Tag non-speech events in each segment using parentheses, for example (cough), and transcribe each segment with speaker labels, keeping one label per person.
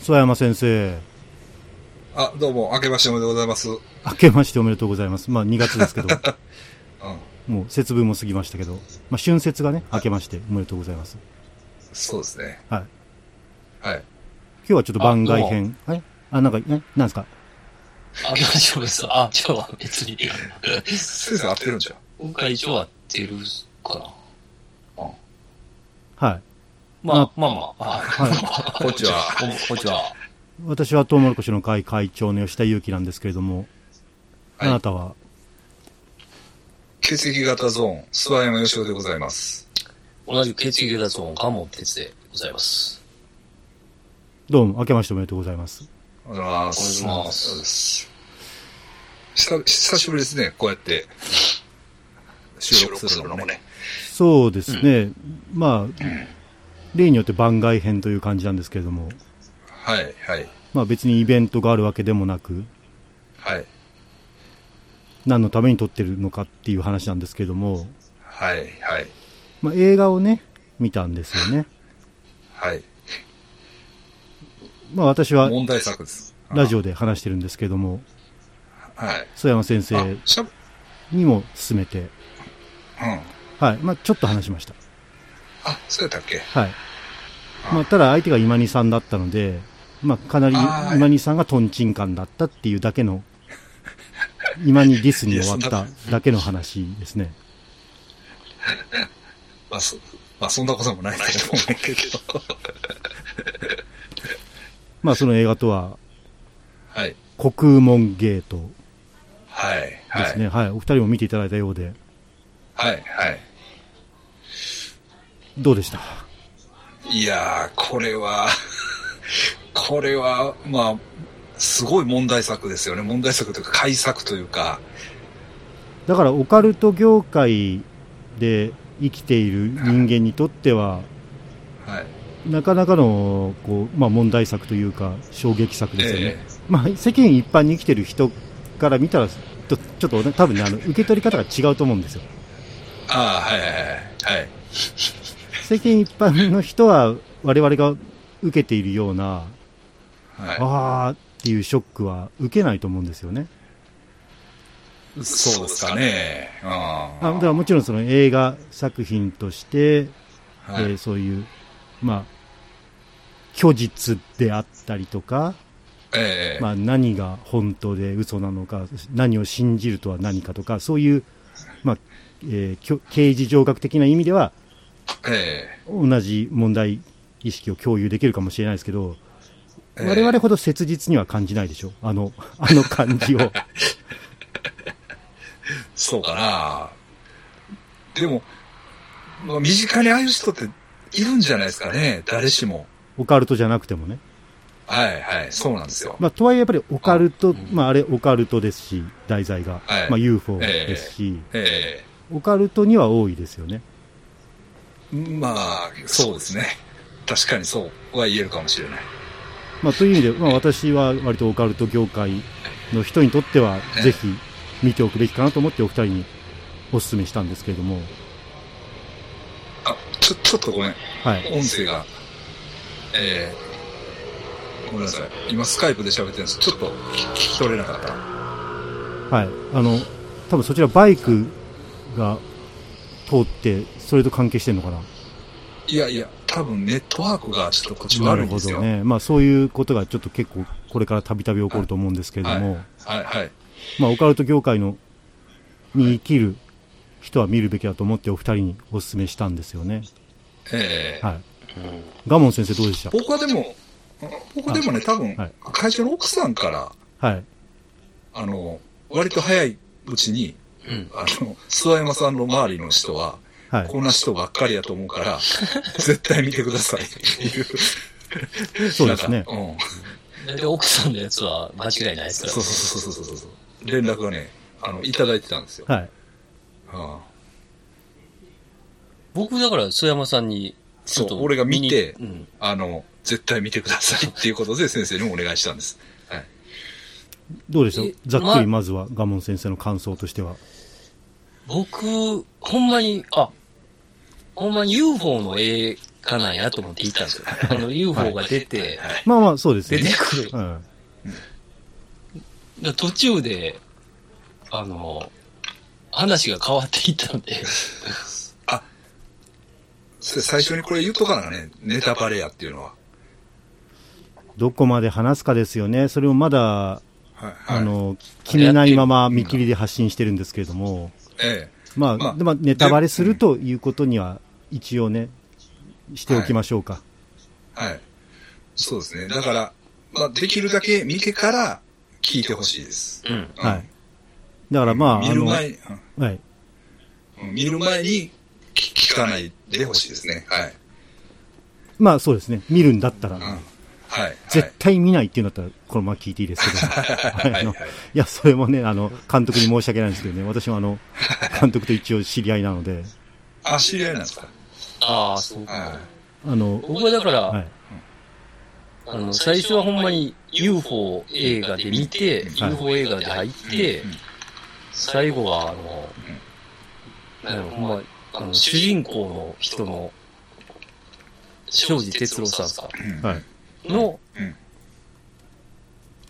Speaker 1: 諏訪山先生。
Speaker 2: あ、どうも、明けましておめでとうございます。うん。
Speaker 1: 明けましておめでとうございます。まあ2月ですけど、もう節分も過ぎましたけど、まあ春節がね、明けましておめでとうございます。
Speaker 2: そうですね。
Speaker 1: はい。今
Speaker 2: はい。
Speaker 1: 日はちょっと番外編。はいあ、なんか、ね、なんですか
Speaker 3: あ、大丈夫です。あ、今日は別に。
Speaker 2: 先生合ってるんじゃん。
Speaker 3: 今回以上は出るかな。
Speaker 1: はい。
Speaker 3: まあ、まあまあ。
Speaker 1: は
Speaker 2: (laughs) こんにちは。
Speaker 3: こんこんにちは。
Speaker 1: 私はトウモロコシの会会長の吉田祐樹なんですけれども、
Speaker 2: はい
Speaker 1: あなたは、
Speaker 2: 血液型ゾーン、諏訪山義雄でございます。
Speaker 3: 同じく血液型ゾーン、関門哲でございます。
Speaker 1: どうも明けましておめでとうございます。
Speaker 2: おはようございます。
Speaker 3: おはようございます
Speaker 2: そうです久久しぶりですね、こうやって。収録するのもね。
Speaker 1: そうですね。まあ、例によって番外編という感じなんですけれども、
Speaker 2: はい、はい、
Speaker 1: まあ別にイベントがあるわけでもなく、
Speaker 2: はい、
Speaker 1: 何のために撮ってるのかっていう話なんですけれども、
Speaker 2: はい、はい、
Speaker 1: まあ映画をね、見たんですよ (laughs) ね。
Speaker 2: はい。
Speaker 1: まあ私は
Speaker 2: 問題作です。
Speaker 1: ラジオで話してるんですけれども、
Speaker 2: オ。はい。
Speaker 1: 曽山先
Speaker 2: あ
Speaker 1: 生、
Speaker 2: しゃぶ、
Speaker 1: にも勧めて、
Speaker 2: うん。
Speaker 1: はい。まあちょっと話しました。
Speaker 2: あ、そうやったっけ
Speaker 1: はい。まあ、ただ相手が今にさんだったので、まあ、かなり
Speaker 2: あー
Speaker 1: 今にさんがトンチンカンだったっていうだけ (laughs) の、今にディスに終わっただけの話ですね。
Speaker 2: まあ、そ、まあ、そんなこともないと思うけ
Speaker 1: (laughs)
Speaker 2: ど。
Speaker 1: まあ、その映画とは、
Speaker 2: はい、
Speaker 1: 虚空門ゲート
Speaker 2: はい、は
Speaker 1: です
Speaker 2: い。
Speaker 1: ね。はい。お二人も見ていただいたようで、
Speaker 2: はい、はい。
Speaker 1: どうでした
Speaker 2: いやー、これは、 (laughs) これは、まあ、すごい問題作ですよね。問題作というか、改作というか。
Speaker 1: だから、オカルト業界で生きている人間にとっては、
Speaker 2: はい。
Speaker 1: なかなかの、こう、まあ、問題作というか、衝撃作ですよね。
Speaker 2: え
Speaker 1: まあ、世間一般に生きてる人から見たら、とちょっとね、多分ね、あの、受け取り方が違うと思うんですよ。
Speaker 2: えああ、はいはいはい。はい。
Speaker 1: 世間一般の人は、我々が受けているような、
Speaker 2: は
Speaker 1: あーっていうショックは受けないと思うんですよね。
Speaker 2: い。そうですかね。うん。
Speaker 1: あだからもちろんその映画作品として、
Speaker 2: は
Speaker 1: え
Speaker 2: い
Speaker 1: ー。そういう、まあ、虚実であったりとか、
Speaker 2: ええ
Speaker 1: まあ、何が本当で嘘なのか、何を信じるとは何かとか、そういう、まあえーきょ刑事上学的な意味では、
Speaker 2: え
Speaker 1: 同じ問題意識を共有できるかもしれないですけど、
Speaker 2: ええ
Speaker 1: 我々ほど切実には感じないでしょ、あの (laughs) あの感じを。
Speaker 2: えそうかな。でも、まあ、身近にああいう人っているんじゃないですかね。誰しも。
Speaker 1: オカルトじゃなくてもね。
Speaker 2: はいはい。そうなんですよ。
Speaker 1: まあ、とはいえ、やっぱりオカルト、まあ、あれオカルトですし、題材が、
Speaker 2: はい
Speaker 1: まあ、UFO ですし、
Speaker 2: え
Speaker 1: オカルトには多いですよね。
Speaker 2: えまあ、そうですね。確かにそうは言えるかもしれない。
Speaker 1: まあ、という意味で、まあ、私は割とオカルト業界の人にとっては、ぜひ見ておくべきかなと思ってお二人にお勧めしたんですけれども、
Speaker 2: あ、ちょ、ちょっとごめん。
Speaker 1: はい。
Speaker 2: 音声が。えー、ごめんなさい。今スカイプで喋ってるんです。ちょっと聞聞き取れなかった。
Speaker 1: はい。あの、多分そちらバイクが通って、それと関係してるのかな。
Speaker 2: いやいや、多分ネットワークがちょっとこっち悪いんですよ。
Speaker 1: ね。まあそういうことがちょっと結構これからたびたび起こると思うんですけれども、
Speaker 2: はいはい。
Speaker 1: まあオカルト業界の、に生きる人は見るべきだと思ってお二人にお勧めしたんですよね。
Speaker 2: えー
Speaker 1: はい。ガモン先生どうでした
Speaker 2: 僕はでも、僕でもね、多分
Speaker 1: はい、
Speaker 2: 会長の奥さんから、
Speaker 1: はい。
Speaker 2: あの、割と早いうちに、
Speaker 3: うん
Speaker 2: あの、諏訪山さんの周りの人は、
Speaker 1: はい。
Speaker 2: こんな人ばっかりやと思う
Speaker 3: (laughs)
Speaker 2: から、絶対見てくださいっていう。
Speaker 1: そうですね
Speaker 2: なんかうん。
Speaker 3: で、奥さんのやつは間違いないですから。
Speaker 2: そうそうそうそうそうそう。連絡がね、あの、いただいてたんですよ。
Speaker 1: はい。
Speaker 2: はあ、
Speaker 3: 僕、だから、須山さんに、ちょっ
Speaker 2: そう
Speaker 3: と。
Speaker 2: 俺が見て
Speaker 3: にうん。
Speaker 2: あの、絶対見てくださいっていう (laughs) ことで先生にもお願いしたんです。はい。
Speaker 1: どうでし
Speaker 3: え
Speaker 1: たざっくり
Speaker 3: ま
Speaker 1: まずはガモン先生の感想としては。
Speaker 3: 僕、ほんまに、あ、
Speaker 4: ほんまに UFO の絵かなんやと思って行ったんですよ。あの UFO が出て、
Speaker 2: はい。
Speaker 1: まあまあ、そうです
Speaker 4: 出
Speaker 1: よ
Speaker 4: て
Speaker 1: ね。
Speaker 4: くる。
Speaker 1: うん。
Speaker 4: で途中で、あの、話が変わっていったんで、
Speaker 2: それ最初にこれ言うとかなね、ネタバレやっていうのは。
Speaker 1: どこまで話すかですよね。それをまだ、
Speaker 2: はい。はい、
Speaker 1: あ、の、決めないまま見切りで発信してるんですけれども、
Speaker 2: え
Speaker 1: ま
Speaker 2: まあ
Speaker 1: あ、でまあネタバレするということには、一応ね、しておきましょうか。
Speaker 2: え。はい。そうですね。だから、まあ、できるだけ見てから聞いてほしいです。
Speaker 4: うん。
Speaker 2: うん
Speaker 1: はい。だからまあ、
Speaker 2: 見
Speaker 1: あ
Speaker 2: る
Speaker 1: の、
Speaker 2: 前に、
Speaker 1: はい。
Speaker 2: うん見る前に聞聞かないでほしいですね。はい。
Speaker 1: まあそうですね。見るんだったら、
Speaker 2: うん。はい。はい。
Speaker 1: 絶対見ないっていうんだったら、このまま聞いていいですけど。
Speaker 2: はい。はい。
Speaker 1: あの
Speaker 2: はい
Speaker 1: いや、それもね、あの、監督に申し訳ないんですけどね、私もあの、監督と一応知り合いなので、
Speaker 2: あ、知り合いなんですか
Speaker 4: ああ、そう
Speaker 2: は
Speaker 4: か。
Speaker 1: あの、
Speaker 4: 僕はだから、
Speaker 1: はい。
Speaker 4: あの、最初はほんまに UFO 映画で見て、
Speaker 1: はい
Speaker 4: UFO 映画で入っ
Speaker 2: い。
Speaker 4: て、
Speaker 2: うんうん
Speaker 4: 最後はあの、なんやろほんま、あの、主人公の人の、庄司哲郎さんですか
Speaker 2: うん
Speaker 1: はい。
Speaker 4: の、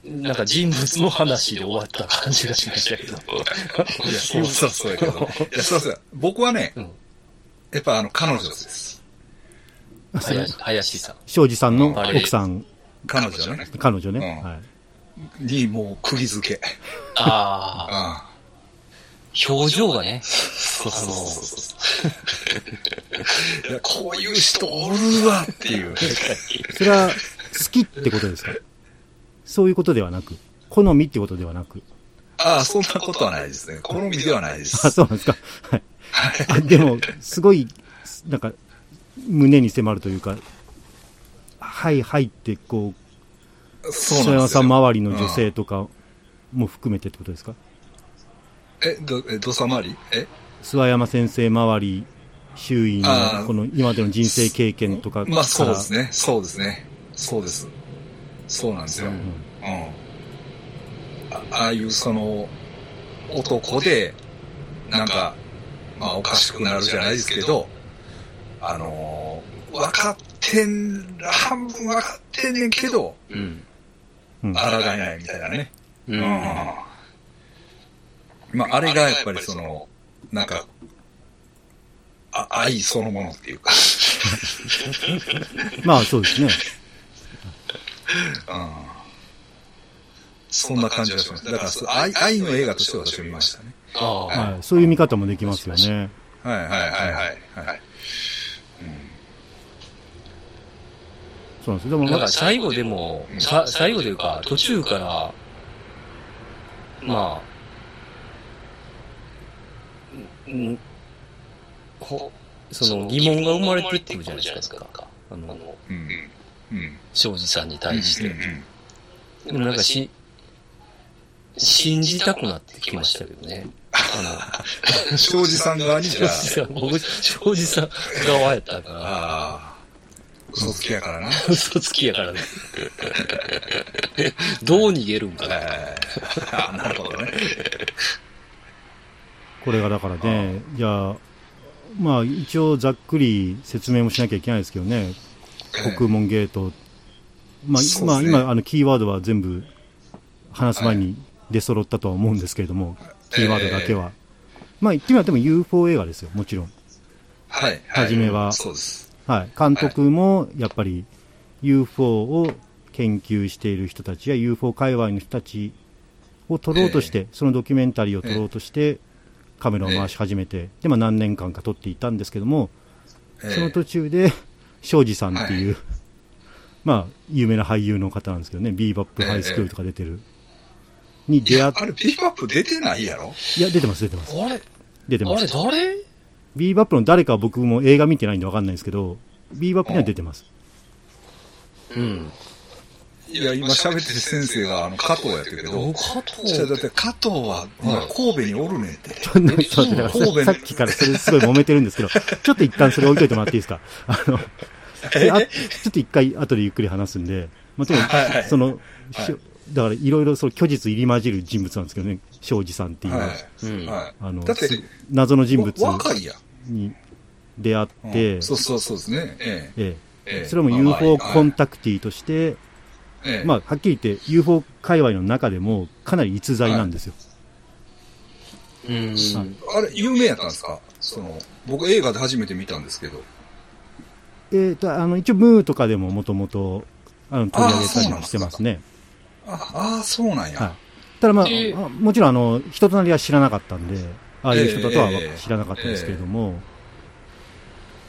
Speaker 2: うん
Speaker 4: なんか人物の話で終わった感じがしま (laughs) したけど。
Speaker 2: いや、 (laughs) そうそうそうやけど。いや、そうそう。僕はね、
Speaker 4: うん
Speaker 2: やっぱあの、彼女です。
Speaker 1: あそれ
Speaker 4: 林林さん。
Speaker 1: 庄司さんの奥さん、
Speaker 2: 彼女ね。
Speaker 1: 彼女ね。
Speaker 2: うん
Speaker 1: はい。
Speaker 2: に、もう、釘付け。
Speaker 4: ああ、
Speaker 2: ああ。
Speaker 4: 表情がね、
Speaker 2: そう
Speaker 4: そうそう
Speaker 2: (laughs) いや、こういう人おるわっていう。
Speaker 1: それは、好きってことですかそういうことではなく、好みってことではなく。
Speaker 2: ああ、そんなことはないですね。好みではないで
Speaker 1: あ、
Speaker 2: す。
Speaker 1: そうなんですか。はい。あでも、すごい、なんか、胸に迫るというか、はいはいって、こう、
Speaker 2: そ
Speaker 1: 篠
Speaker 2: うなんで
Speaker 1: 山
Speaker 2: す
Speaker 1: さ
Speaker 2: よ。
Speaker 1: ん周りの女性とかも含めてってことですか
Speaker 2: え、ど、え、どさまりえ
Speaker 1: 諏訪山先生周り、周囲
Speaker 2: あ
Speaker 1: の
Speaker 2: ー
Speaker 1: この今までの人生経験とかから、
Speaker 2: まあ、そうですね。そうですね。そうです。そうなんですよ。
Speaker 4: うん
Speaker 2: あああいうその男で、なんか、まあおかしくなるじゃないですけど、あのー分かってん、半分分かってんねんけど、
Speaker 4: うん。
Speaker 1: うんうん
Speaker 2: 抗えないみたいなね。
Speaker 4: う。
Speaker 2: うん
Speaker 4: あ
Speaker 2: ん。まああれがやっぱりその、なんか、あ愛そのものっていうか、
Speaker 1: まあそうですね。
Speaker 2: うん。そんな感じがします。だからそう愛、愛の映画として私 (laughs) は見ましたね。
Speaker 4: あ、
Speaker 1: はい、そういう見方もできますよね。
Speaker 2: はいはいはいはい。はい
Speaker 1: そうなんですよ。でも、
Speaker 4: なん
Speaker 1: まあ
Speaker 4: か最後でも、さ最後というか、途中から、まあ、んんほその疑問が生まれてってくるじゃないですか、なんかあの、
Speaker 2: うん。うん。
Speaker 4: 庄司さんに対して。
Speaker 2: うん
Speaker 4: でもなんかし、信じたくなってきましたけどね。あ
Speaker 2: 庄司さん側に
Speaker 4: の、
Speaker 2: じ
Speaker 4: 庄
Speaker 2: ゃ
Speaker 4: 司さん、僕、庄司さん側やったから。
Speaker 2: あ、ああ、嘘つきやからな。
Speaker 4: 嘘つきやからね。 (laughs) どう逃げるんかな。
Speaker 2: え (laughs) ーあなるほどね。
Speaker 1: これがだからね、じゃあ、まあ一応ざっくり説明もしなきゃいけないですけどね。国門ゲート。まあ、
Speaker 2: そう
Speaker 1: ま
Speaker 2: で
Speaker 1: あ
Speaker 2: すね
Speaker 1: 今、あの、キーワードは全部話す前に出揃ったとは思うんですけれども、キーワードだけは。まあ言ってみればでも UFO 映画ですよ、もちろん。
Speaker 2: はい。はい。
Speaker 1: 初めは
Speaker 2: そうです。
Speaker 1: はい、監督もやっぱり UFO を研究している人たちや UFO 界隈の人たちを撮ろうとして、そのドキュメンタリーを撮ろうとして、カメラを回し始めて、でまあ、何年間か撮っていたんですけども、
Speaker 2: え
Speaker 1: その
Speaker 2: ー
Speaker 1: 途中で庄司さんっていう、まあ、有名な俳優の方なんですけどね、ビーバップハイスクールとか出てる、に
Speaker 2: い
Speaker 1: 出会
Speaker 2: や
Speaker 1: っ、
Speaker 2: あれ、ピーバップ出てないやろ
Speaker 1: いや、出てます、出てます、
Speaker 4: あれ
Speaker 1: 出てま
Speaker 4: あれ
Speaker 1: す。
Speaker 4: 誰
Speaker 1: ビーバップの誰かは僕も映画見てないんでわかんないですけど、ビーバップには出てます。
Speaker 4: うん。
Speaker 2: いや、今喋ってる先生が、あの、加藤やったけど、
Speaker 4: 加藤
Speaker 2: じゃあだって加藤は、今神戸におるねんって。
Speaker 1: ちょっとなんかちょっと待って
Speaker 2: 神戸
Speaker 1: (laughs)
Speaker 2: の
Speaker 1: さっきからそれすごい揉めてるんですけど、ちょっと一旦それ置いといてもらっていいですか。 (laughs) あの、であちょっと一回後でゆっくり話すんで、まあ、とに
Speaker 2: はいは
Speaker 1: か
Speaker 2: い
Speaker 1: く、その、しょだからいろいろその虚実入り混じる人物なんですけどね、庄司さんっていうのは、
Speaker 2: はい。
Speaker 4: うん。
Speaker 2: はい。
Speaker 1: あの、
Speaker 2: だって
Speaker 1: す謎の人
Speaker 2: わ若
Speaker 1: 物
Speaker 2: いやん。
Speaker 1: に、出会
Speaker 2: うん
Speaker 1: って、
Speaker 2: そうそうそうですね。え
Speaker 1: え
Speaker 2: ええ
Speaker 1: え
Speaker 2: え
Speaker 1: それも
Speaker 2: まあ
Speaker 1: UFO コン
Speaker 2: はい
Speaker 1: タクティとして、
Speaker 2: ええ
Speaker 1: まあ、はっきり言って UFO 界隈の中でもかなり逸材なんですよ。
Speaker 3: うん。
Speaker 2: あれ、有名やったんですかその、僕映画で初めて見たんですけど。
Speaker 1: えーと、あの、一応ムーとかでももともと、あの、取り上げたりもしてますね。
Speaker 2: ああー、そうなんや。
Speaker 1: はいただまあ、
Speaker 3: えー
Speaker 1: あもちろんあの、人となりは知らなかったんで、ああいう人だとは
Speaker 2: えー
Speaker 1: 知らなかったですけれども、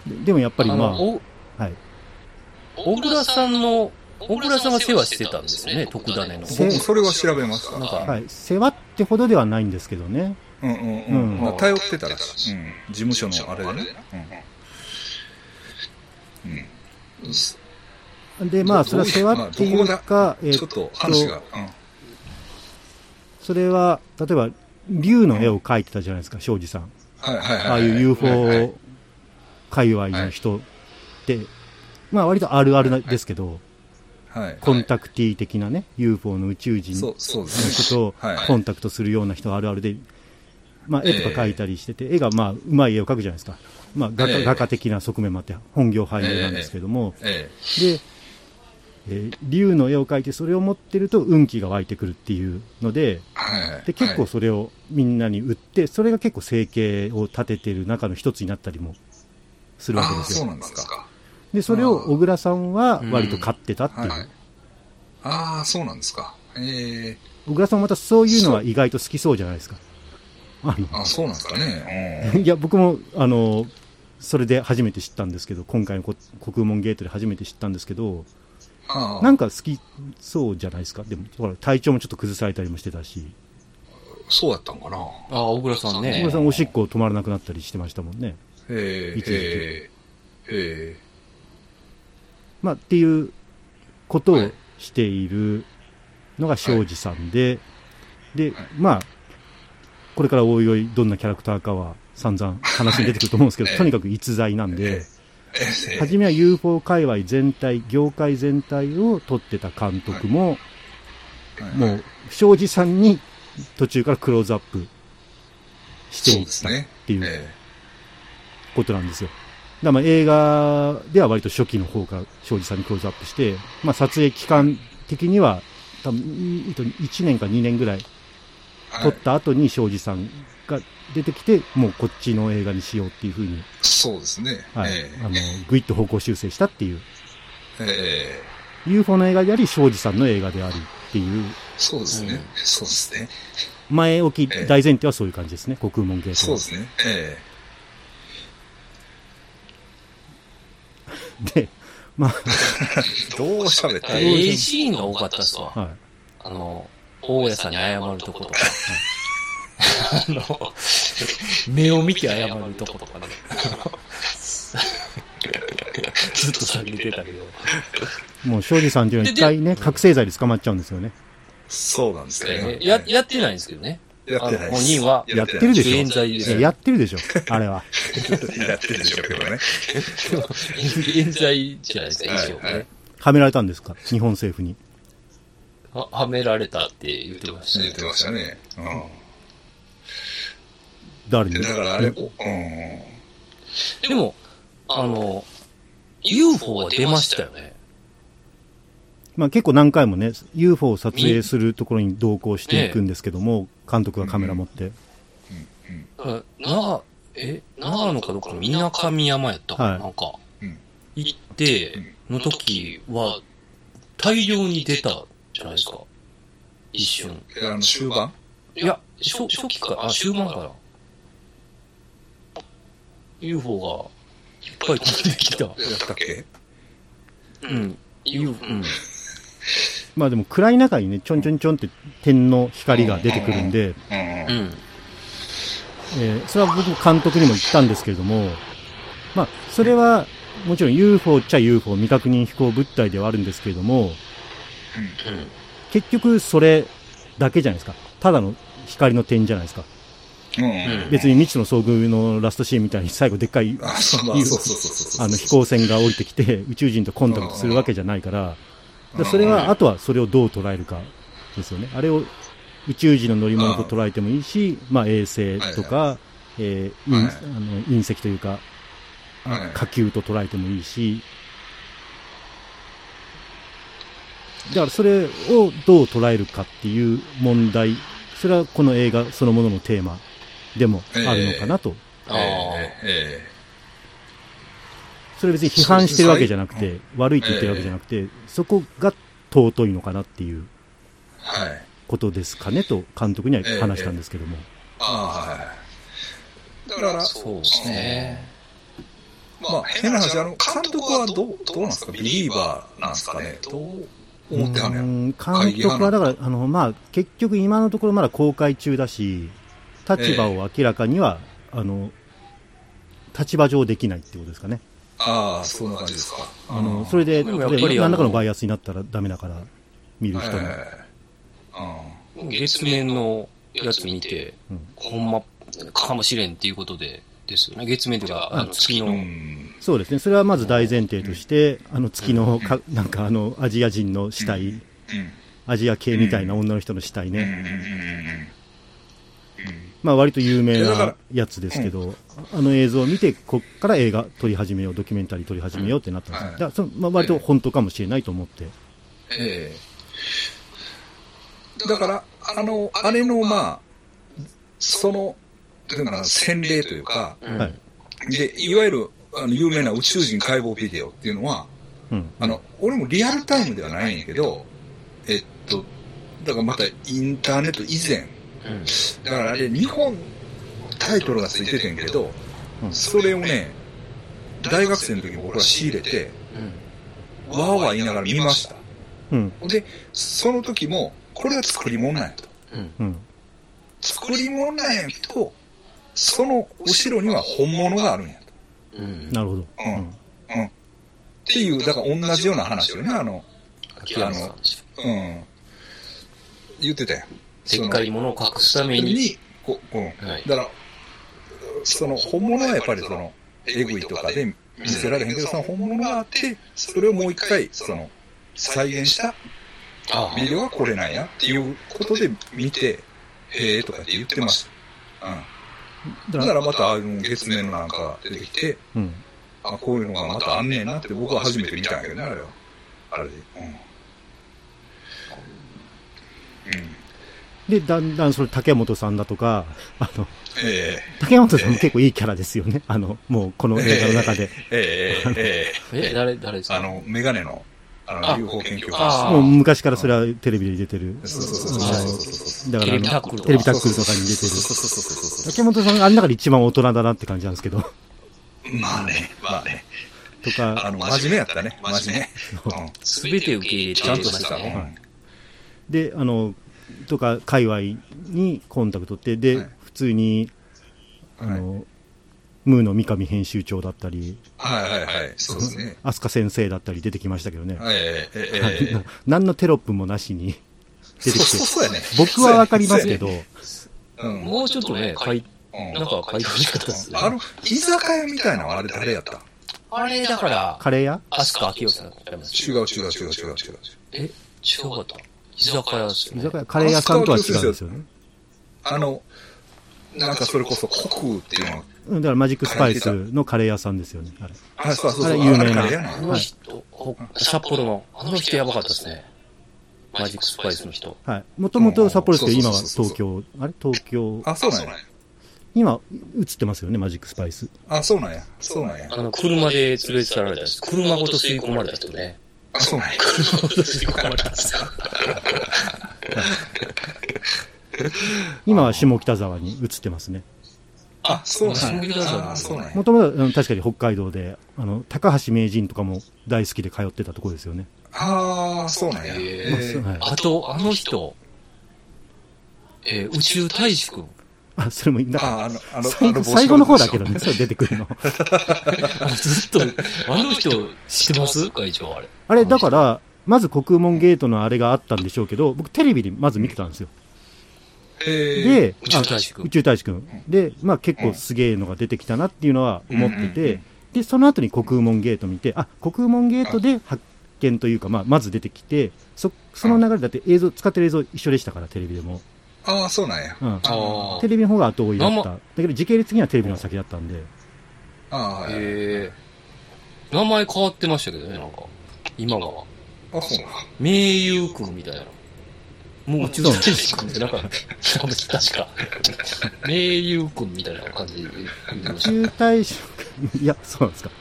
Speaker 1: ででもやっぱり
Speaker 3: あ
Speaker 1: ま
Speaker 3: の、お
Speaker 1: あ、はい。
Speaker 3: 小倉さんの、小倉さんが世話してたんですよね、特ダネの。
Speaker 2: 僕それは調べました。
Speaker 3: なんか
Speaker 1: はい。世話ってほどではないんですけどね。
Speaker 2: うんうんうん。
Speaker 1: うん
Speaker 2: まあ、頼ってたらしい。うん。事務所のあれでね。うん。うん
Speaker 1: で、まあ、
Speaker 2: ど
Speaker 1: それは世話っていう
Speaker 2: どこ
Speaker 1: か、え
Speaker 2: ちょ
Speaker 1: ー
Speaker 2: っと話が。うん
Speaker 1: それは、例えば、竜の絵を描いてたじゃないですか、庄司さん。
Speaker 2: はいはいはい。
Speaker 1: ああいう UFO
Speaker 2: はいはい
Speaker 1: 界隈の人って、まあ割とあるあるなですけど、
Speaker 2: はい。
Speaker 1: コンタクティ的なね、UFO の宇宙人
Speaker 2: そ
Speaker 1: の
Speaker 2: う、そうで
Speaker 1: 人
Speaker 2: すね。
Speaker 1: と
Speaker 2: はい
Speaker 1: コンタクトするような人があるあるで、まあ絵とか描いたりしてて、絵がまあうまい絵を描くじゃないですか。まあ画
Speaker 2: え
Speaker 1: 家
Speaker 2: え
Speaker 1: 画家的な側面もあって、本業俳優なんですけども、
Speaker 2: え
Speaker 1: で、えー竜の絵を描いてそれを持ってると運気が湧いてくるっていうので、
Speaker 2: え。はいはい。
Speaker 1: で結構それをみんなに売って、それが結構生計を立ててる中の一つになったりもするわけ
Speaker 2: あ
Speaker 1: で
Speaker 2: あ、
Speaker 1: す
Speaker 2: そうな
Speaker 1: よ。
Speaker 2: んですか。
Speaker 1: で、それを小倉さんは割と買ってたっていう。
Speaker 2: はいはい。ああ、そうなんですか。ええ。
Speaker 1: 小倉さんもまたそういうのは意外と好きそうじゃないですか。あ
Speaker 2: ああ、そうなんですかね。
Speaker 1: の、い (laughs) や、僕も、あの、それで初めて知ったんですけど、今回のこ国門ゲートで初めて知ったんですけど、
Speaker 2: うん。あ
Speaker 1: (laughs) な
Speaker 2: あ、
Speaker 1: んか好きそうじゃないですか。でも、ほら、体調もちょっと崩されたりもしてたし、
Speaker 2: そうやったんかな。
Speaker 3: あ、小倉さん
Speaker 1: 小
Speaker 3: ね
Speaker 1: 倉さ。んおしっこ止まらなくなったりしてましたもんね。
Speaker 2: え
Speaker 1: 一時期
Speaker 2: え。ええ。
Speaker 1: まあ、っていうこと
Speaker 2: は
Speaker 1: を
Speaker 2: い
Speaker 1: しているのが庄司さんで、で、まあ、これからおいおいどんなキャラクターかは散々話に出てくると思うんですけ
Speaker 2: (laughs)
Speaker 1: ど、
Speaker 2: はい
Speaker 1: とにかく逸材なん
Speaker 2: え
Speaker 1: で、
Speaker 2: えええ
Speaker 1: 初めは UFO 界隈全体、業界全体を取ってた監督も、
Speaker 2: はい
Speaker 1: もう庄司さんに途中からクローズアップして
Speaker 2: そ
Speaker 1: いうっ
Speaker 2: です
Speaker 1: たっ
Speaker 2: ね。
Speaker 1: ていう
Speaker 2: え
Speaker 1: ことなんですよ。だからまあ映画では割と初期の方から庄司さんにクローズアップして、まあ、撮影期間的には多分うんと1年か2年ぐらい
Speaker 2: えは
Speaker 1: 撮っ
Speaker 2: い
Speaker 1: た後に庄司さんが出てきて、もうこっちの映画にしようっていうふうに、
Speaker 2: そうですね。
Speaker 1: はい
Speaker 2: ええ
Speaker 1: あのぐいっと方向修正したっていう、
Speaker 2: ええ
Speaker 1: UFO の映画であり、庄司さんの映画でありっていう、
Speaker 2: そうです
Speaker 3: うん
Speaker 2: ね。そうですね。
Speaker 1: 前置き
Speaker 2: ええ
Speaker 1: 大前提はそういう感じですね、国門ゲー
Speaker 2: そう
Speaker 1: ト
Speaker 2: で
Speaker 1: は。
Speaker 2: すね。え
Speaker 1: で、ま
Speaker 2: えどう喋ったらいい
Speaker 3: A シーンが多かったっすわ
Speaker 1: あ、。はい。
Speaker 3: あの、大家さんに謝るとことか。あの、目を見て謝るとことかね。ずっと叫んでたけど。
Speaker 1: もう庄司さんっていうのは一回ね、覚醒剤で捕まっちゃうんですよね。
Speaker 2: そうなんですね。
Speaker 3: や、やってないんですけどね。
Speaker 2: やってないです。
Speaker 3: あの本人は
Speaker 1: やってるでしょ
Speaker 3: 救援剤で
Speaker 1: いや
Speaker 3: す。
Speaker 1: やってるでしょ、あ (laughs) れは。
Speaker 2: ょ。やってるでしょうけどね。
Speaker 3: 救援剤じゃないですか、一応
Speaker 2: はい
Speaker 3: ね
Speaker 2: はい。
Speaker 1: はめられたんですか日本政府に。
Speaker 3: ははめられたって言ってました
Speaker 2: 言
Speaker 3: ね
Speaker 2: って。ましたね。
Speaker 1: 誰
Speaker 2: う
Speaker 1: に
Speaker 2: ん。だからあれ、
Speaker 1: う
Speaker 2: うんん。
Speaker 3: でも、あの、UFO は出ましたよね。
Speaker 1: まあ、結構何回もね、UFO を撮影するところに同行していくんですけども、監督がカメラ持って、
Speaker 3: な、なえ、長野かどっかの水上山やったかな、
Speaker 1: はい
Speaker 3: なんか
Speaker 2: うん。
Speaker 3: 行って、の時は、大量に出たじゃないですか。一瞬。
Speaker 2: あの、終盤
Speaker 3: いや、初初期か、あ、終盤かな。UFO が、いっぱい飛んできた。
Speaker 2: やったっけ
Speaker 3: うん。UFO、うん。
Speaker 1: まあでも暗い中にね、ちょんちょんちょんって点の光が出てくるんで、
Speaker 2: うん。
Speaker 3: うん。
Speaker 1: えーそれは僕も監督にも言ったんですけれども、まあ、それはもちろん UFO っちゃ UFO、未確認飛行物体ではあるんですけれど
Speaker 3: う
Speaker 1: も、
Speaker 3: ん。
Speaker 1: 結局それだけじゃないですか。ただの光の点じゃないですか。
Speaker 2: うん。
Speaker 1: 別に未知との遭遇のラストシーンみたいに最後でっかい
Speaker 2: あ、そうそうそうそう。
Speaker 1: あの飛行船が降りてきて宇宙人とコンタクトするわけじゃないから、だからそれは、あとはそれをどう捉えるかですよね。あれを宇宙人の乗り物と捉えてもいいし、まあ衛星とか、えー隕
Speaker 2: はい
Speaker 1: あの隕石というか、
Speaker 2: はい
Speaker 1: 火球と捉えてもいいし、だからそれをどう捉えるかっていう問題、それはこの映画そのもののテーマでもあるのかなと。
Speaker 3: ああ、
Speaker 2: えええ
Speaker 1: それ別に批判してるわけじゃなくて、悪いって言ってるわけじゃなくて、そこが尊いのかなっていう
Speaker 2: えはい。
Speaker 1: ことですかねと監督には話したんですけども。
Speaker 2: ああ、はい。だから、
Speaker 3: そうですね。
Speaker 2: まあ、変な話、あの、監督はどう、どうなんですかビリーバーなんですかねどう思ってはんねや
Speaker 1: う
Speaker 2: ろ
Speaker 1: ん監督はだから、あのまあ、結局、今のところまだ公開中だし、立場を明らかには、あの立場上できないってことですかね、
Speaker 2: ああ、そんな感じですか。
Speaker 1: あのそれで
Speaker 3: でもやっぱりあの
Speaker 1: で何らかのバイアスになったらダメだから、見る
Speaker 2: はい
Speaker 1: 人
Speaker 2: は
Speaker 1: も
Speaker 2: い、はい。あ
Speaker 3: 月面のやつ見て、
Speaker 1: うん
Speaker 3: ほんまかもしれんっていうことで、ですよね。月面というか、あの月
Speaker 2: あ
Speaker 3: の、
Speaker 2: うん。
Speaker 1: そうですね、それはまず大前提として、あの月のかなんかあのアジア人の死体、
Speaker 2: うん。
Speaker 1: アジア系みたいな女の人の死体
Speaker 2: うん。うん
Speaker 1: ね、
Speaker 2: うん。
Speaker 1: まあ割と有名
Speaker 2: いやだか
Speaker 1: な
Speaker 2: ら
Speaker 1: やつですけど、あの映像を見て、こっから映画撮り始めよう、ドキュメンタリー撮り始めようってなったんですよ、
Speaker 2: はい
Speaker 1: だからそのまあ、割と本当かもしれないと思って、
Speaker 2: ええだから、あの、あれの、まあ、その、というかな、洗礼というか、
Speaker 3: うん
Speaker 1: はい
Speaker 2: で、いわゆる、あの、有名な宇宙人解剖ビデオっていうのは、
Speaker 1: うん、
Speaker 2: あの、俺もリアルタイムではないんやけど、えっと、だからまたインターネット以前、
Speaker 3: うん
Speaker 2: だからあれ、日本タイトルがついててんけど、
Speaker 1: うん
Speaker 2: それをね、大学生の時に僕ら仕入れて、わーわー言いながら見ました。
Speaker 1: うん、
Speaker 2: で、その時も、これは作り物なんやと。
Speaker 3: うん
Speaker 1: うん、
Speaker 2: 作り物なんやけど、その後ろには本物があるんやと。
Speaker 3: うん
Speaker 1: なるほど、
Speaker 2: うん。うん。っていう、だから同じような話よね、あの、
Speaker 3: 秋山さんでしょ
Speaker 2: うん。言ってたやん。
Speaker 3: でっかいものを隠すために、
Speaker 2: に、こう、うん。
Speaker 3: はい
Speaker 2: だから、その本物はやっぱりその、エグいとかで見せられへんけど、その本物があって、それをもう一回、その、再現した
Speaker 3: あ
Speaker 2: ビデオはこれなんやっていうことで見て、へえとかって言ってました。うん。だからまた、あの、月面のなんか出てきて、
Speaker 1: うん、
Speaker 2: あ、こういうのがまたあんねんなって僕は初めて見たんやけどね、あれは。あれで。うん。うん。
Speaker 1: で、だんだんそれ、竹本さんだとか、あの
Speaker 2: え
Speaker 1: 竹本さんも結構いいキャラですよね、あのもうこの映画の中で、
Speaker 2: え、ええ、え
Speaker 3: え、誰、誰です
Speaker 2: え、あ
Speaker 3: か
Speaker 2: の、メガネの、あ
Speaker 3: あ
Speaker 2: の、UFO 研究
Speaker 3: あ
Speaker 2: 家。
Speaker 1: もう昔からそれはテレビで出てる、
Speaker 2: そうそうそうそうそう。
Speaker 1: だか
Speaker 3: テ
Speaker 1: らあ
Speaker 3: レビタ
Speaker 1: の
Speaker 3: ックルと
Speaker 1: テレビ
Speaker 3: か
Speaker 1: タ。ックルとかに出てる、
Speaker 2: そうそうそうそうそう
Speaker 1: 竹本さんがあの中で一番大人だなって感じなんですけど、
Speaker 2: そう。まあね、まあね。
Speaker 1: とか、
Speaker 2: あの、真面目やったね、真面目。うん。
Speaker 3: すべて受け入れて、
Speaker 2: ちゃんとした。うん。
Speaker 1: で、あの、とか、界隈にコンタクト取って、で、
Speaker 2: はい
Speaker 1: 普通に、あ
Speaker 2: はい
Speaker 1: の、ムーの三上編集長だったり、
Speaker 2: はいはいはい。そうですね。
Speaker 1: 飛鳥先生だったり出てきましたけどね。
Speaker 2: ええ、ええ、ええ。
Speaker 1: 何のテロップもなしに出てきて、
Speaker 2: そうやね。
Speaker 1: 僕はわかりますけど、
Speaker 2: うん。
Speaker 3: もうちょっとね、かい、
Speaker 2: うん
Speaker 3: なんか解放しかったですね。
Speaker 2: あの、居酒屋みたいなのあれ誰やった
Speaker 3: あれ、だから、
Speaker 1: カレー屋
Speaker 3: アスカ秋代さんだったんです
Speaker 2: 違う違う違う違う違う。
Speaker 3: え、違うかった。居酒屋ですよ
Speaker 1: 居
Speaker 3: ね
Speaker 1: 酒。屋、カレー屋さんとは違うんですよね。
Speaker 2: あの、なんかそれこそコクっていうの。
Speaker 1: うんだからマジックスパイスのカレー屋さんですよね。あれ
Speaker 2: あ、そうそうそう。
Speaker 3: あの人、ほ札幌の、あの人やばかったですね。マジックスパイスの人。
Speaker 1: はい。もともと札幌ですけど、今
Speaker 2: うん
Speaker 1: は
Speaker 2: そうそう
Speaker 1: 東
Speaker 2: そ
Speaker 1: 京、あれ東京、
Speaker 2: あ、そうなんや。
Speaker 1: 今映ってますよね、マジックスパイス。
Speaker 2: あ、そうなんや。そうなんや。
Speaker 3: あの、車で連れ去られたんです。車ごと吸い込まれた人ね。
Speaker 2: あ、そうなんや。
Speaker 3: 車ごと吸い込まれたんです
Speaker 4: (laughs)
Speaker 3: よ。
Speaker 1: 今は下北沢に移ってますね。
Speaker 2: あ、そうなんや。
Speaker 1: もともと確かに北海道で、あの、高橋名人とかも大好きで通ってたとこですよね。
Speaker 2: ああ、そうなんや。
Speaker 1: はい、
Speaker 3: あと、あの人、えー宇宙大使くん。
Speaker 1: あ、それもいいんだ
Speaker 2: あ、あの、あの、
Speaker 1: 最後最後の方だけどね、それ出てくるの。
Speaker 3: あ
Speaker 4: (laughs)
Speaker 3: ずっと、あの人、知ってます会長、あれ。
Speaker 2: (laughs)
Speaker 1: あれ、だから、まず国門ゲートのあれがあったんでしょうけど、僕テレビでまず見てたんですよ。
Speaker 2: ええ。
Speaker 1: で、
Speaker 3: 宇宙大使く
Speaker 1: あ宇
Speaker 3: ん。
Speaker 1: 宙大使くん。で、まあ結構すげえのが出てきたなっていうのは思って
Speaker 2: う
Speaker 1: て、で、その後に国門ゲート見て、あ、国門ゲートで発見というか、まあまず出てきて、そ、その流れだって映像、使ってる映像一緒でしたから、テレビでも。
Speaker 2: ああ、そうなんや。
Speaker 1: うん。
Speaker 3: あ
Speaker 1: テレビの方が後追いだっ
Speaker 3: なん
Speaker 1: た。だけど時系列的にはテレビの方が先だったんで。
Speaker 2: ああ、
Speaker 3: え
Speaker 4: 名前変わってましたけどね、なんか。今は。
Speaker 2: あ、そうな
Speaker 4: 名優君みたいな。もう宇宙
Speaker 1: そう
Speaker 4: ステージ君ってなんか、確か。名優君みたいな感じで言いました。
Speaker 1: 中退職、いや、そうなんですか。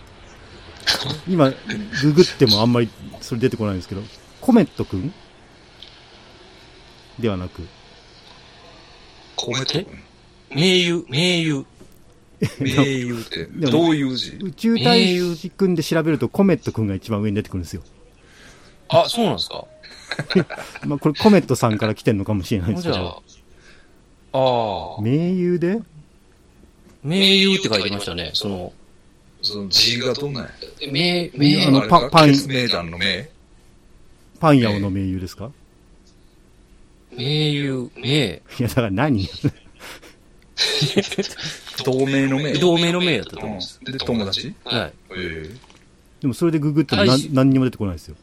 Speaker 1: 今、ググってもあんまりそれ出てこないんですけど、コメットくんではなく、
Speaker 2: コメント君。
Speaker 4: 名優、名優。
Speaker 2: 名優って、
Speaker 1: でも
Speaker 2: どういう字
Speaker 1: 宇宙大使くんで調べるとコメットくんが一番上に出てくるんですよ。
Speaker 4: あ、そうなんですか
Speaker 1: まあ、これコメットさんから来てるのかもしれないです
Speaker 4: じ
Speaker 1: け
Speaker 4: ゃあ
Speaker 1: ど、、
Speaker 4: ああ、
Speaker 1: 盟友で
Speaker 4: 名優って書いてましたね。その、
Speaker 2: その字がどんなんや
Speaker 4: 名、
Speaker 1: あ
Speaker 4: 名
Speaker 1: の、パパン
Speaker 2: 説明団の名
Speaker 1: パン屋をの盟友ですか
Speaker 4: 名優、名。
Speaker 1: いや、だから何
Speaker 2: 同名の名
Speaker 4: 同名の名だったと
Speaker 2: う
Speaker 4: 思うんんです。
Speaker 2: で、友達
Speaker 4: はい。
Speaker 2: え
Speaker 1: でもそれでググっても
Speaker 4: 大
Speaker 1: 何
Speaker 4: 使
Speaker 1: 何にも出てこないですよ。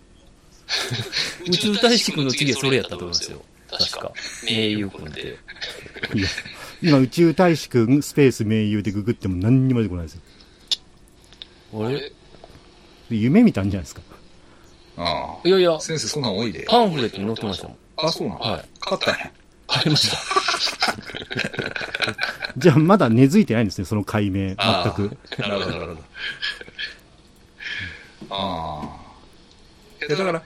Speaker 4: 宇宙大使君の次はそれやったと思いますよ。確か。名優君って。
Speaker 1: いや、今宇宙大使くんスペース盟友でググっても何にも出てこないですよ。
Speaker 4: あれ
Speaker 1: 夢見たんじゃないですか。
Speaker 2: えあ
Speaker 4: いやいや
Speaker 2: あ。、先生、そんなん多いで。
Speaker 4: パンフレットに載ってましたもん。
Speaker 2: あ、そうなん
Speaker 4: はい。
Speaker 2: 勝ったんや。
Speaker 4: ありました。
Speaker 1: じゃあまだ根付いてないんですね、その解明、
Speaker 2: あ
Speaker 1: 全
Speaker 2: あ
Speaker 1: く。
Speaker 2: なるほど、なるほど。ああ。いやだから、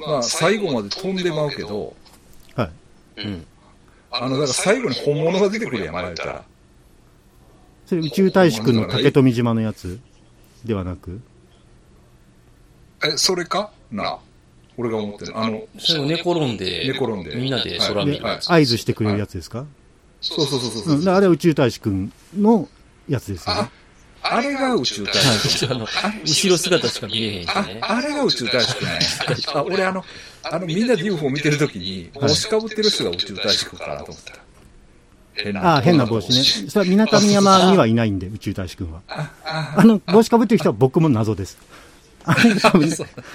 Speaker 2: まあ、最後まで飛んでまうけど、
Speaker 1: はい。
Speaker 4: うん。
Speaker 2: あの、だから最後に本物が出てくるやん、前言ったら。
Speaker 1: それ宇宙大使くんの竹富島のやつではなく、
Speaker 2: え、それかなあ俺が思ってる。あの、
Speaker 4: それを寝転んで、
Speaker 2: 寝転んで。
Speaker 4: みんなで空見
Speaker 1: で
Speaker 4: る。
Speaker 2: はいはい
Speaker 1: 合図してくれるやつですか、、
Speaker 2: そうそうそうそううん
Speaker 1: だからあれは宇宙大使くんのやつですよね
Speaker 2: あ。、あれが宇宙大
Speaker 1: は
Speaker 2: 使。
Speaker 4: あの後ろ姿しか見えへんし
Speaker 2: あ
Speaker 4: ね、。
Speaker 2: あれが宇宙大使くんやね。あ、俺あの、あの、みんなで UFO 見てるときに、
Speaker 1: い
Speaker 2: 帽子かぶってる人が宇宙大使くんかなと思ったら。変
Speaker 1: ああ、変な帽子ね。。それは水上山にはいないんで、宇宙大使くんは。あの、帽子かぶってる人は僕も謎です。あれ多分、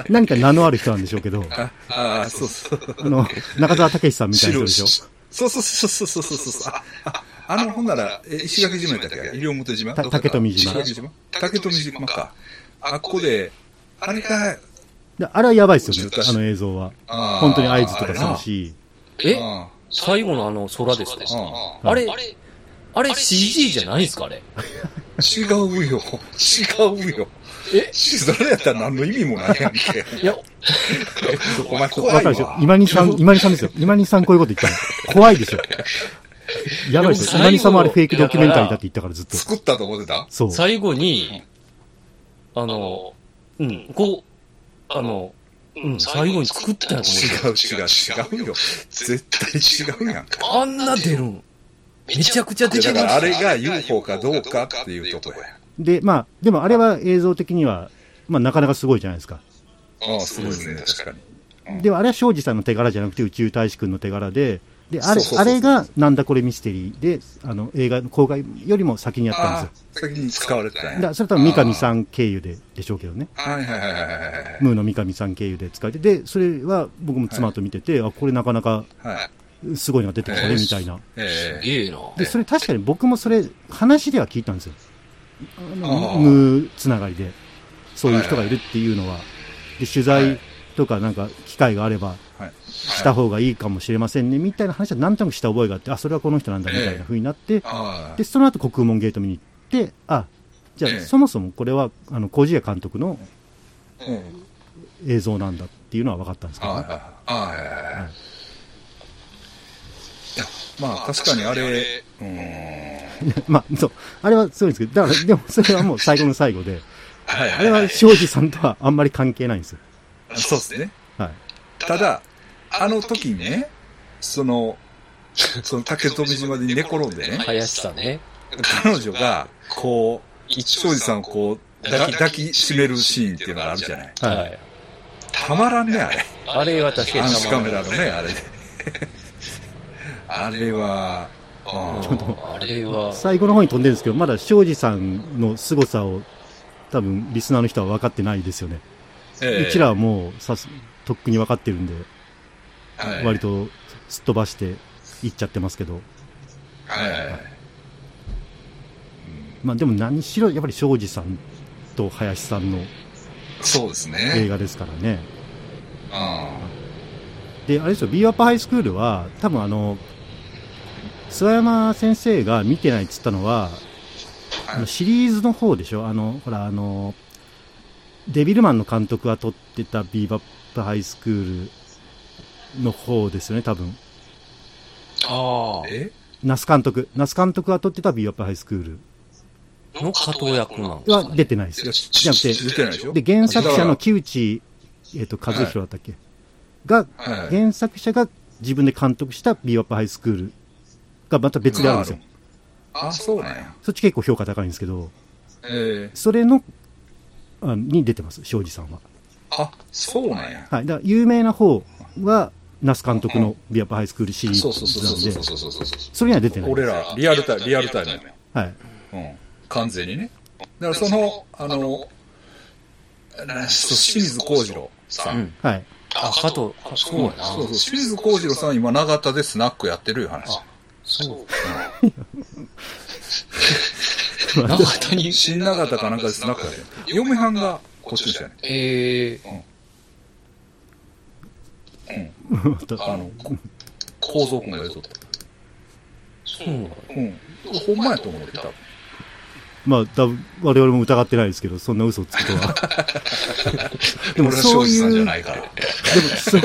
Speaker 1: 何か名のある人なんでしょうけど、
Speaker 2: ああ、そうそう。
Speaker 1: あの、中澤武さんみたいな人で
Speaker 2: 白
Speaker 1: しょ。
Speaker 2: そうそうそうそうそうそうそう。あ、ああの、ほんなら、え石垣島やったっけ西表島
Speaker 1: た
Speaker 2: どこだ
Speaker 1: 竹富島
Speaker 2: 石垣島竹富島か。あっこで、あれが、
Speaker 1: であれはやばいですよ
Speaker 2: 宇
Speaker 1: ね
Speaker 2: 宙大、使
Speaker 1: あの映像は。
Speaker 2: あー
Speaker 1: 本当に合図とかする。し、
Speaker 4: え
Speaker 2: あれな
Speaker 4: 最後のあの空ですか
Speaker 2: うんうん
Speaker 4: あれ、あれ CG じゃないんですかあれ。
Speaker 2: 違うよ。違うよ。
Speaker 4: え
Speaker 2: それやったら何の意味もないやんけ。
Speaker 4: いや、
Speaker 2: お前
Speaker 1: わか
Speaker 2: 怖い
Speaker 1: るでしょ
Speaker 2: わ。
Speaker 1: 今にさん、今にさんですよ。今にさんこういうこと言ったの。怖いでしょ。
Speaker 2: (laughs)
Speaker 1: やばいですよ。
Speaker 4: でも最後
Speaker 1: 今にさんもあれフェイクドキュメンタリーだって言ったからずっと。
Speaker 2: 作ったと思ってた
Speaker 1: そう。
Speaker 4: 最後に、あの、うん、こう、あの、うん、最後に作ったやと思って
Speaker 2: 違う違う違うよ。絶対違うやんか。
Speaker 4: た。あんな出るん。めちゃくちゃ出て
Speaker 2: だ
Speaker 4: ま
Speaker 2: からあ
Speaker 4: す
Speaker 2: れが UFO かどうかっていうとこや。
Speaker 1: で、まあ、でもあれは映像的には、まあ、なかなかすごいじゃないですか。
Speaker 2: ああ、すごいですね、確かに。
Speaker 1: でもあれは庄司さんの手柄じゃなくて宇宙大使くんの手柄で、で、あれ、
Speaker 2: そうそうそうそ
Speaker 1: あ
Speaker 2: う
Speaker 1: れがなんだこれミステリーで、あの、映画の公開よりも先にやったん
Speaker 2: あ
Speaker 1: です
Speaker 2: あ、先に使われてた
Speaker 1: よ。
Speaker 2: んや
Speaker 1: だからそれ多分三上さん経由ででしょうけどね。
Speaker 2: はいはいはいはいはい
Speaker 1: ムーの三上さん経由で使えて、で、それは僕も妻と見てて、あ、これなかなか
Speaker 2: はい。はい。
Speaker 1: すごいのが出てきたね、
Speaker 2: ええ
Speaker 1: みたいな。
Speaker 2: え
Speaker 4: す
Speaker 2: え
Speaker 4: げえな。
Speaker 1: で、それ確かに僕もそれ、話では聞いたんですよ。あ
Speaker 2: あ
Speaker 1: の
Speaker 2: あ
Speaker 1: ムーつながりで、そういう人がいるっていうのは。で、取材とかなんか機会があれば、
Speaker 2: はい。
Speaker 1: した方がいいかもしれませんね、みたいな話はなんとなくした覚えがあって、あ、それはこの人なんだ、みたいな風になって、
Speaker 2: あ
Speaker 1: で、その後国門ゲート見に行って、あ、じゃ
Speaker 2: ええ
Speaker 1: あそもそもこれは、あの、小路谷監督の
Speaker 2: あ。うん。
Speaker 1: 映像なんだっていうのは分かったんですけど、ね、
Speaker 2: ああ。ああ。いや、まあ確かにあれ、うーん。
Speaker 1: (laughs) まあ、そう、あれはすごいんですけど、だから、でもそれはもう最後の最後で、
Speaker 2: (laughs) はい
Speaker 1: あれは庄司さんとはあんまり関係ないんですよ。
Speaker 2: そうですね。
Speaker 1: はい。
Speaker 2: ただ、あの時にね、その、その竹富島 (laughs) で寝転んでね、
Speaker 4: 林さんね。
Speaker 2: 彼女が、こう、一庄司さんをこう抱き、抱きしめるシーンっていうのがあるじゃない。
Speaker 1: はい。
Speaker 4: はい。
Speaker 2: たまらんね、あれ。
Speaker 4: あれは確かに
Speaker 2: 暗視カメラのね、あれで。 (laughs) あれは、うん
Speaker 4: あれは、
Speaker 1: 最後の方に飛んでるんですけど、まだ庄司さんの凄さを、多分、リスナーの人は分かってないですよね。
Speaker 2: ええ
Speaker 1: うちらはもう、さす、とっくに分かってるんで、
Speaker 2: はい
Speaker 1: 割とすっ飛ばしていっちゃってますけど、
Speaker 2: はいはいはい
Speaker 1: まあでも何しろやっぱり庄司さんと林さんの
Speaker 2: そうです
Speaker 1: 映
Speaker 2: ね。
Speaker 1: 画ですからね。
Speaker 2: う
Speaker 1: で、あれですよ、ビーワッパハイスクールは、多分あの、諏訪山先生が見てないっつったのは、あのシリーズの方でしょあの、ほら、あの、デビルマンの監督が撮ってたビーバップハイスクールの方ですよね、多分。
Speaker 3: あ
Speaker 2: ん。え
Speaker 1: 那須監督。那須監督が撮ってたビーバップハイスクー
Speaker 3: あ。の加藤役なの
Speaker 1: ルは出てないです
Speaker 2: いや
Speaker 1: よ。
Speaker 2: ち
Speaker 1: じゃなくて
Speaker 2: 出てないでしょ
Speaker 1: で、原作者の木内、えっ、と、和弘だったっけ、が、
Speaker 2: はい
Speaker 1: 原作者が自分で監督したビーバップハイスクールがまた別であるんですよ。
Speaker 2: あ、そうなんや。
Speaker 1: そっち結構評価高いんですけど、
Speaker 2: ええ。
Speaker 1: それの、あに出てます、庄司さんは。
Speaker 2: あ、そうなんや。
Speaker 1: はい、だから有名な方は、那須監督のビアップハイスクールシリーズ
Speaker 2: そ
Speaker 1: な
Speaker 2: うそうそうそうそ
Speaker 1: ん
Speaker 2: う
Speaker 1: で、
Speaker 2: そうそうそう
Speaker 1: それには出てない。
Speaker 2: 俺ら、リアルタイム、リアルタイムやね
Speaker 1: はい。
Speaker 2: うん。完全にね。だからその、あの、な清水幸次郎さん。
Speaker 3: うん。
Speaker 1: はい。 (laughs)
Speaker 3: あ、加藤、あそうやな。
Speaker 2: そうそう。清水幸次郎さん、今、長田でスナックやってるいう話。
Speaker 3: そう。
Speaker 2: な
Speaker 3: 長田
Speaker 4: (laughs)
Speaker 3: に、
Speaker 2: 新長田かなんかでスナックやってる。嫁はんが、こっちの人やね
Speaker 3: ええ
Speaker 1: また
Speaker 2: あの、こ構造君が出とった。
Speaker 3: そうなの
Speaker 2: うん。ほんまやと思うで、多分。
Speaker 1: まあ、だ我々も疑ってないですけど、そんな嘘をつくと
Speaker 2: (laughs)
Speaker 1: は。でも
Speaker 2: 俺は庄
Speaker 1: そう
Speaker 2: 司さんじ
Speaker 1: い
Speaker 2: ゃ
Speaker 1: う、で
Speaker 2: ないから。
Speaker 1: も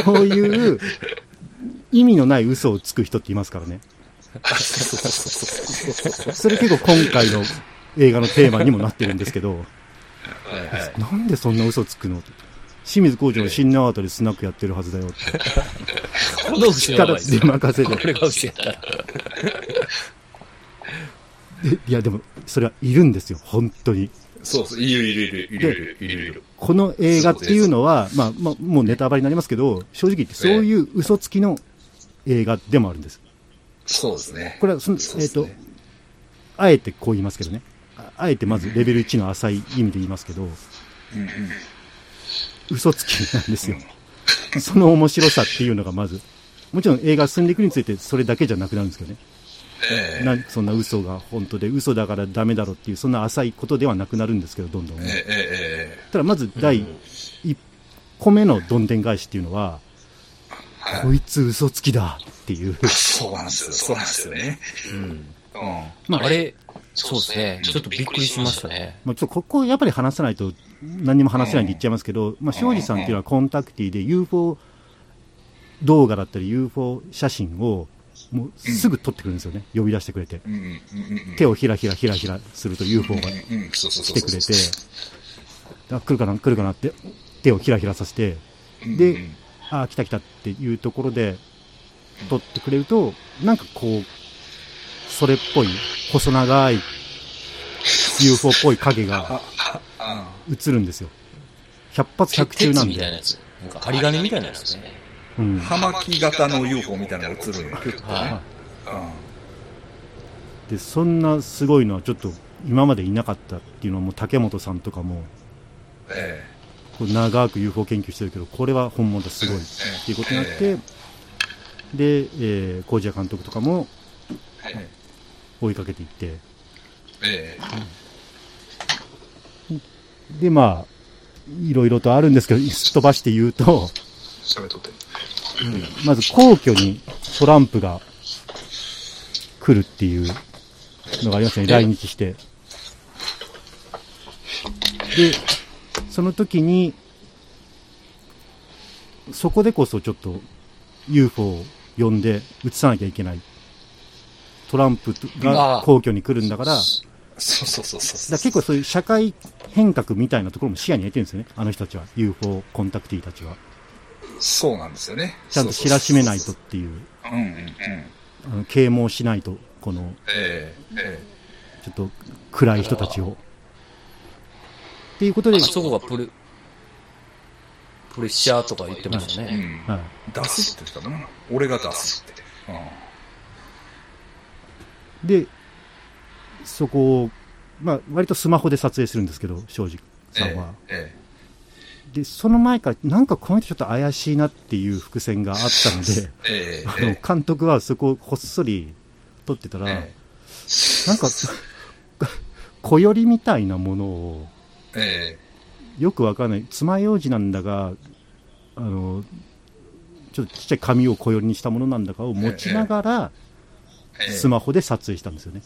Speaker 1: そういう、意味のない嘘をつく人っていますからね。それ結構今回の映画のテーマにもなってるんですけど、なんでそんな嘘つくのって清水工場の新長田でスナックやってるはずだよって。
Speaker 3: これが嘘やばいっ
Speaker 1: 力です
Speaker 3: よ。
Speaker 1: 任せて
Speaker 3: これが嘘やったら。
Speaker 1: でいや、でも、それはいるんですよ、本当に。
Speaker 2: そうそう、いるいるいる、いるいる、いるいる。
Speaker 1: この映画っていうのは、まあ、まあ、もうネタバレになりますけど、正直言ってそういう嘘つきの映画でもあるんです。
Speaker 2: そうですね。
Speaker 1: これはその、
Speaker 2: そ
Speaker 1: え
Speaker 2: うで
Speaker 1: っ、
Speaker 2: す
Speaker 1: と
Speaker 2: ね、
Speaker 1: あえてこう言いますけどね。ああえてまずレベル1の浅い意味で言いますけど、
Speaker 2: うんうん。
Speaker 1: 嘘つきなんですよ。その面白さっていうのがまず。もちろん映画進んでいくについてそれだけじゃなくなるんですけどね。
Speaker 2: ええ
Speaker 1: なそんな嘘が本当で、嘘だからダメだろっていう、そんな浅いことではなくなるんですけど、どんどんね。
Speaker 2: ええええ
Speaker 1: ただまず第1個目のどんでん返しっていうのは、
Speaker 2: はい
Speaker 1: こいつ嘘つきだっていう。
Speaker 2: そうなんですよ、そうなんですよね。
Speaker 3: うん。
Speaker 2: うん。
Speaker 1: まあ
Speaker 3: あれ、そうですね。ちょっとびっくりしましたね。
Speaker 1: まあ、ちょっとここやっぱり話さないと何にも話せないんで言っちゃいますけど、まあ、庄司さんっていうのはコンタクティで UFO 動画だったり UFO 写真をもうすぐ撮ってくるんですよね。呼び出してくれて。
Speaker 2: うんうんうん
Speaker 1: 手をひらひらひらひらすると UFO が
Speaker 2: うん。うん、そうそう
Speaker 1: 来
Speaker 2: そう。
Speaker 1: てくれて、あ、来るかな、来るかなって手をひらひらさせて、で
Speaker 2: うん
Speaker 1: ああ、来た来たっていうところで、撮ってくれると、なんかこう、それっぽい、細長い、UFO っぽい影が
Speaker 2: あ、あ、
Speaker 1: 映るんですよ。百発百中なん
Speaker 3: 鉄みたいなや
Speaker 1: で。
Speaker 3: つ。なんか針金みたいなやつですね。
Speaker 1: うん。
Speaker 2: 葉巻型の UFO みたいなのが映るんやけどね
Speaker 3: は。
Speaker 1: で、そんなすごいのはちょっと今までいなかったっていうのはもう竹本さんとかも、
Speaker 2: うんえ
Speaker 1: こう長く UFO 研究してるけど、これは本物だ、すごいっていうことになって、で、えー、工事屋監督とかも
Speaker 2: えはい
Speaker 1: 追いかけていって、
Speaker 2: ええ
Speaker 1: で、まあ、いろいろとあるんですけど、すっ飛ばして言うと、
Speaker 2: 喋っとって。
Speaker 1: まず皇居にトランプが来るっていうのがありますね、来日して。で、その時に、そこでこそちょっと UFO を呼んで映さなきゃいけない。トランプが皇居に来るんだから、だか
Speaker 2: そうそうそうそう。
Speaker 1: ら結構そういう社会変革みたいなところも視野に入れてるんですよね、あの人たちは。UFO コンタクティーたちは。
Speaker 2: そうなんですよね。
Speaker 1: ちゃんと知らしめないとっていう。
Speaker 2: うんうんうん。
Speaker 1: あの啓蒙しないと、この、
Speaker 2: えええ
Speaker 1: ちょっと暗い人たちを。っていうことで、
Speaker 3: あそこがプレ、プレッシャーとか言ってました
Speaker 2: えう
Speaker 3: ね。
Speaker 2: ん。
Speaker 1: はい
Speaker 2: 出すって言ったかな。俺が出すって。うん
Speaker 1: で、そこを、まあ、割とスマホで撮影するんですけど、庄司さんは。
Speaker 2: え
Speaker 1: で、その前から、なんかこの人ちょっと怪しいなっていう伏線があったので、
Speaker 2: えええ
Speaker 1: あ
Speaker 2: え
Speaker 1: の、監督はそこをこっそり撮って (laughs) たら、
Speaker 2: ええ
Speaker 1: なんか、小よりみたいなものを
Speaker 2: え
Speaker 1: よくわかんない爪楊枝なんだがあのちょっとちっちゃい紙を小寄りにしたものなんだかを持ちながら
Speaker 2: えええ
Speaker 1: スマホで撮影したんですよね、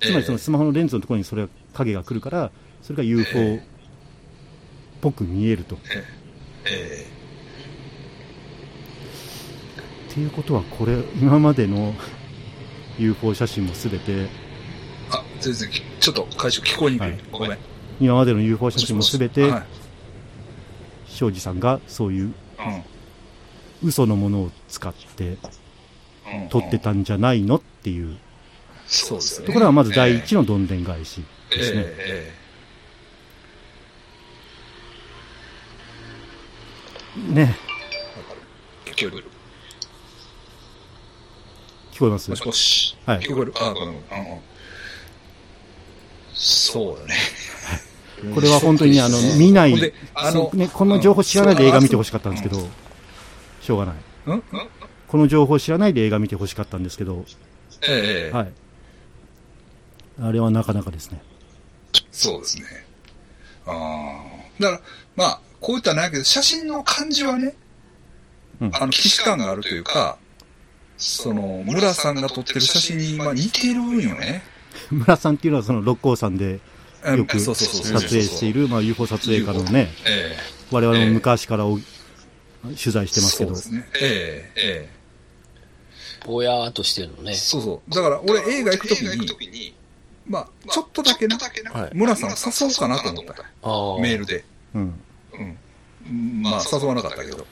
Speaker 1: つまりそのスマホのレンズのところにそれが影が来るからそれが UFO っぽく見えると。っ
Speaker 2: え
Speaker 1: ていうことはこれ今までの UFO 写真も全て
Speaker 2: あ、全然き、ちょっと解消聞こえにくい。
Speaker 1: はい
Speaker 2: ごめん。
Speaker 1: 今までの UFO 写真も全て
Speaker 2: はい
Speaker 1: 庄司さんがそういう
Speaker 2: うん
Speaker 1: 嘘のものを使って
Speaker 2: うん
Speaker 1: 撮ってたんじゃないのっていう
Speaker 2: そうですよね。
Speaker 1: ところはまず第
Speaker 2: の
Speaker 1: 一のどんでん返しですね。
Speaker 2: え
Speaker 1: ね
Speaker 2: えええ聞こえる。
Speaker 1: 聞こえます
Speaker 2: もしもし。
Speaker 1: はい
Speaker 2: 聞こえる。あ、ごめんごめんうんうん。そうだね。
Speaker 1: これは本当にあの
Speaker 2: うん
Speaker 1: 見ない、
Speaker 2: ほんであの
Speaker 1: そうね、この情報知らないで映画見てほしかったんですけど、しょうがない。
Speaker 2: うんうん
Speaker 1: この情報知らないで映画見てほしかったんですけど、
Speaker 2: ええ
Speaker 1: はい。あれはなかなかですね。 (laughs)
Speaker 2: そうですね。ああ。だから、まあ、こういったらないけど、写真の感じはね、
Speaker 1: うん
Speaker 2: あの、既視感があるというか、その、村さんが撮ってる写真に、まあ、似てるんよね。
Speaker 1: 村さんっていうのはその六甲山で
Speaker 2: うん
Speaker 1: よく
Speaker 2: そう
Speaker 1: 撮
Speaker 2: そうそうそう
Speaker 1: 影している、まあ UFO 撮影家のね、
Speaker 2: ええ
Speaker 1: 我々も昔からお取材してますけど、
Speaker 2: そうですね。えええ
Speaker 4: ぼやーっとしてるのね
Speaker 2: え。そうそう。だから、俺映画行くときに、
Speaker 5: に、
Speaker 2: まあ、ちょっとだけな、
Speaker 4: はい
Speaker 2: 村さんを誘おうかなと思った。
Speaker 4: ああ。
Speaker 2: メールで。
Speaker 1: うん、
Speaker 2: うん。まあ、誘わなかったけど。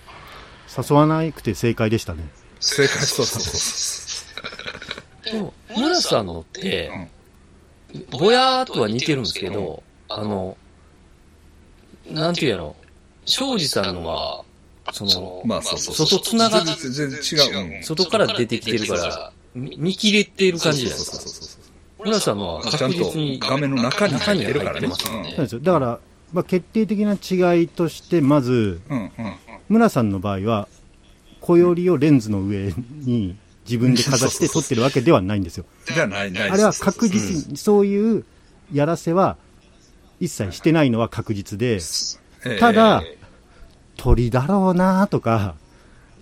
Speaker 1: 誘わなくて正解でしたね。
Speaker 2: 正解、そうそうそう。
Speaker 4: でも、村さんのって、ぼ
Speaker 5: ぼ
Speaker 4: や
Speaker 5: や
Speaker 4: ー
Speaker 5: ー
Speaker 4: っ
Speaker 5: っ
Speaker 4: と
Speaker 5: と
Speaker 4: は
Speaker 5: は
Speaker 4: 似
Speaker 5: 似
Speaker 4: て
Speaker 5: て
Speaker 4: る
Speaker 5: る
Speaker 4: ん
Speaker 5: ん
Speaker 4: で
Speaker 5: ですす
Speaker 4: け
Speaker 5: け
Speaker 4: ど
Speaker 5: ど、
Speaker 4: あの、なんていうやろう。庄司さんのは、その、
Speaker 2: まあ、そうそうそう。
Speaker 4: 外つながっ
Speaker 2: 全然全然違う。うん
Speaker 4: 外から出てきてるから、み見切れてる感じじゃないです
Speaker 2: そう
Speaker 4: か。
Speaker 2: そうそうそう。
Speaker 4: 村さんのは
Speaker 2: ちゃん
Speaker 4: 確
Speaker 2: と
Speaker 4: 実に、
Speaker 2: 画面の中に入ってるからね。
Speaker 4: 中に入って
Speaker 1: そうですよだから、まあ、決定的な違いとして、まず、
Speaker 2: うんうんうん。
Speaker 1: 村さんの場合は、小よりをレンズの上に自分でかざして撮ってるわけではないんですよ。
Speaker 2: じゃあない、ない。
Speaker 1: あれは確実に、そういうやらせは一切してないのは確実で、
Speaker 2: ええ
Speaker 1: ただ、鳥だろうなとか、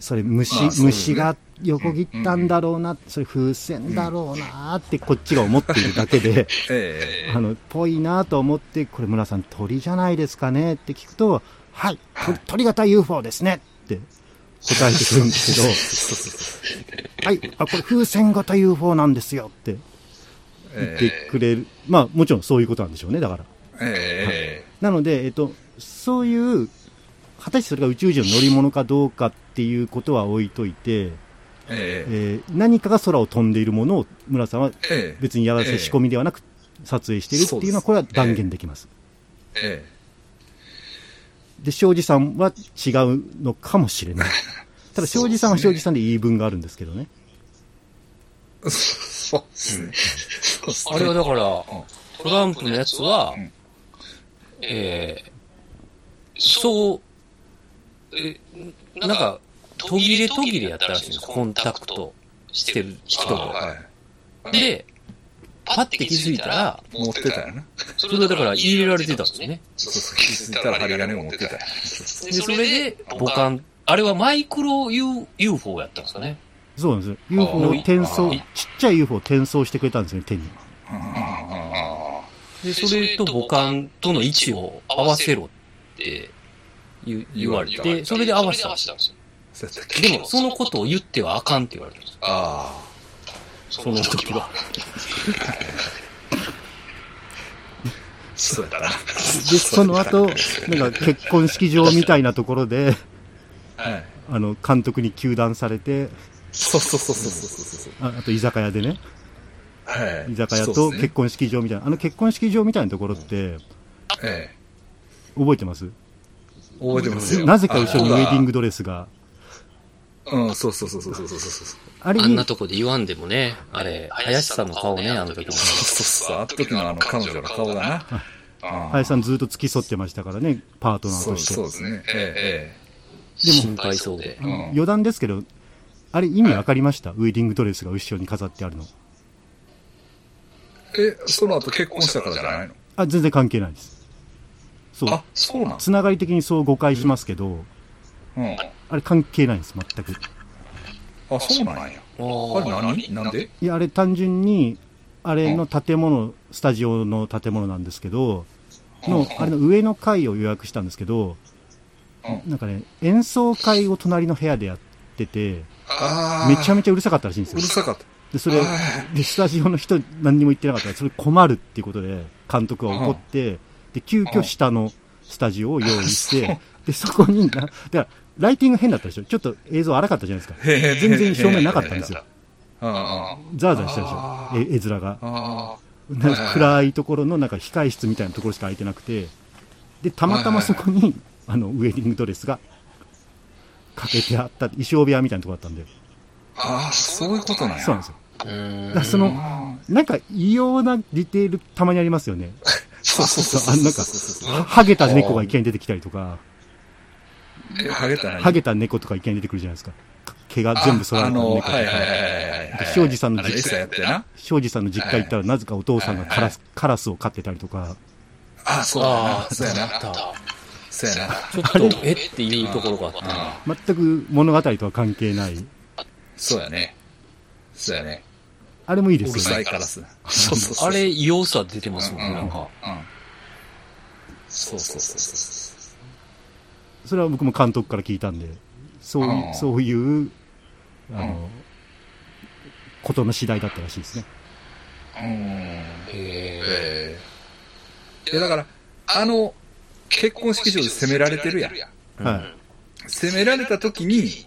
Speaker 1: それ虫
Speaker 2: まあ、そうです
Speaker 1: 虫
Speaker 2: ね
Speaker 1: が横切ったんだろうな、それ風船だろうなってこっちが思っているだけで、
Speaker 2: え
Speaker 1: あの、ぽいなと思って、これ村さん鳥じゃないですかねって聞くと、はい、と鳥型 UFO ですねって答えてくるんです (laughs) けど、はい、あ、これ風船型 UFO なんですよって
Speaker 2: え
Speaker 1: 言っ
Speaker 2: え
Speaker 1: てくれる。まあもちろんそういうことなんでしょうね、だから。
Speaker 2: ええ
Speaker 1: なので、えっと、そういう、果たしてそれが宇宙人の乗り物かどうかっていうことは置いといて、
Speaker 2: えええ
Speaker 1: えー何かが空を飛んでいるものを村さんは
Speaker 2: え
Speaker 1: 別にやらせ、
Speaker 2: ええ
Speaker 1: 仕込みではなく撮影しているっていうのは、これは断言できます。
Speaker 2: え
Speaker 1: で、庄司さんは違うのかもしれない。ただ、庄司さんは庄司さんで言い分があるんですけどね。
Speaker 2: えそうですね。そうっすね
Speaker 4: あれはだか
Speaker 2: う
Speaker 4: ら
Speaker 2: ん、
Speaker 4: トランプのやつは
Speaker 2: うん、
Speaker 4: えー、そう、え、なんか、途切れ途切れやったらしいんですコンタクトしてる人
Speaker 2: あ
Speaker 4: と。
Speaker 2: は
Speaker 4: で、パッて気づいたら、
Speaker 2: い。持ってたよな。
Speaker 4: それがだから入れられてたんですよね。
Speaker 2: そうそう、気づいたら針金を持ってたよ。
Speaker 4: で、それで、母艦、あれはマイクロ U- UFO やったんですかね。
Speaker 1: そうなんですよ。UFO を転送、
Speaker 4: あ
Speaker 1: ち
Speaker 4: ー
Speaker 1: っちゃい UFO を転送してくれたんですよね、手に。
Speaker 2: うんうんうんうん
Speaker 4: で、それと母艦との位置を合わせろって言う言われ
Speaker 2: 言わ
Speaker 4: て、それで合わせたんですよ。
Speaker 2: そうやったっけ
Speaker 4: でも、そのことを言ってはあかんって言われたんですよ。
Speaker 2: あ
Speaker 4: その時は。
Speaker 2: あ、そうやったな。
Speaker 1: で、その後、なんか結婚式場みたいなところで、 (laughs)
Speaker 2: はい。
Speaker 1: あの、監督に糾弾されて、
Speaker 2: そうそうそうそうそうそう。
Speaker 1: ああと居酒屋でね、
Speaker 2: はい。
Speaker 1: 居酒屋
Speaker 2: そ
Speaker 1: と
Speaker 2: うっすね
Speaker 1: 結婚式場みたいな、あの結婚式場みたいなところって、
Speaker 2: え
Speaker 1: 覚えてます
Speaker 2: え覚えてますよ。
Speaker 1: なぜか後ろにウェディン
Speaker 2: グ。
Speaker 1: グドレスが。
Speaker 2: うん、そうそうそうそうそうそうそうそう。
Speaker 1: あれ
Speaker 4: あ
Speaker 1: に
Speaker 4: んなとこで言わんでもね、あれ、林さんの顔ね、あの時も。
Speaker 2: そうそうそう、あの時のあの彼女の顔がな。ああ
Speaker 1: 林さんずっと付き添ってましたからね、パートナー
Speaker 2: そ
Speaker 1: と
Speaker 2: う
Speaker 1: して。
Speaker 2: そうですね。え
Speaker 4: 心配そう
Speaker 2: え、
Speaker 4: で
Speaker 2: え。えうん
Speaker 1: 余談ですけど、あれ意味わかりました、ウェディングドレスが後ろに飾ってあるの。
Speaker 2: え、その後結婚したからじゃないの
Speaker 1: あ、全然関係ないです。そ
Speaker 2: あ
Speaker 1: う、
Speaker 2: そうなん
Speaker 1: つながり的にそう誤解しますけど、
Speaker 2: うん。
Speaker 1: あれ関係ないんです、全く。
Speaker 2: あ、そうなんや。
Speaker 4: あ
Speaker 2: あれ
Speaker 4: ー
Speaker 2: 何なんで
Speaker 1: いや、あれ単純に、あれの建物、スタジオの建物なんですけど、の、あれの上の階を予約したんですけど、
Speaker 2: う
Speaker 1: なんかね、演奏会を隣の部屋でやってて、
Speaker 2: あ
Speaker 1: めちゃ
Speaker 2: め
Speaker 1: めちゃうるさかったらしいんです
Speaker 2: う
Speaker 1: よ
Speaker 2: る。さかった。
Speaker 1: で、それ
Speaker 2: あ、ー
Speaker 1: で、スタジオの人何にも言ってなかったから、それ困るっていうことで、監督は怒って、で、急
Speaker 2: う
Speaker 1: 遽
Speaker 2: ん
Speaker 1: 下のスタジオを用意し
Speaker 2: あそう
Speaker 1: て、で、そこにな、だから、ライティング変だったでしょちょっと映像荒かったじゃないですか。
Speaker 2: へー
Speaker 1: 全然照明なかったんですよ。
Speaker 2: うんうんあ
Speaker 1: ザワザワしてたでし
Speaker 2: あ
Speaker 1: ょえ絵面が。
Speaker 2: あ。
Speaker 1: なん
Speaker 2: はい
Speaker 1: か
Speaker 2: はい
Speaker 1: 暗いところのなんか控室みたいなところしか空いてなくて、で、たまたまそこに、あの、ウェディングドレスがかけてあった、衣装部屋みたいなところだったんで、
Speaker 2: ああ、そういうことなんや。
Speaker 1: そうなんですよ。だ
Speaker 4: う
Speaker 1: からその、なんか異様なディテールたまにありますよね。
Speaker 2: (laughs) そうそうそう
Speaker 1: そうあなんか
Speaker 2: か、
Speaker 1: ハゲた猫がいきなり出てきたりとか、
Speaker 2: ハゲたな。
Speaker 1: ハゲた猫とかいきなり出てくるじゃないですか。毛が全部剃られた猫と
Speaker 2: ああのはいはい
Speaker 1: か。
Speaker 2: はいはいはい。
Speaker 1: 庄司さんの
Speaker 2: あれ餌やってな。
Speaker 1: 庄司さんの実家行ったらなぜかお父さんがカラス、カラスを飼ってたりとか、
Speaker 2: ああ、そうや
Speaker 4: あ
Speaker 2: な。
Speaker 4: あ、
Speaker 2: そ
Speaker 4: そうう
Speaker 2: や
Speaker 4: や
Speaker 2: な。
Speaker 4: な。
Speaker 2: そうやな。
Speaker 4: ちょっと、えっていうところがあったな。
Speaker 2: うん
Speaker 1: 全く物語とは関係ない。
Speaker 2: そうやね。そうやね。
Speaker 1: あれもいいで
Speaker 2: うる
Speaker 1: すよ
Speaker 2: さい
Speaker 1: ね。
Speaker 2: カラス。そうそうそう。
Speaker 4: あれ、異様さ出てますもんね、なんか。
Speaker 2: うん。そうそうそうそう。
Speaker 1: それは僕も監督から聞いたんで、そういう、
Speaker 2: うん
Speaker 1: そういう、あの、
Speaker 2: う
Speaker 1: ことの次第だったらしいですね。
Speaker 2: うん。
Speaker 4: へえ。
Speaker 2: ええ。いや、だから、あの、結婚式場で責められてるやん。
Speaker 1: はい。
Speaker 2: 責められた時に、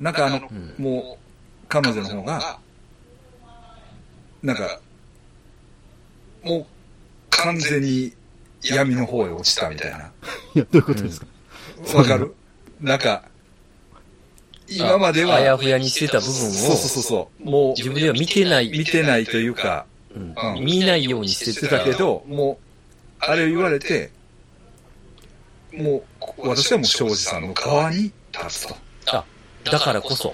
Speaker 2: なんかあの
Speaker 4: う、ん。
Speaker 2: もう、彼女の方が、なんか、もう、完全に闇の方へ落ちたみたいな。
Speaker 1: いや、どういうことですか、ん
Speaker 2: わかるなんか、今まで
Speaker 4: あや
Speaker 2: は、
Speaker 4: ふやにしてた部分
Speaker 2: そう
Speaker 4: を、
Speaker 2: そうそうそう、も
Speaker 4: 自分では見てな
Speaker 2: う、
Speaker 4: い、
Speaker 2: 見てないというか、
Speaker 4: うん
Speaker 2: うん
Speaker 4: 見ないようにして
Speaker 2: して
Speaker 4: た
Speaker 2: たけど、もう、あれを言われて、もう、私はもう庄司さんの側に立つと。
Speaker 4: だからこそ。
Speaker 2: っ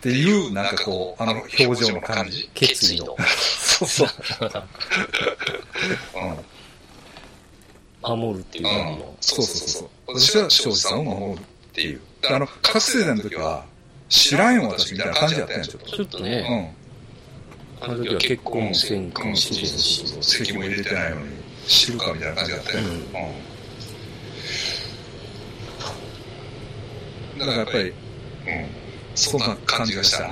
Speaker 2: ていう、なんかこう、あの表情の感じ。
Speaker 4: 決意の
Speaker 2: そうそう。うん。
Speaker 4: 守るっていう
Speaker 2: う
Speaker 4: 感じ
Speaker 2: ん
Speaker 4: の。
Speaker 2: そうそうそうそう。私は庄司さんを守るっていう。あの、覚醒剤の時は、知らんよ私みたいな感じだったやん、ちょっと。
Speaker 4: ちょっと
Speaker 2: う
Speaker 4: ね、
Speaker 2: ん。
Speaker 4: あの時は結婚せんかもしれんし。
Speaker 2: そうそうそう席も入れてないのに、知るかみたいな感じだったよ。うん。だからやっぱり、うん。そんな感じがしたな。
Speaker 1: い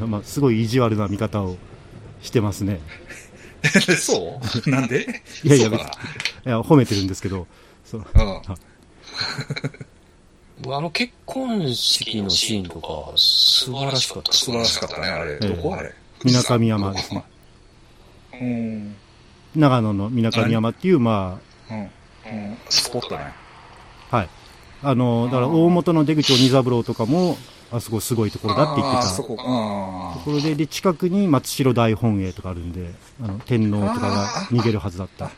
Speaker 1: やまあ、すごい意地悪な見方をしてますね。
Speaker 2: そう (laughs) なんで
Speaker 1: いやいや、
Speaker 2: そう
Speaker 1: 別
Speaker 2: か
Speaker 1: にいや褒めてるんですけど、そう
Speaker 2: なうん。
Speaker 4: あの結婚式のシーンとか、素晴らしかった。
Speaker 2: 素晴らしかったね、あれ。
Speaker 1: え
Speaker 2: どこあれ
Speaker 1: みなかみ山ですね。
Speaker 2: うん。
Speaker 1: 長野の水上山っていう、ま
Speaker 2: うん。うん。スポットね。
Speaker 1: あ、はい。あの、だから大元の出口鬼三郎とかも、あそこすごいところだって言っ
Speaker 2: あー
Speaker 1: てた
Speaker 2: そ。こ。あ
Speaker 1: ところで、で、近くに松代大本営とかあるんで、あの、天皇とかが逃げるはずだった。
Speaker 2: あ。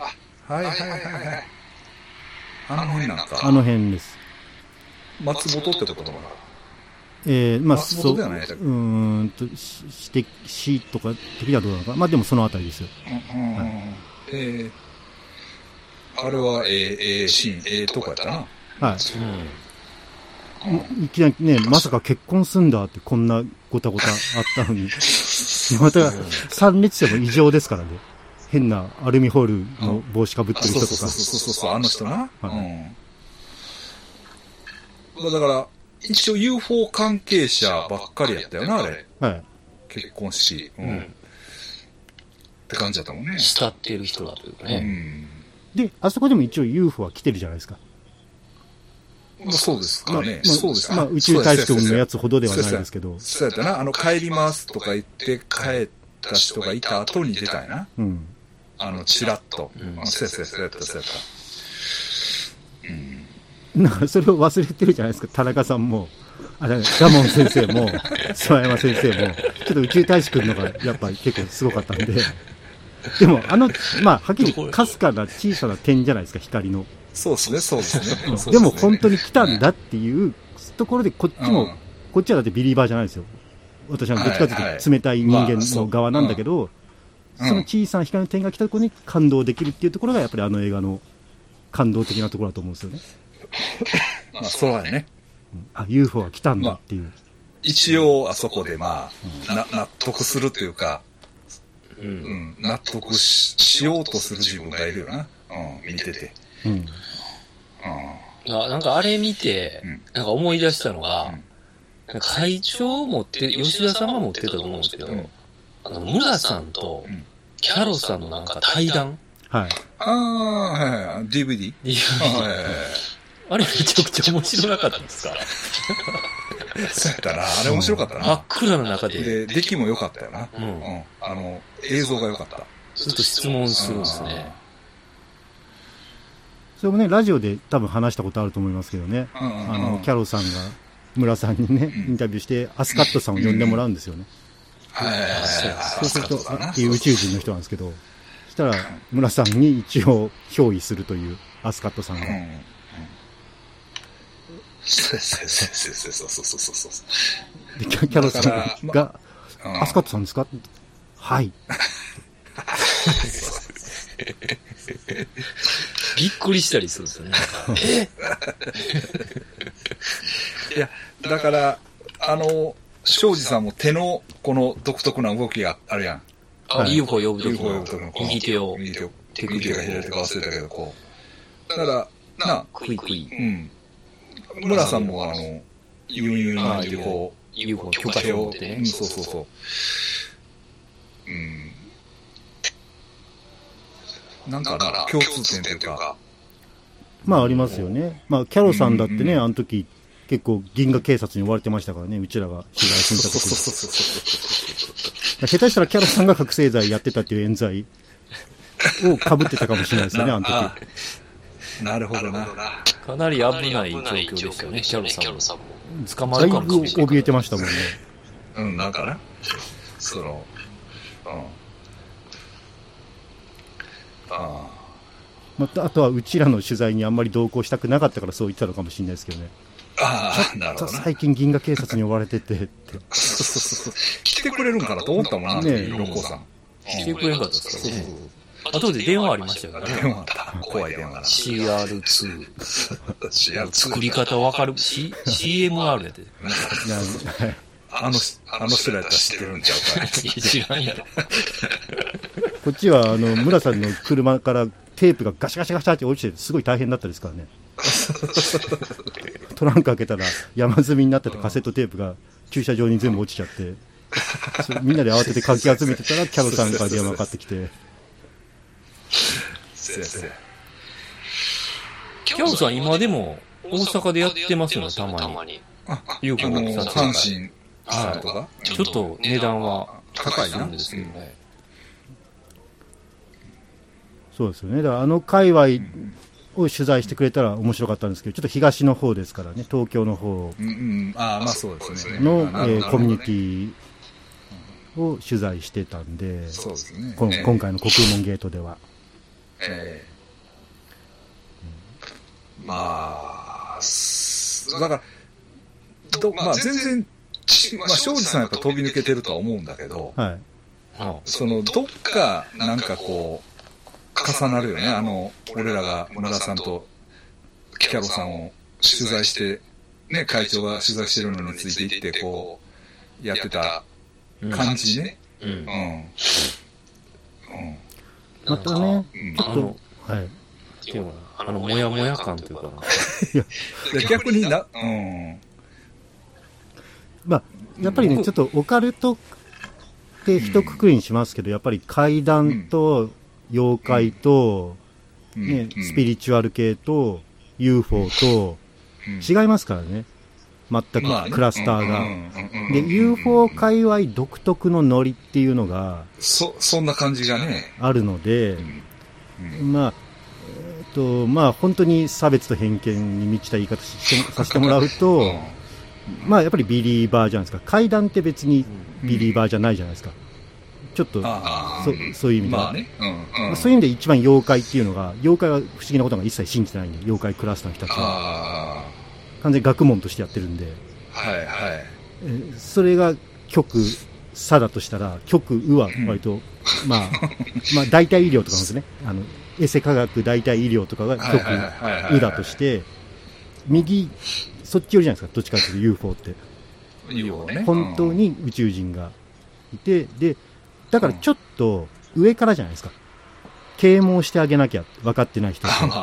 Speaker 2: はいはいはいはい。あの辺なんか。
Speaker 1: あの辺です。
Speaker 2: 松本ってことかな。
Speaker 1: えー、まあ、
Speaker 2: 松本
Speaker 1: そう、う
Speaker 2: ではない
Speaker 1: ーんと、し、して、しとか、的にはどうなのかな。まあでもそのあたりですよ。
Speaker 2: うんうんうん。ええ。あれは、ええ、ええ、シーン、ええとこやったな。
Speaker 1: は
Speaker 4: うん。
Speaker 1: い。いきなりね、まさか結婚すんだってこんなごたごたあったの
Speaker 2: (laughs)
Speaker 1: に。また、参列者も異常ですからね。変なアルミホイルの帽子かぶっ
Speaker 2: あ
Speaker 1: てる
Speaker 2: そう
Speaker 1: 人と
Speaker 2: そう
Speaker 1: か
Speaker 2: そう。そうそう、あの人な。
Speaker 1: は
Speaker 2: うん。だから、一応 UFO 関係者ばっかりやったよな、あれ。
Speaker 1: はい。
Speaker 2: 結婚式。う。
Speaker 4: うん
Speaker 2: っ
Speaker 4: ん。
Speaker 2: て感じだったもんね。
Speaker 4: 慕ってる人だというか
Speaker 2: う
Speaker 4: ね。
Speaker 2: ん。
Speaker 1: で、あそこでも一応 UFO は来てるじゃないですか。
Speaker 2: まあそうです
Speaker 1: ま
Speaker 2: か
Speaker 1: あ
Speaker 2: ね。
Speaker 1: まあ
Speaker 2: そうです
Speaker 1: まあ、宇宙大使君のやつほどではないですけど。
Speaker 2: そうやったな。あの、帰りますとか言って帰った人がいた後に出たんやな。
Speaker 1: うん。
Speaker 2: あの、チラッと。
Speaker 4: うん
Speaker 2: あそうやそうやそうやった、そうやった。うん。
Speaker 1: なんかそれを忘れてるじゃないですか、田中さんも、あれ、ガモン先生も、諏訪山先生も、ちょっと宇宙大使くんのがやっぱり結構すごかったんで、でも、あの、まあ、はっきり、かすかな小さな点じゃないですか、光の。
Speaker 2: そうですね、そうですね。そうすね
Speaker 1: でも、本当に来たんだっていうところで、こっち
Speaker 2: うん
Speaker 1: も、こっちはだってビリーバーじゃないですよ。私はどっちかと
Speaker 2: はい
Speaker 1: い
Speaker 2: は
Speaker 1: う
Speaker 2: い
Speaker 1: と冷たい人間の側なんだけど、その小さな光の点が来たところに感動できるっていうところが、やっぱりあの映画の感動的なところだと思うんですよね。
Speaker 2: まあ、そうだね。
Speaker 1: あ、UFO が来たんだっていう。
Speaker 2: 一応、あそこでまあ、な納得するというか、
Speaker 4: う。
Speaker 2: うんん、納得ししようとする自分がいるよな。うん、見てて。
Speaker 1: うん。
Speaker 2: う
Speaker 4: あなんかあれ見て
Speaker 2: うん、
Speaker 4: なんか思い出したの
Speaker 2: う
Speaker 4: が
Speaker 2: ん、
Speaker 4: なんか会長を持って、吉田さんは持ってたと思うんですけど
Speaker 2: うん、
Speaker 4: あの、村さんと
Speaker 2: うん、
Speaker 4: キャロさんのなんか対談
Speaker 1: はい。
Speaker 2: ん。ああー、はいはい。DVD? ああ、はいはいはい。
Speaker 4: あれめちゃくちゃ面白なかったですか
Speaker 2: そうやったな。あれ面白かった
Speaker 4: 真っ
Speaker 2: な。
Speaker 4: 暗の中で、
Speaker 2: で、出来も良かったよな。
Speaker 4: う。
Speaker 2: うんん。あの、映像が良かった。
Speaker 4: ずっと質問するんですね。
Speaker 1: それもね、ラジオで多分話したことあると思いますけどね。
Speaker 2: うんうんうん。
Speaker 1: あの、キャロさんが村さんにね、
Speaker 2: うん
Speaker 1: インタビューして、アスカットさんを呼んでもらうんですよね。
Speaker 2: はいはいはいはい。
Speaker 1: そうすると、
Speaker 2: そうだ
Speaker 1: あ
Speaker 2: な
Speaker 1: っていう宇宙人の人なんですけど、そしたら村さんに一応憑依するという、アスカットさん
Speaker 2: う
Speaker 1: が。
Speaker 2: んうんそうそうそうそうそうそうそうそ
Speaker 1: で、キャキャロさん
Speaker 2: だから
Speaker 1: がが、
Speaker 2: う。うん
Speaker 1: アスカットさんですかはい。
Speaker 4: びっくりしたりするんですよね。
Speaker 2: だから、あの、庄司さんも手のこの独特な動きがあるやん。
Speaker 4: あ、
Speaker 1: はい
Speaker 4: UFO 呼ぶとき
Speaker 2: UFO
Speaker 4: の
Speaker 2: 呼ぶ時の、こう
Speaker 4: 右手を、
Speaker 2: 右手を、
Speaker 4: 手
Speaker 2: 右手
Speaker 4: 首を
Speaker 2: が左手か忘れたけど、こう。だから、なあ、
Speaker 4: クイクイ
Speaker 2: う、ん。村さんもあの、ゆうゆうなんてこう、
Speaker 4: UFO の許可
Speaker 2: 手
Speaker 4: 証を
Speaker 2: を
Speaker 4: 持って、ね
Speaker 2: うん、。そうそうそう。うん。なんかな、共通点というか、
Speaker 1: まあありますよね。まあキャロさんだって
Speaker 2: うんう
Speaker 1: ね、
Speaker 2: んうん
Speaker 1: あの時結構銀河警察に追われてましたからね、うちらが取材しに行った時に。下手したらキャロさんが覚醒剤やってたっていう冤罪を被ってたかもしれないですよね、あの時。
Speaker 2: なるほどな。
Speaker 4: かなり危ない状況でしたよね、キャロさんも。捕まるか
Speaker 1: だいぶ
Speaker 4: もしれない。
Speaker 1: 怯えてましたもんね。
Speaker 2: うん、なんかな。その、うん。あ
Speaker 1: また、あとはうちらの取材にあんまり同行したくなかったからそう言ってたのかもしれないですけどね。
Speaker 2: あ、ああ、なるほどな。
Speaker 1: 最近銀河警察に追われててって。
Speaker 2: そうそうそう。来てくれるんかなと思ったもんな、
Speaker 1: ねえ
Speaker 2: ロコさん。
Speaker 4: 来てくれなかったです
Speaker 2: そう
Speaker 4: から
Speaker 2: そう
Speaker 4: ね。
Speaker 2: そう。
Speaker 4: 後で電話ありましたよ
Speaker 2: 電
Speaker 4: ね。
Speaker 2: 話だ。怖い電話だな。
Speaker 4: CR2。
Speaker 2: 私や
Speaker 4: 作り方わかる。C、CMR やって。
Speaker 1: いや
Speaker 2: あの、あの人らやったら知ってるんちゃうかい。
Speaker 4: いや知らんやろ。
Speaker 1: こっちは、あの、村さんの車からテープがガシャガシャガシャって落ちてて、すごい大変だったですから
Speaker 2: (laughs)
Speaker 1: ね。トランク開けたら山積みになってたカセットテープが駐車場に全部落ちちゃって、それみんなで慌ててかき集めてたら、キャロさんから電話がかかってきて、
Speaker 2: 先生。
Speaker 4: キャロさん今でも大阪でやってますよね、たまに。
Speaker 2: あ、あ
Speaker 4: UFO
Speaker 2: の、
Speaker 4: の撮影
Speaker 2: 阪神さんとか
Speaker 4: ちょっと値段は
Speaker 2: 高い
Speaker 4: する。
Speaker 2: なん
Speaker 4: ですけどね。
Speaker 1: そうですよね。だからあの界隈を取材してくれたら面白かったんですけど、ちょっと東の方ですからね、東京の方
Speaker 2: うんうん。ああ、まあそうですね。
Speaker 1: の、え
Speaker 2: あなる
Speaker 1: ー
Speaker 2: ほ
Speaker 1: コ
Speaker 2: ど
Speaker 1: ミュ
Speaker 2: ね
Speaker 1: ニティを取材してたんで、
Speaker 2: そうですね。
Speaker 1: こん
Speaker 2: ええ
Speaker 1: 今回の国門ゲートでは。
Speaker 2: ええまあ、すだから、どまあ、全然ち、まあ、庄司さんやっぱ飛び抜けてるとは思うんだけど、
Speaker 1: はい。
Speaker 4: あ
Speaker 2: その、どっか、なんかこう、重なるよね。あの、俺らが村田さんとキャロさんを取材して、ね、会長が取材してるのについていって、こう、やってた
Speaker 4: うん
Speaker 2: 感じね。
Speaker 4: うん
Speaker 2: う。ん。
Speaker 1: またね、
Speaker 2: うん。うん
Speaker 4: あの、
Speaker 1: はい。
Speaker 4: っていうのかなあの、もやもや感というかな。
Speaker 2: で逆にな、うん。
Speaker 1: まあ、やっぱりね、ちょっとオカルトって一括りにしますけど、やっぱり怪談と妖怪と、
Speaker 2: うん
Speaker 1: ね、スピリチュアル系と UFO と違いますからね。全くクラスターが。
Speaker 2: が
Speaker 1: で、UFO 界隈独特のノリっていうのが
Speaker 2: そ、そんな感じがね。
Speaker 1: あるので、
Speaker 2: うん
Speaker 1: まあ、えーっと、まあ本当に差別と偏見に満ちた言い方してさせてもらうと、まあやっぱりビリーバーじゃないですか。怪談って別にビリーバーじゃないじゃないですか。ちょっと、
Speaker 2: ああ
Speaker 1: そそういう意味では。
Speaker 2: まあね。うん
Speaker 1: ま
Speaker 2: う
Speaker 1: あ
Speaker 2: ん。
Speaker 1: そういう意味で一番妖怪っていうのが、妖怪は不思議なことが一切信じてないんで、妖怪クラスの人たちは。
Speaker 2: あ
Speaker 1: 完全に学問としてやってるんで、
Speaker 2: あ、はいはい。
Speaker 1: えーそれが極左だとしたら、極右は割とまあ、 (laughs) まあ、代替医療とかなんですね。あの、エセ科学代替医療とかが
Speaker 2: はいはいはいはいはい
Speaker 1: 極右だとして、右、そっち寄りじゃないですか、どっちかっていうと UFO って。
Speaker 2: UFO ね。
Speaker 1: 本当に宇宙人がいて、で、だからちょっと上からじゃないですか。啓蒙してあげなきゃ、分かってない人
Speaker 2: (laughs) まあまあま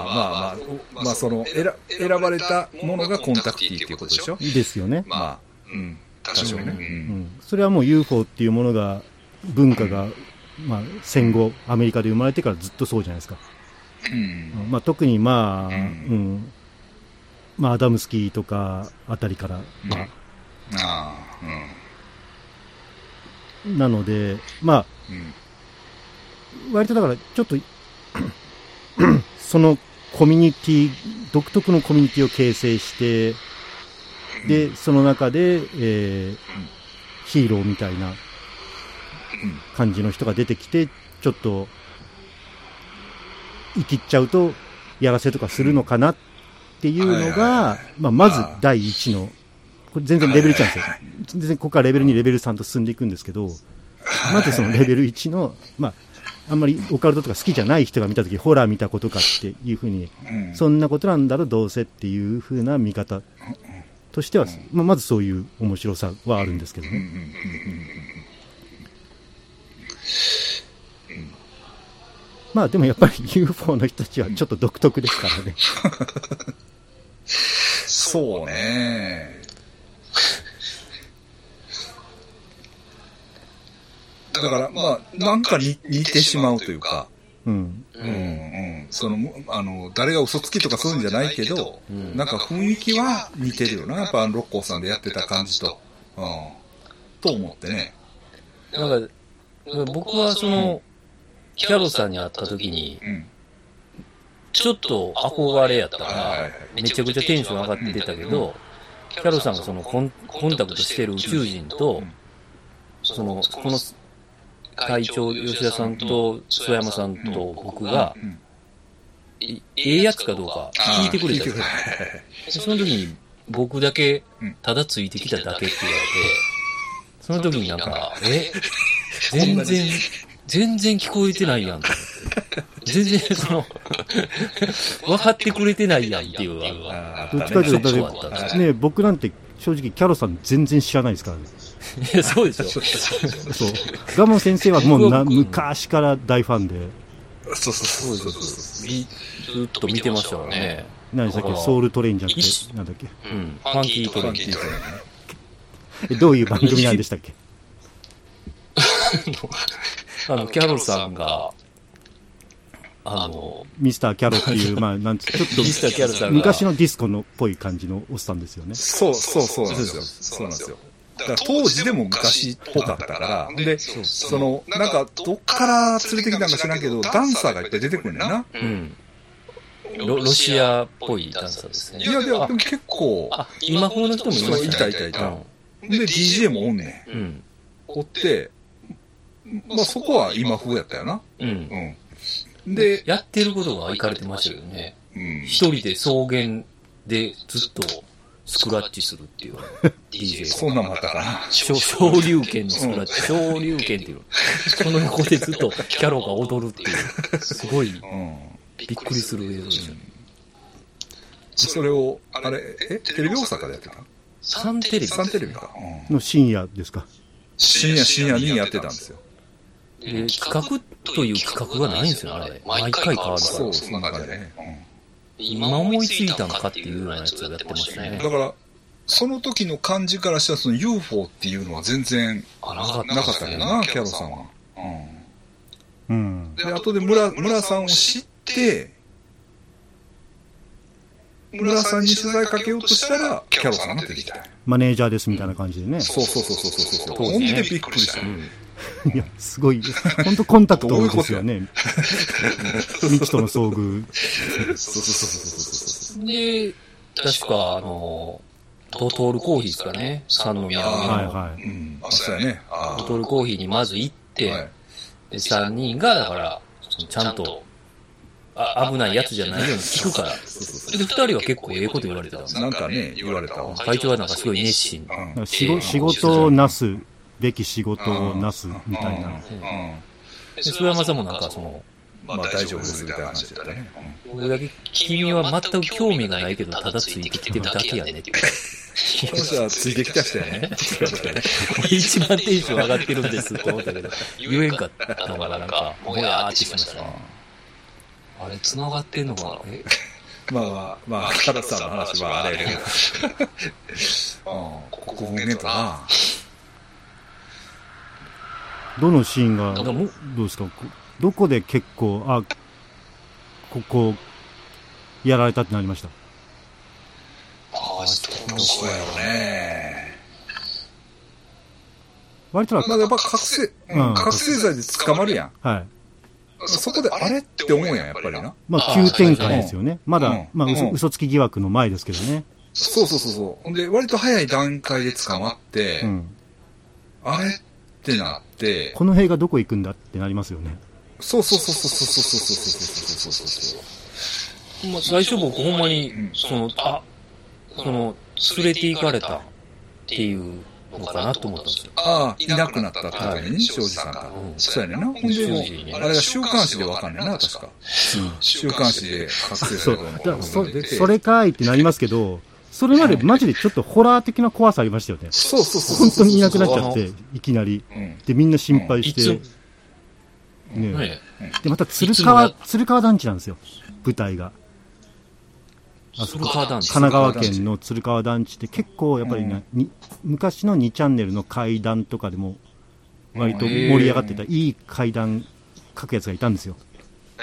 Speaker 2: あ、まあその、選選ばれたものがコンタクティっていうことでしょ
Speaker 1: ですよね。
Speaker 2: まあ、うん。多少ね。う。
Speaker 1: うんん、それはもう UFO っていうものが、文化が、まあ、戦後、アメリカで生まれてからずっとそうじゃないですか。
Speaker 2: うん。
Speaker 1: まあ、特にまあ、
Speaker 2: う
Speaker 1: うんんまあ、アダムスキーとかあたりから、まあ
Speaker 2: ああ、
Speaker 1: なので、まあ、
Speaker 2: うん。うん。
Speaker 1: 割とだから、ちょっと、そのコミュニティ、独特のコミュニティを形成して、で、その中で、えーヒーローみたいな感じの人が出てきて、ちょっと、生きっちゃうと、やらせとかするのかなっていう
Speaker 2: はい
Speaker 1: の
Speaker 2: はいはいは
Speaker 1: が、まあ、まず第一の、これ全然レベル違うんですよ。全然ここからレベル2、レベル3と進んでいくんですけど、まずそのレベル1の、まあ、あんまりオカルトとか好きじゃない人が見たとき、ホラー見たことかっていうふうに、
Speaker 2: うん。
Speaker 1: そんなことなんだろう、どうせっていうふうな見方としては、まあ、まずそういう面白さはあるんですけど
Speaker 2: うん。う
Speaker 1: ね。
Speaker 2: ん。
Speaker 1: まあでもやっぱり UFO の人たちはちょっと独特ですからね。
Speaker 2: そうね。だから、まあ、なんかに似てしまうというか、
Speaker 1: うん。
Speaker 2: うんうん。その、あの、誰が嘘つきとかそういうんじゃないけど、なんか雰囲気は似てるよな。やっぱ、六甲さんでやってた感じと。うん。と思ってね。
Speaker 4: なんか、僕はその、キャロさんに会った時に、
Speaker 2: うん。
Speaker 4: ちょっと憧れやったか
Speaker 2: はいはいは
Speaker 4: ら
Speaker 2: い、
Speaker 4: めちゃくちゃテンション上がってたけど、キャロさんがそのコンコンタクトしてる宇宙人と、その、この会長、吉田さんと、曽山さんと僕が、
Speaker 2: うん。
Speaker 4: いええやつかどうか聞いてくれたんですよその時に、僕だけ
Speaker 2: うん、
Speaker 4: ただついてきただけって言われて、 (laughs) その時になんか、え全 (laughs) 然、全然聞こえてないやんと思って。全然、そ (laughs) の、分かってくれてないやんっていう、あの
Speaker 2: あ
Speaker 1: どっちかというと
Speaker 4: そうだったんで
Speaker 1: だっ
Speaker 4: す
Speaker 1: て、ね、僕なんて正直キャロさん全然知らないですからね。
Speaker 4: いやそうですよ。
Speaker 1: そう。ガモン先生はもうな昔から大ファンで、
Speaker 2: そうそうそうそう
Speaker 4: ずーっと見てましたからね。
Speaker 1: 何でしたっけ、ソウルトレインじゃなくて、なんだっけ、
Speaker 4: うん。ファンキートレンチ。
Speaker 1: えどういう番組なんでしたっけ。
Speaker 4: あの、キャロルさんが、あの、
Speaker 1: ミスターキャロっていう、まあ、なんつちょっと
Speaker 4: ミスターキャロルさんが、
Speaker 1: 昔のディスコのっぽい感じのおっさんですよね。
Speaker 2: そうそうそうなんですよ。そうなんですよ。だから当時でも昔っぽかったから、で、その、なんか、どっから連れてきたんか知らんけど、ダンサーがいっぱい出てくるんだよな。
Speaker 4: うん。ロロシアっぽいダンサーですね。
Speaker 2: いや、でも
Speaker 4: あ、
Speaker 2: 結構、
Speaker 4: あ今風の人もいま
Speaker 2: そうい
Speaker 4: したた
Speaker 2: い
Speaker 4: ね。
Speaker 2: たいた。
Speaker 5: うん
Speaker 2: で、DJ もおんね
Speaker 4: うん。
Speaker 2: ん。おって、まあそこは今風やったよな。
Speaker 4: うん。
Speaker 2: うん。で、
Speaker 4: やってることがいかれてましたけどね。
Speaker 2: うん。
Speaker 4: 一人で草原でずっとスクラッチするっていう DJ。
Speaker 2: そんなんもあったかな。
Speaker 4: 小昇竜拳のスクラッチ、昇竜拳っていう。その横でずっとキャロが踊るっていう。すごいび
Speaker 2: うん。
Speaker 4: っくりする映像でしたね。
Speaker 2: それを、あれ、え、テレビ大阪でやってた
Speaker 4: サンテレビ。
Speaker 2: サンテレビか。うん
Speaker 1: の深夜ですか。
Speaker 2: 深夜深夜にやってたんですよ。
Speaker 4: で企画という企画がないんですよ、あれ。毎回変わるか
Speaker 2: そ
Speaker 4: ら
Speaker 2: う、。そんな感じでね。うん
Speaker 4: 今思いついたのかっていうようなやつをやってましたね。
Speaker 2: だから、その時の感じからしたら、その UFO っていうのは全然
Speaker 4: あ、なかった
Speaker 2: なかったよな、キャロさんは。う
Speaker 1: う
Speaker 2: ん。
Speaker 1: ん。
Speaker 2: で、後で村、村さんを知って、村さんに取材かけようとしたら、キャロさんが出てきた。
Speaker 1: マネージャーですみたいな感じでね。
Speaker 2: そうそうそうそうそう。そう
Speaker 4: 当
Speaker 2: ほん
Speaker 4: 時ね
Speaker 2: でびっくりした。
Speaker 1: いや、すごい。本当コンタクトですよね。未知との遭遇。
Speaker 2: そうそうそうそうそう。
Speaker 4: で、確か、あの、ドトールコーヒーですかね。三宮
Speaker 1: は
Speaker 4: の
Speaker 1: いはい。
Speaker 2: うん。あ、そうやね。あ
Speaker 4: ドトールコーヒーにまず行っ
Speaker 2: あ。
Speaker 4: て、
Speaker 2: はい
Speaker 4: で、3人が、だから、ちゃんと、あ危ないやつじゃないように聞くから。で、2人は結構ええこと言われてたんです
Speaker 2: なんかね、言われたわ。
Speaker 4: 会長はなんかすごい熱心
Speaker 2: う。ん
Speaker 1: なんか仕事仕事をなすべき仕事をなすみたいな。
Speaker 2: うんうん
Speaker 4: で菅山さんもなんかその、
Speaker 2: まあ大丈夫ですみたいな話だったね。
Speaker 4: 俺だけ君は全く興味がないけど、ただついてきてるだけやねって。
Speaker 2: うんこの人はついてきた人やね。
Speaker 4: 一番テンション上がってるんですって思ったけど、言えんかったのがなんか、もやーってしましたね。あれ、繋がってんのかなえ
Speaker 2: まあまあ、まあ、カラスさんの話はあれやけど。うん、 (laughs) ここ本源とな。
Speaker 1: どのシーンが
Speaker 4: なん
Speaker 1: ど
Speaker 4: か
Speaker 1: う
Speaker 4: もう
Speaker 1: ですかこどこで結構あここやられたってなりました
Speaker 4: ああ、ちょっと
Speaker 2: どこやろうね。
Speaker 1: 割とは、
Speaker 2: まあやっぱ覚醒、
Speaker 1: う
Speaker 2: うんん、覚醒剤で捕まるやん。
Speaker 1: はい
Speaker 2: そこであれって思うやん、やっぱりな。
Speaker 1: まあ
Speaker 4: あー
Speaker 1: 急展開ですよねまだ、
Speaker 2: うん
Speaker 1: まあ嘘
Speaker 2: うん
Speaker 1: 嘘つき疑惑の前ですけどね
Speaker 2: そうそうそうそう。ほんで、割と早い段階で捕まって、
Speaker 1: うん
Speaker 2: あれってなって、
Speaker 1: この映画どこ行くんだってなりますよね
Speaker 2: そうそうそうそうそうそうそうそうそうそうそう
Speaker 4: ほんま最初僕ほんまに
Speaker 2: うん、
Speaker 4: その、あ、その、連れて行かれたっていうのかなと思ったんですよ。
Speaker 2: ああ、いなくなったって時にね、庄司さんが。
Speaker 4: うん
Speaker 2: そうやねんな。ほんでもう
Speaker 4: 庄司にね、
Speaker 2: あれが週刊誌でわかんねんな、確か。週刊誌で覚醒
Speaker 1: そ
Speaker 2: 剤
Speaker 1: うだからそ
Speaker 2: が出て
Speaker 1: それかいってなりますけどそれまでマジでちょっとホラー的な怖さありましたよね
Speaker 2: そうそうそう。
Speaker 1: 本当にいなくなっちゃっていきなり
Speaker 2: うん。
Speaker 1: でみんな心配
Speaker 4: い
Speaker 1: し
Speaker 4: つ
Speaker 1: て、、ね
Speaker 4: ね、
Speaker 1: でまた鶴
Speaker 4: い
Speaker 1: 川
Speaker 4: つも
Speaker 1: 鶴川団地なんですよ舞台があそ
Speaker 4: 鶴
Speaker 1: こ
Speaker 4: 川団地。
Speaker 1: 神奈川県の鶴川団地って結構やっぱりね、に昔の2チャンネルの階段とかでも割と盛り上がってた、
Speaker 2: うん
Speaker 1: いい階段書くやつがいたんですよ、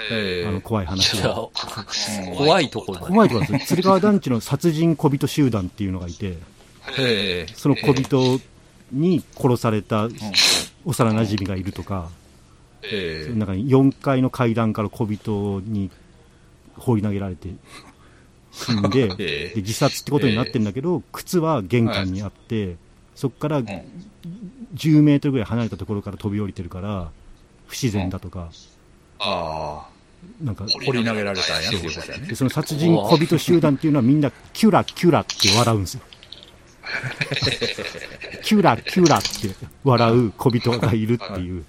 Speaker 2: え
Speaker 1: あの
Speaker 2: え。
Speaker 1: 怖い話
Speaker 4: いや
Speaker 1: が。
Speaker 2: うん
Speaker 4: 怖いとこだね。
Speaker 1: 怖いとこなんですよ鶴川団地の殺人小人集団っていうのがいて
Speaker 2: ええ。
Speaker 1: その小人に殺された幼なじみがいるとか、
Speaker 2: ええ。
Speaker 1: なんか4階の階段から小人に放り投げられて死んで
Speaker 2: え
Speaker 1: で自殺ってことになってるんだけど、靴は玄関にあって、そこから
Speaker 2: え。
Speaker 1: 10メートルぐらい離れたところから飛び降りてるから、不自然だとか、
Speaker 2: ああ。
Speaker 1: なんか、
Speaker 2: 掘り投げられたんやっていうことやね
Speaker 1: で。その殺人小人集団っていうのはみんな、キュラキュラって笑うんですよ。キュラキュラって笑う小人がいるっていう。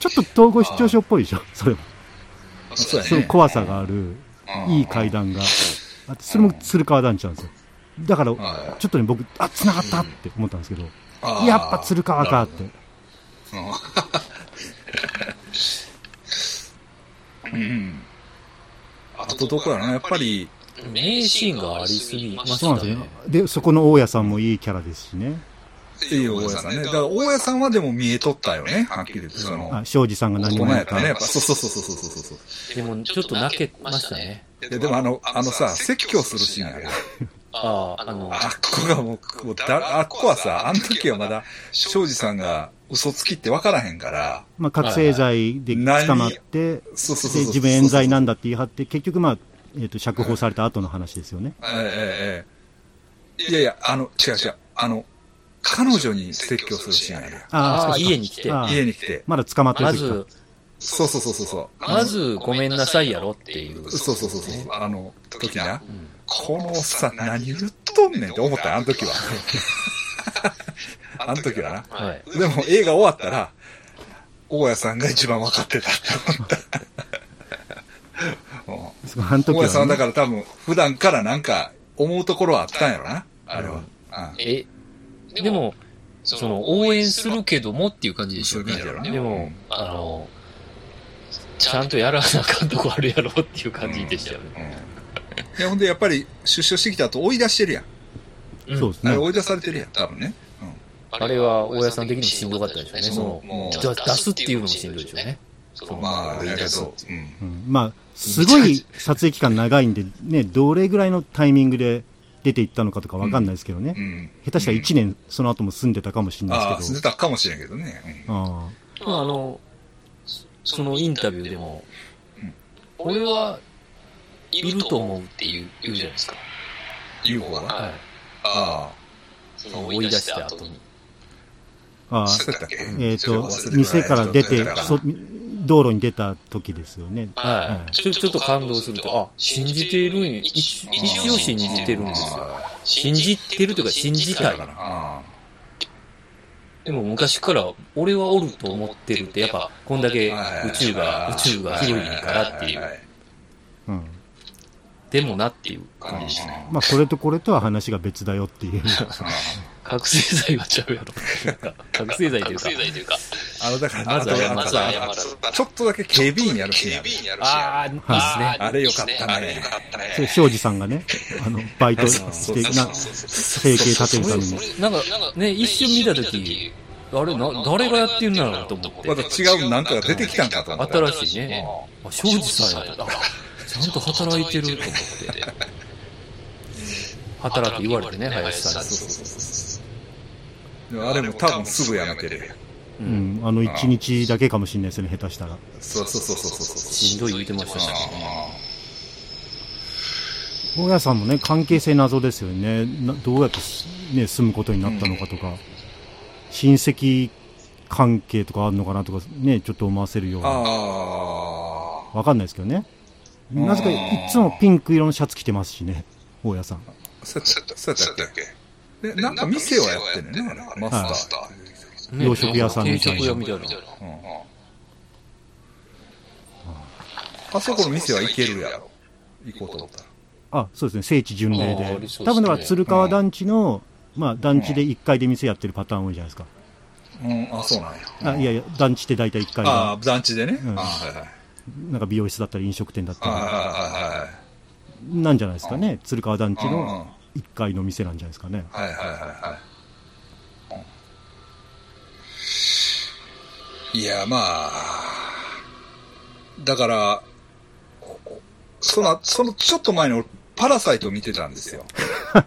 Speaker 1: ちょっと統合失調症っぽいでしょそれも。
Speaker 2: そうやね。
Speaker 1: その怖さがある、
Speaker 2: うん
Speaker 1: いい階段が。あそれも鶴川団地なんですよ。だから、
Speaker 2: は
Speaker 1: ちょっとね、僕、あ、繋がったって思ったんですけど、
Speaker 2: あー
Speaker 1: やっぱ鶴川かって。
Speaker 2: うん。あとどこやな、やっぱり、
Speaker 4: 名シーンがありすぎました
Speaker 1: そうなんですよね。で、そこの大家さんもいいキャラですしね。
Speaker 2: いい大家さんね。だから大家さんはでも見えとったよね、はっきり言って。その、
Speaker 1: あ、庄司さんが
Speaker 2: 大
Speaker 1: 何
Speaker 2: 人
Speaker 1: 者
Speaker 2: や
Speaker 1: や
Speaker 2: から
Speaker 1: か
Speaker 2: ね、やっぱ。そうそうそうそうそうそうそう。
Speaker 4: でも、ちょっと泣けましたね。
Speaker 2: いや、でもあの、あのさ、説教するシーンやけど、
Speaker 4: ああ、あの、
Speaker 2: あっこがもう、もうだ、あっこはさ、あの時はまだ、庄司さんが嘘つきってわからへんから、
Speaker 1: まあ、覚醒剤で捕まって、で、
Speaker 2: そうそうそうそう。
Speaker 1: 自分冤罪なん
Speaker 2: だ。
Speaker 1: だって言い張って、結局まあ、えっと、釈放された後の話ですよね。
Speaker 2: ええええええ。いやいや、あの、違う違う。あの、彼女に説教するシーンやけど、
Speaker 4: あ
Speaker 1: そ
Speaker 4: あ、
Speaker 1: うそう
Speaker 4: 家に来て、
Speaker 1: あ
Speaker 4: ま
Speaker 1: ー
Speaker 2: 家に来て、
Speaker 1: まだ捕まってる時か。
Speaker 4: ず、
Speaker 2: そうそうそうそうそう。
Speaker 4: まずごめんなさいやろっていう。
Speaker 2: そうそうそうそう。あの、時な
Speaker 4: う。ん
Speaker 2: このおっさん何言っとんねんって思ったよあの時は。あの時はな。
Speaker 4: はい。
Speaker 2: でも映画終わったら、大家さんが一番分かってた (laughs) って
Speaker 1: そうあの
Speaker 2: 思った。うん
Speaker 1: 時
Speaker 2: 大家さん
Speaker 1: は
Speaker 2: はだ
Speaker 1: ね、
Speaker 2: から多分普段からなんか思うところはあったんやろな。あれは。うん
Speaker 4: え、でも、その、応援するけどもっていう感じでしょうね。
Speaker 2: そういう感じやろね
Speaker 4: で
Speaker 2: う
Speaker 4: も
Speaker 2: ん、
Speaker 4: あの、ちゃんとやらなあかんとこあるやろっていう感じでしたよね。
Speaker 2: うん (laughs) いやほんでやっぱり出所してきた後追い出してるやん。
Speaker 4: うん
Speaker 1: そうです
Speaker 2: あれ
Speaker 1: ね。
Speaker 2: 追い出されてるやん、多分ね。
Speaker 4: あれは、大家さん的にもしんどかったでしょうね。
Speaker 2: そう
Speaker 4: そ
Speaker 2: も
Speaker 4: の、
Speaker 2: う
Speaker 4: じゃあ出すっていうのもしんどいでしょうね。その
Speaker 2: まあ、やけど、うん。
Speaker 1: うんまあ、すごい撮影期間長いんで、ね、どれぐらいのタイミングで出ていったのかとかわかんないですけどね。
Speaker 2: うん。
Speaker 1: 下手したら1年、その後も住んでたかもしれない
Speaker 2: ああ、
Speaker 1: です
Speaker 2: 住
Speaker 1: け
Speaker 2: んで
Speaker 1: ど。
Speaker 2: たかもしれんけどね。うん
Speaker 1: あ
Speaker 4: まああの、そのインタビューでも
Speaker 2: うん、
Speaker 4: 俺はいると思うって言う言うじゃないですか。
Speaker 2: UFO はな。
Speaker 4: はい。
Speaker 2: ああ。
Speaker 4: その追い出した後に。
Speaker 1: あああ、
Speaker 2: そうだったっけ
Speaker 1: えっ
Speaker 2: ちょ
Speaker 1: と
Speaker 2: っ忘れて、
Speaker 1: 店から出て
Speaker 2: ちょっ、と
Speaker 1: そ道路に出た時ですよね。
Speaker 4: はいい。ちょちょっと感動すると、あ、信じているん、一一応信じてるんですよ。信じてるというか信じた
Speaker 2: だか
Speaker 4: い
Speaker 2: らな。ああ
Speaker 4: でも昔から俺はおると思ってるって、やっぱこんだけ宇宙が、宇宙が広いからってい
Speaker 2: は
Speaker 4: う。
Speaker 2: い
Speaker 1: うん
Speaker 4: でもなっていう。
Speaker 2: 感じでしたね。
Speaker 1: まあ、これとこれとは話が別だよって
Speaker 2: (laughs)
Speaker 1: いう。
Speaker 4: 覚醒剤はちゃう (laughs) やろ。なんか覚醒剤というか。
Speaker 3: 剤というか、
Speaker 2: あの、だから、
Speaker 4: まずは
Speaker 2: あ
Speaker 4: まず
Speaker 2: と
Speaker 4: は
Speaker 2: あ
Speaker 4: 謝
Speaker 2: の
Speaker 4: ら
Speaker 2: ちょっとだけ警備員やるシー
Speaker 3: 警
Speaker 2: ンある
Speaker 3: 備員やるし。
Speaker 4: ああ、いいですね。
Speaker 2: あれよかったね
Speaker 3: あれよかったね。
Speaker 1: そう庄司さんがね、あの、バイトして、な、生計立てるために。
Speaker 4: なんかね、一瞬見たとき、あれな、誰がやってるんだろうと思って。
Speaker 2: また違うなんかが出てきたんかと思った。
Speaker 4: 新しいね。あ、庄司さんやった。あちゃんと働いてると思って。働け言われてね、林さんに。
Speaker 2: でもあれも多分すぐやめてる。
Speaker 4: う。
Speaker 1: うんん、あの、一日だけかもしれないですよね、下手したら。
Speaker 2: そうそうそうそうそうそう。
Speaker 4: しんどい言うてましたしね。
Speaker 2: あ
Speaker 1: 大家さんもね、関係性謎ですよね。などうやってし、ね、住むことになったのかとか、親戚関係とかあるのかなとか、ね、ちょっと思わせるような。
Speaker 2: ああ
Speaker 1: わかんないですけどね。なぜか、いつもピンク色のシャツ着てますしね、大家さん。
Speaker 2: ー。そうやったそうやったっけで、なんか店をやってんねんね、あれマ
Speaker 1: マ
Speaker 2: ス
Speaker 1: ス
Speaker 2: ター。
Speaker 4: ね
Speaker 1: 洋食屋さんみたいな
Speaker 4: 定食屋みたいな。
Speaker 2: うんうんあそこの店は行けるやろ。行こうと思ったら。
Speaker 1: あ、そうですね、聖地巡礼
Speaker 4: あーありそ
Speaker 1: で。
Speaker 4: うですね
Speaker 1: 多分だから、鶴川団地の、まあ、団地で1階で店やってるパターン多いじゃないですか。
Speaker 2: うん、あ、そうなんや。
Speaker 1: あいやいや、団地って大体1階
Speaker 2: あ
Speaker 1: が、
Speaker 2: あ、団地でね。
Speaker 1: うん
Speaker 2: あはいはい。
Speaker 1: なんか美容室だったり飲食店だった
Speaker 2: あ
Speaker 1: り。
Speaker 2: はいはいはい。
Speaker 1: なんじゃないですかね、鶴川団地
Speaker 2: うんうん
Speaker 1: の1階の店なんじゃないですかね。
Speaker 2: はいはいはいはいうん。いや、まあ、だから、おおその、そのちょっと前に俺、パラサイト見てたんですよ。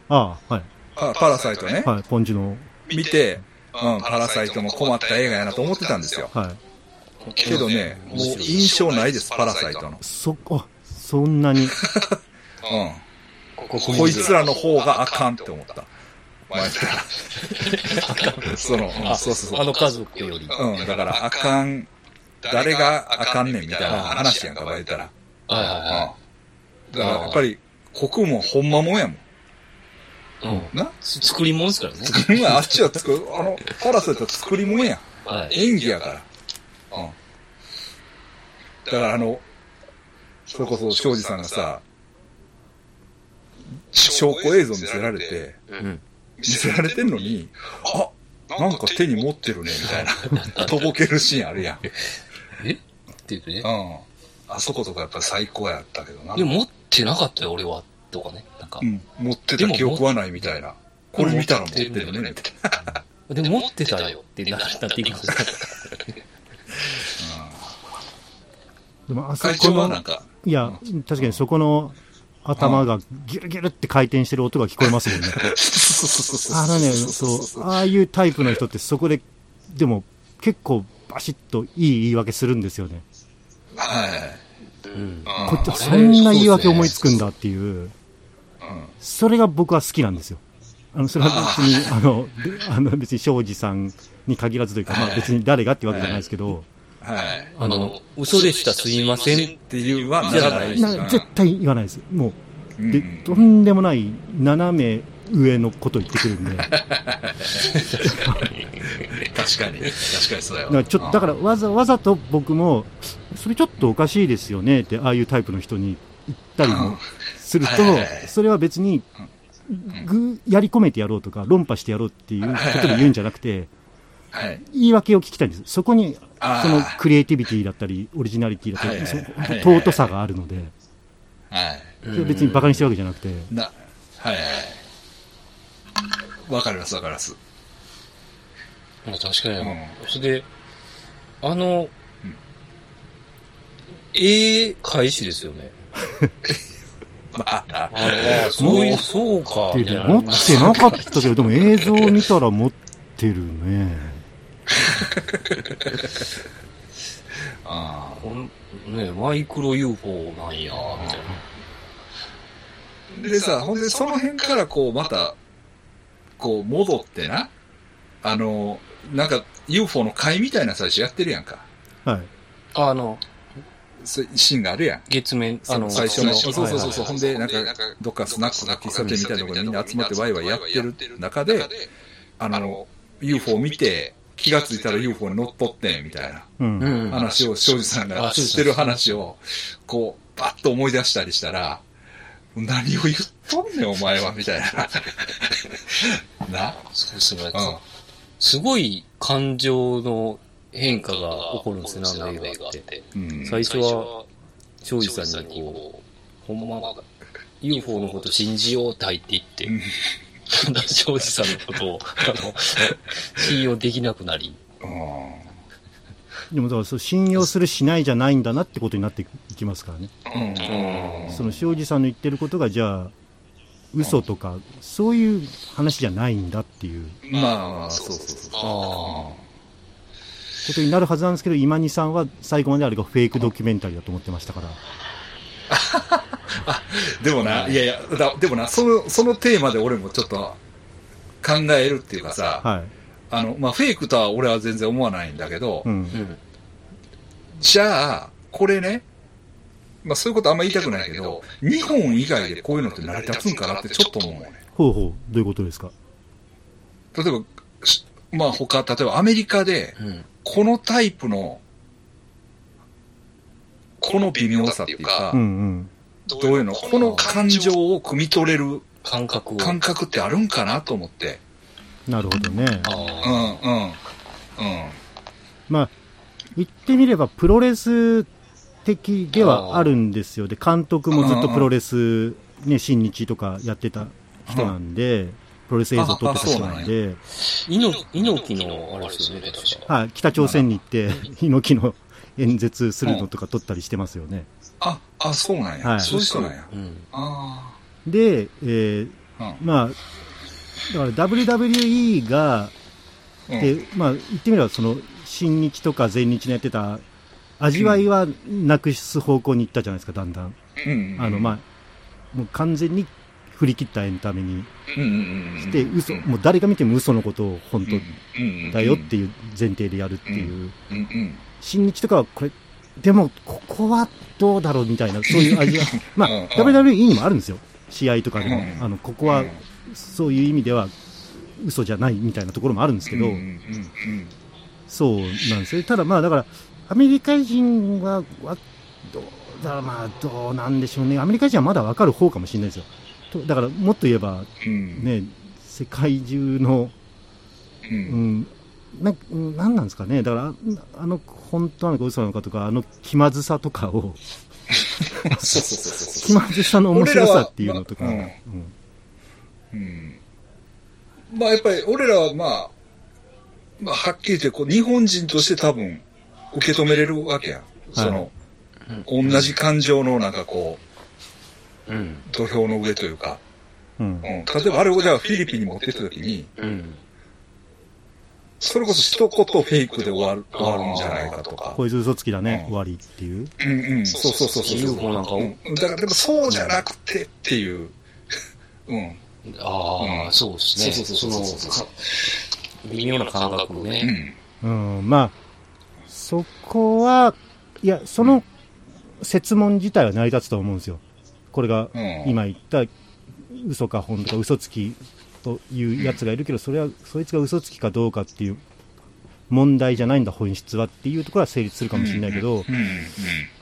Speaker 1: ああ、はい。
Speaker 2: パパラサイトね。
Speaker 1: はい、ポンジュの、
Speaker 2: 見て、うん、パラサイトも困った映画やなと思ってたんですよ。
Speaker 1: はい。
Speaker 2: けどね、もう印象ないです、パラサイトの。
Speaker 1: そ、あ、そんな (laughs) に。
Speaker 2: う
Speaker 3: こ
Speaker 2: ん。こいつらの方があかんって思った。前から。その、うんそうそうそ
Speaker 4: あ
Speaker 2: う。
Speaker 4: の家族より。
Speaker 2: うん、だから、あかん、誰があかんねんみたいな話やんか、言ったら。
Speaker 4: はいは
Speaker 2: うん。だから、やっぱり、国もほんまもんやも (laughs) ん。
Speaker 4: いはい。うん。
Speaker 2: な
Speaker 4: つ作り物ですからね。
Speaker 2: 今、あっちは作る、あの、パラサイトは作りもんやん。
Speaker 4: はい。
Speaker 2: 演技やから。うん。だから、あの、それこそ、庄司さんがさ、証拠映像見せられて、
Speaker 4: うん。
Speaker 2: 見せられてんのに、あなんか手に持ってるね、みたい (laughs) な。とぼけるシーンあるやん。
Speaker 4: えって言ってね。
Speaker 2: うん。あそことかやっぱ最高やったけどな。
Speaker 4: でも持ってなかったよ、俺は。とかね。なんか
Speaker 2: う。ん、持ってた記憶はないみたいな。これ見たら持ってるよね、みたいな。
Speaker 4: でも持ってたよってななっていきます。
Speaker 1: でも、あそ
Speaker 2: 会
Speaker 1: こ
Speaker 2: 長はな
Speaker 1: の
Speaker 2: ん、か、
Speaker 1: いや、確かにそこの頭がギュルギュルって回転してる音が聞こえますもんね。 (laughs)
Speaker 2: (laughs)
Speaker 1: あのね、そう、ああいうタイプの人ってそこで、でも、結構バシッといい言い訳するんですよね。
Speaker 2: はい。
Speaker 4: うん。
Speaker 1: こっち
Speaker 2: う
Speaker 1: そんな言い訳思いつくんだっていう。
Speaker 2: ん
Speaker 1: それが僕は好きなんですよ。あの、それは別に、あの、であの別に庄司さんに限らずというか、まあ別に誰がってわけじゃないですけど、
Speaker 2: はい。っ
Speaker 4: あの、嘘でした、すいません。
Speaker 2: ていうはならない。
Speaker 1: な絶対言わないです。も
Speaker 2: う
Speaker 1: う、
Speaker 2: ん
Speaker 1: で、とんでもない斜め上のこと言ってくるん
Speaker 2: (laughs)
Speaker 1: で、だか
Speaker 2: 確かに。確かにそうやわ
Speaker 1: らちょっと、だからわざわざと僕も、それちょっとおかしいですよねって、ああいうタイプの人に言ったりもする
Speaker 2: うんはいはいはい
Speaker 1: と、それは別に、ぐ、やり込めてやろうとか、論破してやろうっていうことで言うんじゃなくて、
Speaker 2: はい。
Speaker 1: 言い訳を聞きたいんです。そこに、
Speaker 2: あー
Speaker 1: そのクリエイティビティだったり、オリジナリティだった
Speaker 2: はい
Speaker 1: り、
Speaker 2: はい
Speaker 1: そ
Speaker 2: は
Speaker 1: の
Speaker 2: い
Speaker 1: 尊さがあるので、
Speaker 2: はい。
Speaker 1: それ別に馬鹿にしてるわけじゃなくて、
Speaker 2: な、はい。わかります、わかります。
Speaker 4: まあ確かに、
Speaker 2: うん
Speaker 4: それで、あの、ええ返しですよね。
Speaker 2: まあ、
Speaker 4: あれ、そういう、そうか。
Speaker 1: ってい
Speaker 4: み
Speaker 1: う
Speaker 4: たいな
Speaker 1: 持ってなかったけど、でも映像を見たら持ってるね。
Speaker 2: あ
Speaker 4: ほんねマイクロ UFO なんや、みたいな。
Speaker 2: でさ、ほんで、その辺からこう、また、こう、戻ってな、あの、なんか、UFO の会みたいな最初やってるやんか。
Speaker 1: はい。
Speaker 4: あの、
Speaker 2: そういうシーンがあるやん。
Speaker 4: 月面、あ
Speaker 2: あ
Speaker 4: の、
Speaker 2: の、最初の、そ
Speaker 4: そうう
Speaker 2: そ
Speaker 4: そうう
Speaker 2: そそう、
Speaker 4: そううそう。
Speaker 2: ほんで、なんか、どっかスナックか喫茶店みたいなところにみんな集まってワイワイやってる中で、あの、UFO 見て、気がついたら UFO に乗っ取ってん、みたいな
Speaker 1: うん
Speaker 4: う。ん。
Speaker 2: 話を、庄司さんが
Speaker 4: あ庄司
Speaker 2: し
Speaker 4: さ
Speaker 2: て
Speaker 4: ん
Speaker 2: る話を、こう、バッと思い出したりしたら、何を言っとんねん、お前は、みたいな。な、
Speaker 4: そうですね。
Speaker 2: うん。
Speaker 4: すごい感情の変化が起こるんですね、あの
Speaker 3: の
Speaker 4: 映
Speaker 3: 映
Speaker 4: 画
Speaker 3: 画
Speaker 4: っ。
Speaker 3: ってて。
Speaker 2: うん
Speaker 4: 最初
Speaker 3: 最初
Speaker 4: は、
Speaker 3: は、
Speaker 4: 庄
Speaker 3: ジ
Speaker 4: 司
Speaker 3: ョージ
Speaker 4: さ
Speaker 3: さ
Speaker 4: ん
Speaker 3: んに
Speaker 4: にこ
Speaker 3: こ
Speaker 4: う、ほん
Speaker 3: う、ま
Speaker 4: ま
Speaker 3: あ、
Speaker 4: UFO のこと信じようって入っていって
Speaker 2: う、ん
Speaker 4: だんだん庄司さんのことを、あの、 (laughs) 信用できなくなり、
Speaker 2: うん
Speaker 1: でもだからそう信用するしないじゃないんだなってことになっていきますからね、
Speaker 2: うん
Speaker 1: その庄司さんの言ってることがじゃあ嘘とかそういう話じゃないんだっていう
Speaker 2: まあまあ、そうそうそう。
Speaker 4: あ
Speaker 1: ことになるはずなんですけど今にさんは最後まであれがフェイクドキュメンタリーだと思ってましたから
Speaker 2: でもな、いやいや、だでもな、その、そのテーマで俺もちょっと考えるっていうかさ、
Speaker 1: はい、
Speaker 2: あの、まあ、フェイクとは俺は全然思わないんだけど、
Speaker 1: うん
Speaker 4: う、ん。
Speaker 2: じゃあ、これね、まあ、そういうことあんま言いたくないけど、日本以外でこういうのって成り立つんかなってちょっと思うね。
Speaker 1: ほうほうどういうことですか
Speaker 2: 例えば、しまあ、他、例えばアメリカで、
Speaker 4: うん。
Speaker 2: このタイプの、この微妙さっていうか
Speaker 1: う、んうん
Speaker 3: ど
Speaker 2: どういうの、この感情を汲み取れる
Speaker 4: 感覚を。
Speaker 2: 感覚ってあるんかなと思って。
Speaker 1: なるほどね
Speaker 4: あ
Speaker 2: うん、
Speaker 4: あ。
Speaker 2: うん、うん。
Speaker 1: まあ言ってみればプロレス的ではあるんですよで監督もずっとプロレス、ね、新日とかやってた人なんでプロレス映像を撮ってた人なんで
Speaker 4: 猪木猪木の、あれですよね、確か。
Speaker 1: はい、北朝鮮に行って、猪木の演説するのとか撮ったりしてますよね。
Speaker 2: あ、あ、そうなんや。
Speaker 1: はい
Speaker 2: そういう人なんや。
Speaker 4: うん。
Speaker 2: あ
Speaker 1: で、えー
Speaker 2: あ。うん
Speaker 1: まあ、だから WWE が、
Speaker 2: うん
Speaker 1: でまあ、言ってみれば、その、新日とか全日のやってた、味わいはなくす方向に行ったじゃないですか、だんだん。
Speaker 2: うん
Speaker 1: あの、まあ、もう完全に振り切ったエンタメに
Speaker 2: うんうんうん
Speaker 1: して、嘘、
Speaker 2: うん
Speaker 1: もう誰が見ても嘘のことを本
Speaker 2: うん
Speaker 1: 当だよっていう前提でやるっていう。
Speaker 2: うんうん
Speaker 1: 新日とかはこれ、でも、ここはどうだろうみ
Speaker 2: (laughs)
Speaker 1: たいな、そういう味は、まあ
Speaker 2: うんうん、
Speaker 1: WWE にもあるんですよ、試合とかでも、
Speaker 2: うん
Speaker 1: あのここ
Speaker 2: うん
Speaker 1: はそういう意味では嘘じゃないみたいなところもあるんですけど、
Speaker 2: うんうんうん
Speaker 1: そうなんですよ、ただまあ、だから、アメリカ人は、わどうだろう、まあ、どうなんでしょうね、アメリカ人はまだ分かる方かもしれないですよ、とだからもっと言えば、
Speaker 2: うん
Speaker 1: ね、世界中の
Speaker 2: う
Speaker 1: うんん、なんうんなんなんですかね、だから、ああの、本当なのか嘘なのかとか、あの気まずさとかを、
Speaker 2: そうそうそう
Speaker 1: 気
Speaker 2: そう
Speaker 1: まずさの面白さっていうのとか、
Speaker 2: 俺らはま
Speaker 1: うん
Speaker 2: うんまあやっぱり俺らはまあまあはっきり言ってこう日本人として多分受け止めれるわけやんその同じ感情のなんかこ
Speaker 4: うん。
Speaker 2: う土俵の上というか
Speaker 1: うん
Speaker 2: うん例えばあれをじゃあフィリピンに持ってった時に
Speaker 4: うん。
Speaker 2: それこそ一言フェイクで終わる終わるんじゃないかとか
Speaker 1: こいつ嘘つきだね、
Speaker 2: うん
Speaker 1: 終わりっていう。
Speaker 2: うんうん、そうそうそうそう。
Speaker 4: UFO なんかを
Speaker 2: うんだから、でもそうじゃなくてっていう。うん。
Speaker 4: あ
Speaker 2: う
Speaker 4: あ、
Speaker 2: ん
Speaker 4: そうですね。
Speaker 2: そうそうそうそうそう
Speaker 4: のか微妙な感覚を
Speaker 2: う
Speaker 4: ね。
Speaker 2: ん。
Speaker 1: うん、まあ、そこは、いや、その説問自体は成り立つと思うんですよ。これが、
Speaker 2: うん。
Speaker 1: 今言った、嘘か本当か嘘つきというやつがいるけど、それは、そいつが嘘つきかどうかっていう問題じゃないんだ、本質はっていうところは成立するかもしれないけど、
Speaker 2: うん。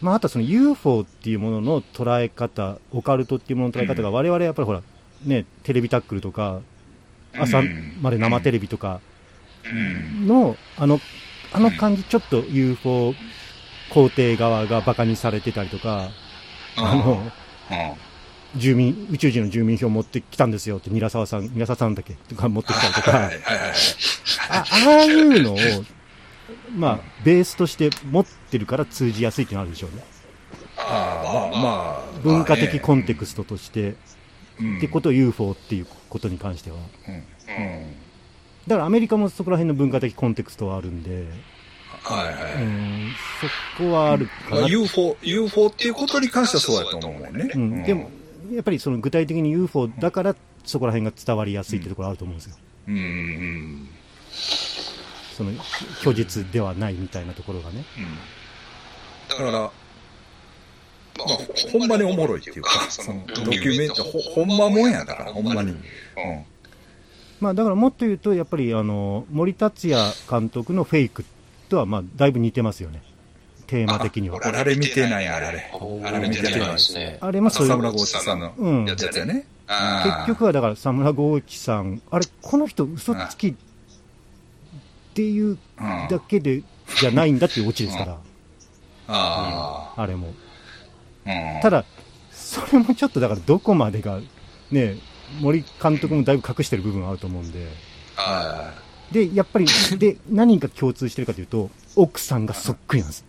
Speaker 1: まあ、あとはその UFO っていうものの捉え方、オカルトっていうものの捉え方が、我々やっぱりほら、ね、テレビタックルとか、朝まで生テレビとか
Speaker 2: うん。
Speaker 1: の、あの、あの感じ、ちょっと UFO 皇帝側がバカにされてたりとか、あの、住民、宇宙人の住民票持ってきたんですよって、韮沢さん、韮沢さんだっけとか持ってきたりと
Speaker 2: はい
Speaker 1: か
Speaker 2: はい、はいはい。
Speaker 1: あああいうのを、まあ、ベースとして持ってるから通じやすいっていうのあるでしょうね。
Speaker 2: ああ、まあ、まあ。
Speaker 1: 文化的コンテ
Speaker 2: ス
Speaker 1: クストとして。
Speaker 2: ト
Speaker 1: ってこと UFO っていうことに関しては。
Speaker 2: うん。うん。
Speaker 1: だからアメリカもそこら辺の文化的コンテクストはあるんで、
Speaker 2: はいは
Speaker 1: う
Speaker 2: い。
Speaker 1: ん、そこはあるか
Speaker 2: ま
Speaker 1: な
Speaker 2: あ、。UFO、UFO っていうことに関してはそうやと思うもんね。
Speaker 1: うん、でも、、やっぱりその具体的に UFO だからそこら辺が伝わりやすいってところあると思うんですよ。
Speaker 2: うんうん。
Speaker 1: その虚実ではないみたいなところがね。
Speaker 2: うん。だから、まあ、ほんまにおもろいっていうか、その、ドキュメント、ほ、ほんまもんやだから、ほんまに。うん。
Speaker 1: まあ、だからもっと言うと、やっぱりあの森達也監督のフェイクとはまあだいぶ似てますよね、テーマ的には。
Speaker 2: あ
Speaker 1: あ
Speaker 2: られ見てない、あられ。
Speaker 3: あ
Speaker 2: あられ見てない
Speaker 3: ですね。
Speaker 1: れもそうい
Speaker 2: 浅
Speaker 1: う、
Speaker 2: 村豪一さんの
Speaker 1: うん、
Speaker 2: や
Speaker 1: 結
Speaker 2: つやつやね。あー
Speaker 1: 局はだから、沢村豪一さん、あれ、この人、嘘つきっていう
Speaker 2: うん
Speaker 1: だけでじゃないんだっていうオチですから、
Speaker 2: あ
Speaker 1: あれも。
Speaker 2: ー。うん
Speaker 1: ただ、それもちょっとだから、どこまでが、ね、森監督もだいぶ隠してる部分あると思うんで。
Speaker 2: あ
Speaker 1: で、やっぱり、で、何が共通してるかというと、奥さんがそっくりなんです。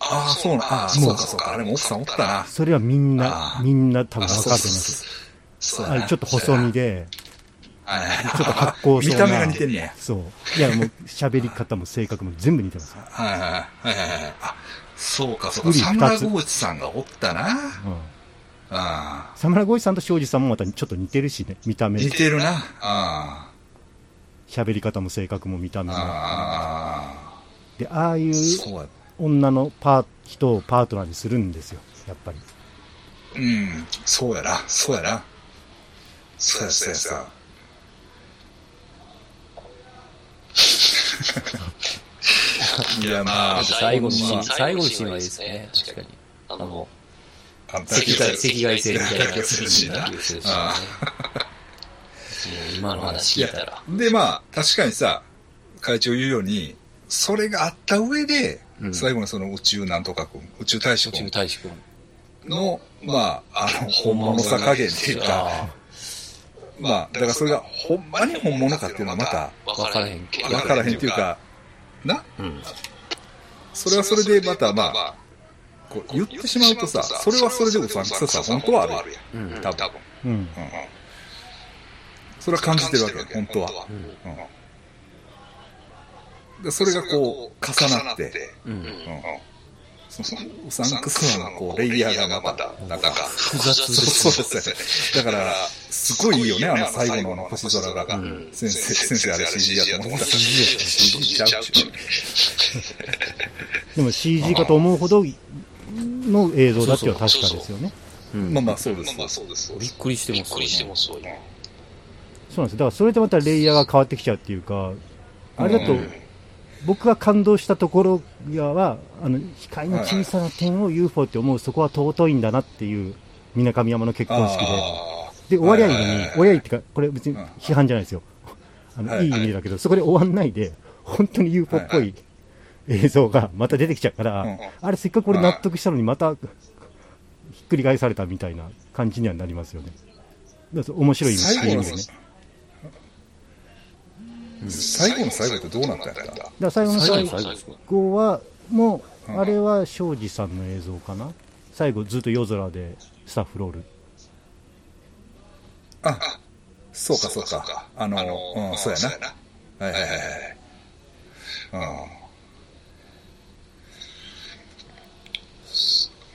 Speaker 2: ーあー、そうな、ああー、そうか、そうか。あれも奥さんおったな。あ
Speaker 1: それはみんな
Speaker 2: あ、ー
Speaker 1: みんな多分分かっ
Speaker 2: ー
Speaker 1: て
Speaker 2: そう
Speaker 1: ます。
Speaker 2: そうそうそう
Speaker 1: あ
Speaker 2: や
Speaker 1: れ
Speaker 2: な
Speaker 1: ちょっと細身
Speaker 2: で。
Speaker 1: で、
Speaker 2: ち
Speaker 1: ちょっと発光
Speaker 2: 見
Speaker 1: 症
Speaker 2: た目
Speaker 1: な
Speaker 2: が似てんねや。
Speaker 1: そう。いや、もう喋り方も性格も全部似てます。
Speaker 2: はいはいはいはいはい。あ、そうか、そうか。
Speaker 1: 瓜二つ
Speaker 2: サムラゴーチさんがおったな。
Speaker 1: うん。
Speaker 2: あ
Speaker 1: サムラゴイさんと庄司さんもまたちょっと似てるしね、見た
Speaker 2: ー
Speaker 1: 目。
Speaker 2: 似てるな。あ
Speaker 1: 喋り方も性格も見た
Speaker 2: ー
Speaker 1: 目も。
Speaker 2: あ
Speaker 1: で、ああい
Speaker 2: ー。
Speaker 1: う
Speaker 2: そうや。
Speaker 1: 女のパー人をパートナーにするんですよ、やっぱり。
Speaker 2: うん、そうやな。そうやな。そうや、そう
Speaker 1: (laughs)
Speaker 2: や、そうや。いや、まあ、
Speaker 4: 最後のシー
Speaker 2: ま
Speaker 4: ン、最後のシーンはいいですね。確かに。あ
Speaker 3: あ
Speaker 4: の
Speaker 3: の、、
Speaker 2: あ、赤
Speaker 4: 赤外赤外線みたいな。
Speaker 2: 赤外線シーンな
Speaker 4: 赤外線シーンね
Speaker 2: あ
Speaker 4: うん今の話聞いたら。
Speaker 2: で、まあ、確かにさ、会長言うように、それがあった上で、
Speaker 4: うん
Speaker 2: 最後のその宇宙なんとか君、宇宙大使
Speaker 4: 宇宙
Speaker 2: 君
Speaker 4: 大使君。
Speaker 2: の、まあ、あの、本物さ加減っていうか、
Speaker 4: あ
Speaker 2: まあ、だからそれが、ほんまに本物かっていうのはまた、
Speaker 3: わ
Speaker 4: あ、わからへんけど。
Speaker 2: わからへんっていうか、な、
Speaker 4: うん。
Speaker 2: それはそれでまた、まあ、こう言ってしまうとさ、それはそれでうさんくささ、本当はあるや
Speaker 4: うん
Speaker 2: ん。多分。
Speaker 1: うん。
Speaker 2: うん。それは感じてるわけよ、本当は。
Speaker 4: うん
Speaker 2: でそれがこう、重なって、
Speaker 4: うん。
Speaker 2: うん。そのうさんくさなの、こう、レイヤーがまた、なんか、
Speaker 4: 複雑で
Speaker 2: そう
Speaker 4: す
Speaker 2: そう
Speaker 4: ね。
Speaker 2: ですね。だから、すごいいいよね、あの最後の星空が。
Speaker 4: うん
Speaker 2: 先生、先生あれ CG やと思った。CG ちゃうっちゅう
Speaker 1: でも CG かと思うほどの映像だっていうのは確かですよね。
Speaker 4: うん
Speaker 2: まあまあ、そうです。
Speaker 3: まあそうです。
Speaker 4: びっくりしてますよ
Speaker 3: び
Speaker 4: ね
Speaker 3: っくりしてますよね。
Speaker 1: そうなんですよだからそれでまたレイヤーが変わってきちゃうっていうか、あれだと
Speaker 2: うん
Speaker 1: 僕が感動したところは、あの光の小さな点を UFO って思う、そこは尊いんだなっていう、みなかみ山の結婚式
Speaker 2: あ
Speaker 1: で、で終わりゃいい
Speaker 2: はい
Speaker 1: の
Speaker 2: は
Speaker 1: に
Speaker 2: いは、い
Speaker 1: 終わりゃいいってか、これ別に
Speaker 2: うん
Speaker 1: 批判じゃないですよ、 (laughs) あの
Speaker 2: はいい
Speaker 1: い意味だけど、そこで終わんないで、本当に UFO っぽい映像がまた出てきちゃうか
Speaker 2: うんう
Speaker 1: ら
Speaker 2: ん、
Speaker 1: あれ、せっかく俺納得したのに、またひっくり返されたみたいな感じにはなりますよね。だから面白い意味っていう
Speaker 2: 最
Speaker 1: 意
Speaker 2: 後の
Speaker 1: 味でね。
Speaker 2: 最後の最後ってどうなったんやった
Speaker 1: だから最後の最
Speaker 4: 最
Speaker 1: 後
Speaker 4: 後、最後ですね。
Speaker 1: 後は、もう、
Speaker 2: うん
Speaker 1: あれは庄司さんの映像かな、最後、ずっと夜空でスタッフロール、
Speaker 2: あ、そうかそうか。あの、うん、そうやな。はいはいはいはい。